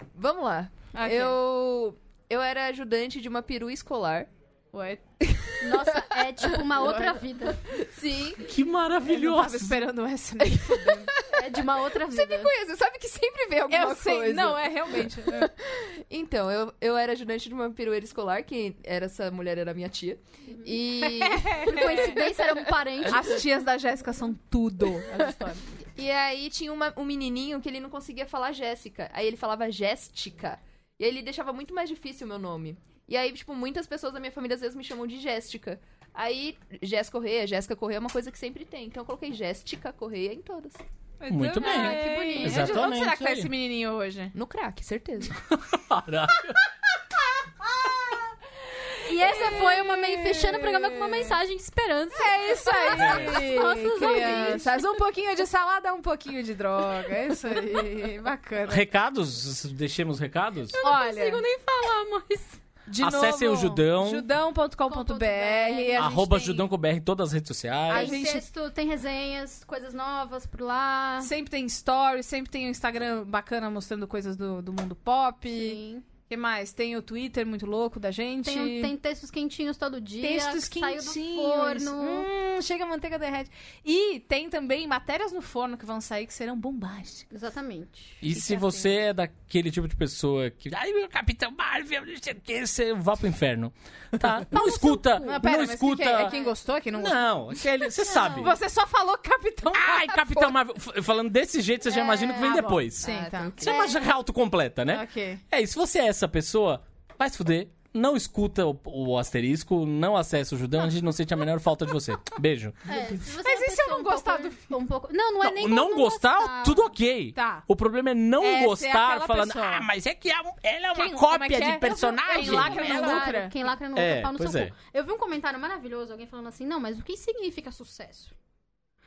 [SPEAKER 1] Ah,
[SPEAKER 4] Vamos lá.
[SPEAKER 1] Ok.
[SPEAKER 4] Eu... Eu era ajudante de uma peru escolar.
[SPEAKER 1] Ué,
[SPEAKER 3] Nossa, é tipo uma outra vida.
[SPEAKER 4] Sim.
[SPEAKER 2] Que
[SPEAKER 1] É. eu não tava
[SPEAKER 2] maravilhoso.
[SPEAKER 1] esperando essa. né?
[SPEAKER 3] É de uma outra vida.
[SPEAKER 4] Você me conhece, você sabe que sempre vem alguma
[SPEAKER 1] Eu sei.
[SPEAKER 4] coisa.
[SPEAKER 1] Não, é realmente. é.
[SPEAKER 4] Então, eu, eu era ajudante de uma perueira escolar, que era essa mulher era minha tia. E,
[SPEAKER 3] Por coincidência, era um parente.
[SPEAKER 1] As tias da Jéssica são tudo.
[SPEAKER 4] É
[SPEAKER 1] as histórias.
[SPEAKER 4] e aí tinha uma- um menininho que ele não conseguia falar Jéssica. Aí ele falava Jéssica. E aí ele deixava muito mais difícil o meu nome. E aí, tipo, muitas pessoas da minha família às vezes me chamam de Jéssica. Aí, Jéssica Correia, Jéssica Correia é uma coisa que sempre tem. Então eu coloquei Jéssica Correia em todas.
[SPEAKER 2] Muito bem.
[SPEAKER 1] Ah, que bonito.
[SPEAKER 2] Exatamente,
[SPEAKER 1] Onde será que tá
[SPEAKER 2] aí.
[SPEAKER 1] esse menininho hoje?
[SPEAKER 4] No crack, certeza.
[SPEAKER 2] Caraca.
[SPEAKER 3] E essa foi uma meio fechando o programa com uma mensagem de esperança.
[SPEAKER 1] É isso aí,
[SPEAKER 3] Nossas
[SPEAKER 1] crianças. Um pouquinho de salada, um pouquinho de droga. É isso aí. Bacana.
[SPEAKER 2] Recados? Deixemos recados?
[SPEAKER 1] Olha,
[SPEAKER 3] Não consigo nem falar, mas.
[SPEAKER 1] de
[SPEAKER 2] Acessem
[SPEAKER 1] novo,
[SPEAKER 2] o Judão.
[SPEAKER 1] Judão.com.br. A
[SPEAKER 2] Arroba
[SPEAKER 1] gente tem-
[SPEAKER 2] Judão Coberto em todas as redes
[SPEAKER 1] A
[SPEAKER 2] sociais.
[SPEAKER 1] gente-
[SPEAKER 3] Tem texto, tem resenhas, coisas novas por lá.
[SPEAKER 1] Sempre tem stories, sempre tem o Instagram bacana mostrando coisas do, do mundo pop. O
[SPEAKER 3] Sim.
[SPEAKER 1] que mais? Tem o Twitter muito louco da gente.
[SPEAKER 3] Tem, tem textos quentinhos todo dia.
[SPEAKER 1] Textos
[SPEAKER 3] que saiu do
[SPEAKER 1] quentinhos.
[SPEAKER 3] forno.
[SPEAKER 1] Hum, chega a manteiga derrete. E tem também matérias no forno que vão sair que serão bombásticas.
[SPEAKER 3] Exatamente.
[SPEAKER 2] E se você
[SPEAKER 1] assim.
[SPEAKER 2] é daquele tipo de pessoa que. Ai, meu Capitão Marvel, não sei o que, você vá pro inferno. Tá? Não escuta.
[SPEAKER 1] Ah,
[SPEAKER 2] Não,
[SPEAKER 1] pera, mas
[SPEAKER 2] escuta.
[SPEAKER 1] Quem, que é? É quem gostou, quem não gostou?
[SPEAKER 2] Não, aquele. Você sabe.
[SPEAKER 1] Você só falou Capitão
[SPEAKER 2] Ai,
[SPEAKER 1] Marvel.
[SPEAKER 2] Capitão Marvel. F- Falando desse jeito, você já imagina o que vem
[SPEAKER 1] Ah, bom.
[SPEAKER 2] depois.
[SPEAKER 1] Sim,
[SPEAKER 4] Ah,
[SPEAKER 1] tá.
[SPEAKER 4] tá.
[SPEAKER 2] Você é uma já autocompleta, né?
[SPEAKER 1] Ok.
[SPEAKER 2] É, e se você é essa pessoa, vai se fuder. Não escuta o, o asterisco, não acessa o Judão, a gente não sente a menor falta de você. Beijo.
[SPEAKER 3] É, se você
[SPEAKER 1] Mas
[SPEAKER 3] é uma
[SPEAKER 1] e se eu não
[SPEAKER 3] pessoa
[SPEAKER 1] gostar
[SPEAKER 3] pouco- Um pouco... Não, não é nem
[SPEAKER 2] não
[SPEAKER 3] como
[SPEAKER 2] gostar, tudo ok.
[SPEAKER 1] Tá.
[SPEAKER 2] O problema é não
[SPEAKER 1] É, ser
[SPEAKER 2] gostar,
[SPEAKER 1] aquela
[SPEAKER 2] falando,
[SPEAKER 1] pessoa.
[SPEAKER 2] ah, mas é que é um- ela é uma
[SPEAKER 1] Quem- como é
[SPEAKER 2] cópia
[SPEAKER 1] que é?
[SPEAKER 2] de personagem.
[SPEAKER 1] Quem lacra
[SPEAKER 3] Quem
[SPEAKER 1] não
[SPEAKER 3] lacra-
[SPEAKER 1] lucra.
[SPEAKER 3] Quem lacra não lucra,
[SPEAKER 2] É,
[SPEAKER 3] pau no seu
[SPEAKER 2] pois é.
[SPEAKER 3] cu. Eu vi um comentário maravilhoso, alguém falando assim, não, mas o que significa sucesso?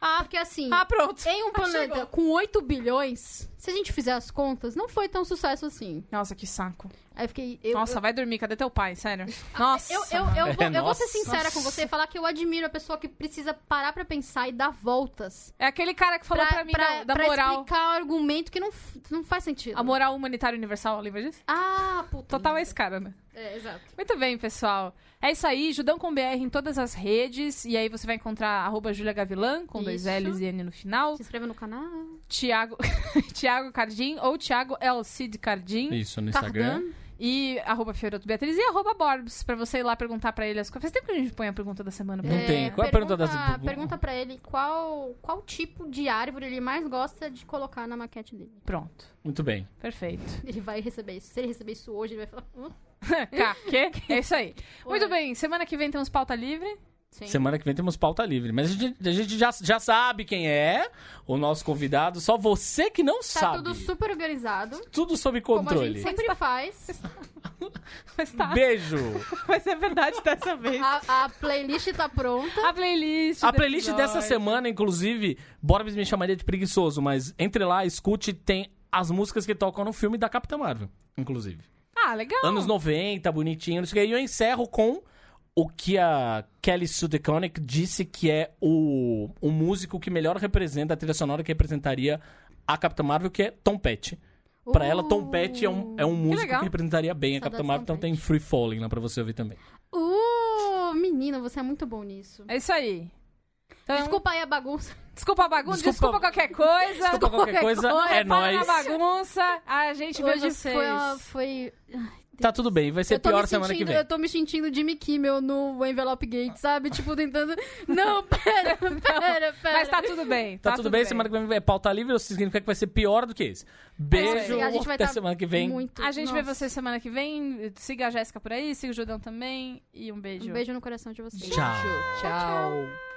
[SPEAKER 1] Ah,
[SPEAKER 3] Porque assim,
[SPEAKER 1] ah, pronto.
[SPEAKER 3] em um planeta
[SPEAKER 1] chegou.
[SPEAKER 3] com 8 bilhões, se a gente fizer as contas, não foi tão sucesso assim.
[SPEAKER 1] Nossa, que saco.
[SPEAKER 3] Aí eu fiquei... Eu,
[SPEAKER 1] Nossa, vai dormir. Cadê teu pai? Sério. Nossa.
[SPEAKER 3] Eu, eu, eu,
[SPEAKER 2] É,
[SPEAKER 3] vou, eu vou ser
[SPEAKER 2] nossa.
[SPEAKER 3] sincera com você e falar que eu admiro a pessoa que precisa parar pra pensar e dar voltas.
[SPEAKER 1] É aquele cara que falou pra, mim da, da
[SPEAKER 3] pra
[SPEAKER 1] moral.
[SPEAKER 3] explicar o argumento que não, f- não faz sentido.
[SPEAKER 1] A moral humanitária universal, lembra disso?
[SPEAKER 3] Ah, puta.
[SPEAKER 1] Total é esse cara, né?
[SPEAKER 3] É, exato.
[SPEAKER 1] Muito bem, pessoal. É isso aí, Judão com BR em todas as redes. E aí você vai encontrar arroba Julia Gavilan, com dois
[SPEAKER 3] Isso.
[SPEAKER 1] L's e N no final.
[SPEAKER 3] Se inscreva no canal.
[SPEAKER 1] Tiago, Tiago Cardim ou Tiago El Cid Cardim.
[SPEAKER 2] Isso, no Instagram.
[SPEAKER 3] Cardan.
[SPEAKER 1] E arroba Fiorotto Beatriz e arroba Borbs, pra você ir lá perguntar pra ele as coisas. Faz tempo que a gente põe a pergunta da semana.
[SPEAKER 2] Não
[SPEAKER 1] pra ele.
[SPEAKER 2] tem. Qual é a pergunta das-
[SPEAKER 3] Pergunta pra ele qual, qual tipo de árvore ele mais gosta de colocar na maquete dele.
[SPEAKER 1] Pronto,
[SPEAKER 2] Muito bem.
[SPEAKER 1] perfeito.
[SPEAKER 3] Ele vai receber isso. Se ele receber isso hoje, ele vai falar... "Hum,
[SPEAKER 1] Cá, quê? É isso aí. Muito
[SPEAKER 3] Ué.
[SPEAKER 1] bem, semana que vem temos pauta livre.
[SPEAKER 3] sim.
[SPEAKER 2] Semana que vem temos pauta livre. Mas a gente, a gente já, já sabe quem é o nosso convidado. Só você que não
[SPEAKER 3] Tá
[SPEAKER 2] sabe.
[SPEAKER 3] tudo super organizado.
[SPEAKER 2] Tudo sob
[SPEAKER 3] Como a gente
[SPEAKER 2] controle.
[SPEAKER 3] sempre faz.
[SPEAKER 1] Mas tá,
[SPEAKER 2] Beijo.
[SPEAKER 1] mas é verdade dessa vez.
[SPEAKER 3] A, a playlist tá pronta.
[SPEAKER 1] A playlist.
[SPEAKER 2] A
[SPEAKER 1] do
[SPEAKER 2] playlist dessa
[SPEAKER 1] episódio.
[SPEAKER 2] semana, inclusive, Borbs me chamaria de preguiçoso, mas entre lá, escute, tem as músicas que tocam no filme da Capitã Marvel, inclusive.
[SPEAKER 1] Ah, legal.
[SPEAKER 2] Anos 90, bonitinho, não sei o que. E eu encerro com o que a Kelly Sue DeConnick disse que é o, o músico que melhor representa a trilha sonora que representaria a Capitã Marvel, que é Tom Petty. Pra ela, Tom Petty é um, é um músico que,
[SPEAKER 1] legal.
[SPEAKER 2] representaria bem a
[SPEAKER 3] Uh, Saudades
[SPEAKER 2] Capitã Marvel,
[SPEAKER 3] Tom
[SPEAKER 2] então tem Free Falling lá pra você ouvir também.
[SPEAKER 3] Uh, menina, você é muito bom nisso.
[SPEAKER 1] É isso aí. Então, desculpa,
[SPEAKER 3] Desculpa aí a bagunça.
[SPEAKER 1] a bagunça,
[SPEAKER 2] Desculpa-
[SPEAKER 1] desculpa, qualquer coisa.
[SPEAKER 2] Desculpa qualquer coisa, é
[SPEAKER 1] Repara na
[SPEAKER 2] nóis.
[SPEAKER 1] bagunça. A gente vê
[SPEAKER 3] Hoje
[SPEAKER 1] vocês.
[SPEAKER 3] foi, a- foi...
[SPEAKER 2] Tá tudo bem, vai ser
[SPEAKER 3] Eu tô me
[SPEAKER 2] pior semana que
[SPEAKER 3] sentindo-
[SPEAKER 2] vem.
[SPEAKER 3] Eu tô me sentindo Jimmy Kimmel no Envelope Gate, sabe? Tipo, tentando... Não, pera, pera, pera.
[SPEAKER 1] Mas tá tudo bem.
[SPEAKER 2] Tá, tudo, bem, semana que vem é pauta livre, isso significa que vai ser pior do que esse. Beijo,
[SPEAKER 3] É, A gente vai
[SPEAKER 2] até
[SPEAKER 3] tá
[SPEAKER 2] semana que vem.
[SPEAKER 3] Muito.
[SPEAKER 1] A gente vê
[SPEAKER 3] Nossa.
[SPEAKER 1] vocês semana que vem. Siga a Jéssica por aí, siga o Judão também. E um beijo.
[SPEAKER 3] Um beijo no coração de vocês.
[SPEAKER 2] Tchau.
[SPEAKER 4] Tchau.